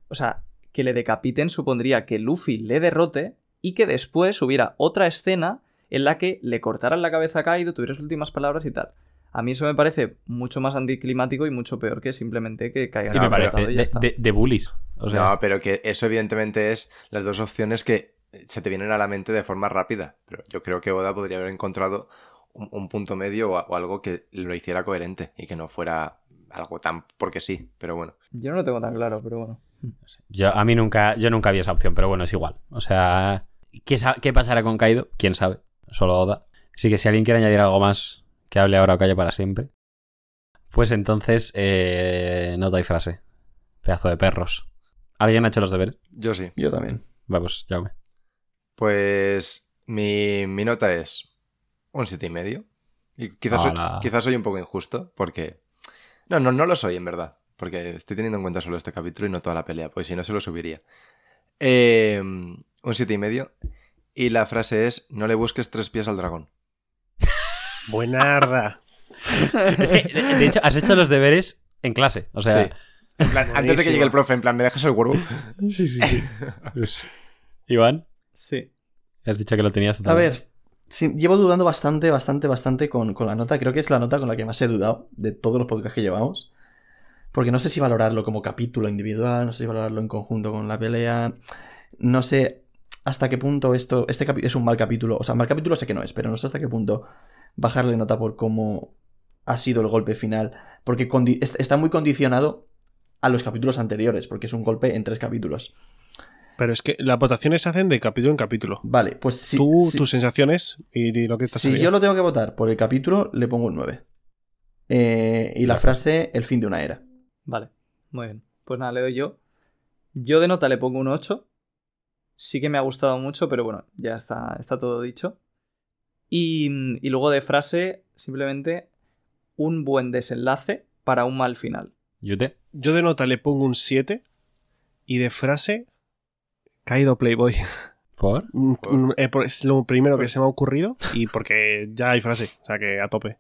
o sea, que le decapiten supondría que Luffy le derrote y que después hubiera otra escena en la que le cortaran la cabeza a Kaido, tuviera sus últimas palabras y tal. A mí eso me parece mucho más anticlimático y mucho peor que simplemente que caiga y me abrazado parece y ya de, está. de- de bullies. O sea, no, pero que eso evidentemente es las dos opciones que se te vienen a la mente de forma rápida. Pero yo creo que Oda podría haber encontrado un, un punto medio o, a- o algo que lo hiciera coherente y que no fuera algo tan porque sí, pero bueno. Yo no lo tengo tan claro, pero bueno. yo, a mí nunca, yo nunca vi esa opción, pero bueno, es igual. O sea, ¿qué, sa- qué pasará con Kaido? ¿Quién sabe? Solo Oda. Así que si alguien quiere añadir algo más, que hable ahora o calle para siempre. Pues entonces, eh, nota y frase. Pedazo de perros. ¿Alguien ha hecho los deberes? Yo sí. Yo también. Vamos, [LAUGHS] llame. Pues mi, mi nota es un siete y medio. Y quizás, soy, Ala. quizás soy un poco injusto porque... No, no, no lo soy en verdad. Porque estoy teniendo en cuenta solo este capítulo y no toda la pelea, pues si no se lo subiría. Eh, un siete y medio. Y la frase es, no le busques tres pies al dragón. Buenarda. Es que, de, de hecho, has hecho los deberes en clase. O sea, Sí. [LAUGHS] En plan, antes de que Buenísimo. llegue el profe, en plan, ¿me dejas [LAUGHS] el huevo? sí, sí. sí. Pues, Iván, Sí. has dicho que lo tenías. tú A también. ver, sí, llevo dudando bastante, bastante, bastante con, con la nota. Creo que es la nota con la que más he dudado de todos los podcasts que llevamos. Porque no sé si valorarlo como capítulo individual, no sé si valorarlo en conjunto con la pelea. No sé hasta qué punto esto. Este capi- es un mal capítulo. O sea, mal capítulo sé que no es, pero no sé hasta qué punto bajarle nota por cómo ha sido el golpe final. Porque condi- est- está muy condicionado a los capítulos anteriores, porque es un golpe en tres capítulos. Pero es que las votaciones se hacen de capítulo en capítulo. Vale, pues si, Tú, si- tus sensaciones y, y lo que estás si yo lo tengo que votar por el capítulo, le pongo un 9. Eh, y la frase, el fin de una era. Vale, muy bien. Pues nada, le doy yo. Yo de nota le pongo un 8. Sí que me ha gustado mucho, pero bueno, ya está, está todo dicho. Y, y luego de frase, simplemente un buen desenlace para un mal final. Yute. Yo de nota le pongo un 7 y de frase caído Playboy. [LAUGHS] ¿Por? [LAUGHS] Un- un- eh, por- es lo primero que se me ha ocurrido y porque ya hay frase, o sea que a tope.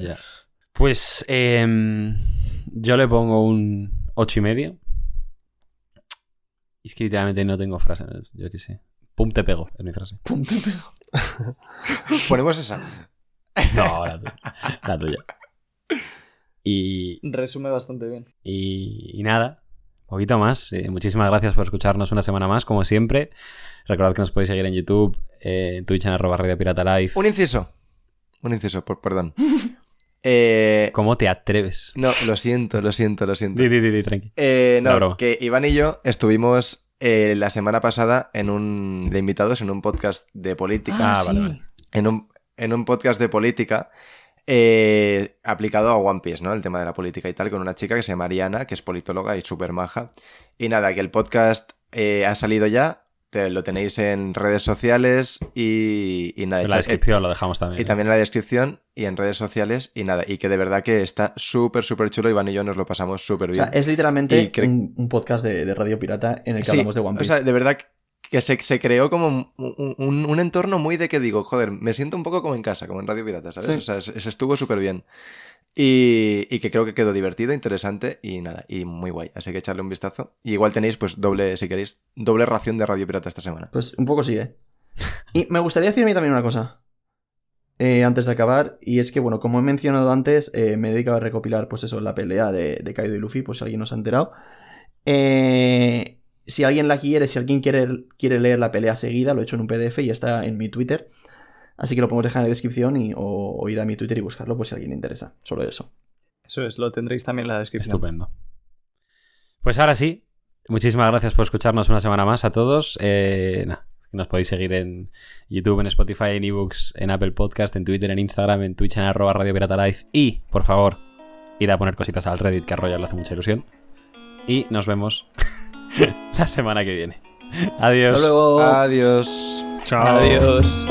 Ya. Pues em, yo le pongo un ocho y medio. Y es que literalmente no tengo frase, yo qué sé. Pum, te pego, es mi frase. Punto. Ponemos esa. No, la tuya. [LAUGHS] La tuya. Y, Resume bastante bien. y- y nada, poquito más. Eh, muchísimas gracias por escucharnos una semana más, como siempre. Recordad que nos podéis seguir en YouTube, eh, en Twitch, en arroba Radio Pirata Live. Un inciso. Un inciso, por, [LAUGHS] perdón. Eh, ¿Cómo te atreves? no, lo siento, lo siento, lo siento. Di, di, di, di, tranqui. Eh, Una no, broma. que Iván y yo estuvimos eh, la semana pasada en un, de invitados en un podcast de política. Ah, vale, vale. En, un, en un podcast de política eh, aplicado a One Piece, ¿no? El tema de la política y tal, con una chica que se llama Ariana, que es politóloga y súper maja. Y nada, que el podcast eh, ha salido ya. te- lo tenéis en redes sociales y, y nada. En la echad- descripción eh. lo dejamos también. y también en la descripción y en redes sociales y nada. Y que de verdad que está súper, súper chulo. Iván y yo nos lo pasamos súper O bien. sea, es literalmente Y cre- un, un podcast de, de Radio Pirata en el que Sí, hablamos de One O Piece. sea, de verdad que se, se creó como un, un- un entorno muy de que digo, joder, me siento un poco como en casa, como en Radio Pirata, ¿sabes? Sí. O sea, se, se estuvo súper bien. Y, y que creo que quedó divertido, interesante y nada, y muy guay. Así que echarle un vistazo. Y igual tenéis, pues, doble, si queréis, doble ración de Radio Pirata esta semana. Pues un poco sí, ¿eh? Y me gustaría decirme también una cosa. eh, antes de acabar, y es que, bueno, como he mencionado antes, eh, me he dedicado a recopilar, pues eso, la pelea de, de Kaido y Luffy, pues si alguien nos ha enterado. Eh, si alguien la quiere, si alguien quiere, quiere leer la pelea seguida, lo he hecho en un PDF y está en mi Twitter. Así que lo podemos dejar en la descripción y, o, o ir a mi Twitter y buscarlo, pues si a alguien le interesa. Solo eso. Eso es, lo tendréis también en la descripción. Estupendo. Pues ahora sí, muchísimas gracias por escucharnos una semana más a todos. Eh, nada, nos podéis seguir en YouTube, en Spotify, en ebooks, en Apple Podcast, en Twitter, en Instagram, en Twitch, en arroba Radio Pirata Live. Y, por favor, id a poner cositas al Reddit, que a Royal le hace mucha ilusión. Y nos vemos [LAUGHS] la semana que viene. Adiós. luego. Adiós. Chao. Adiós.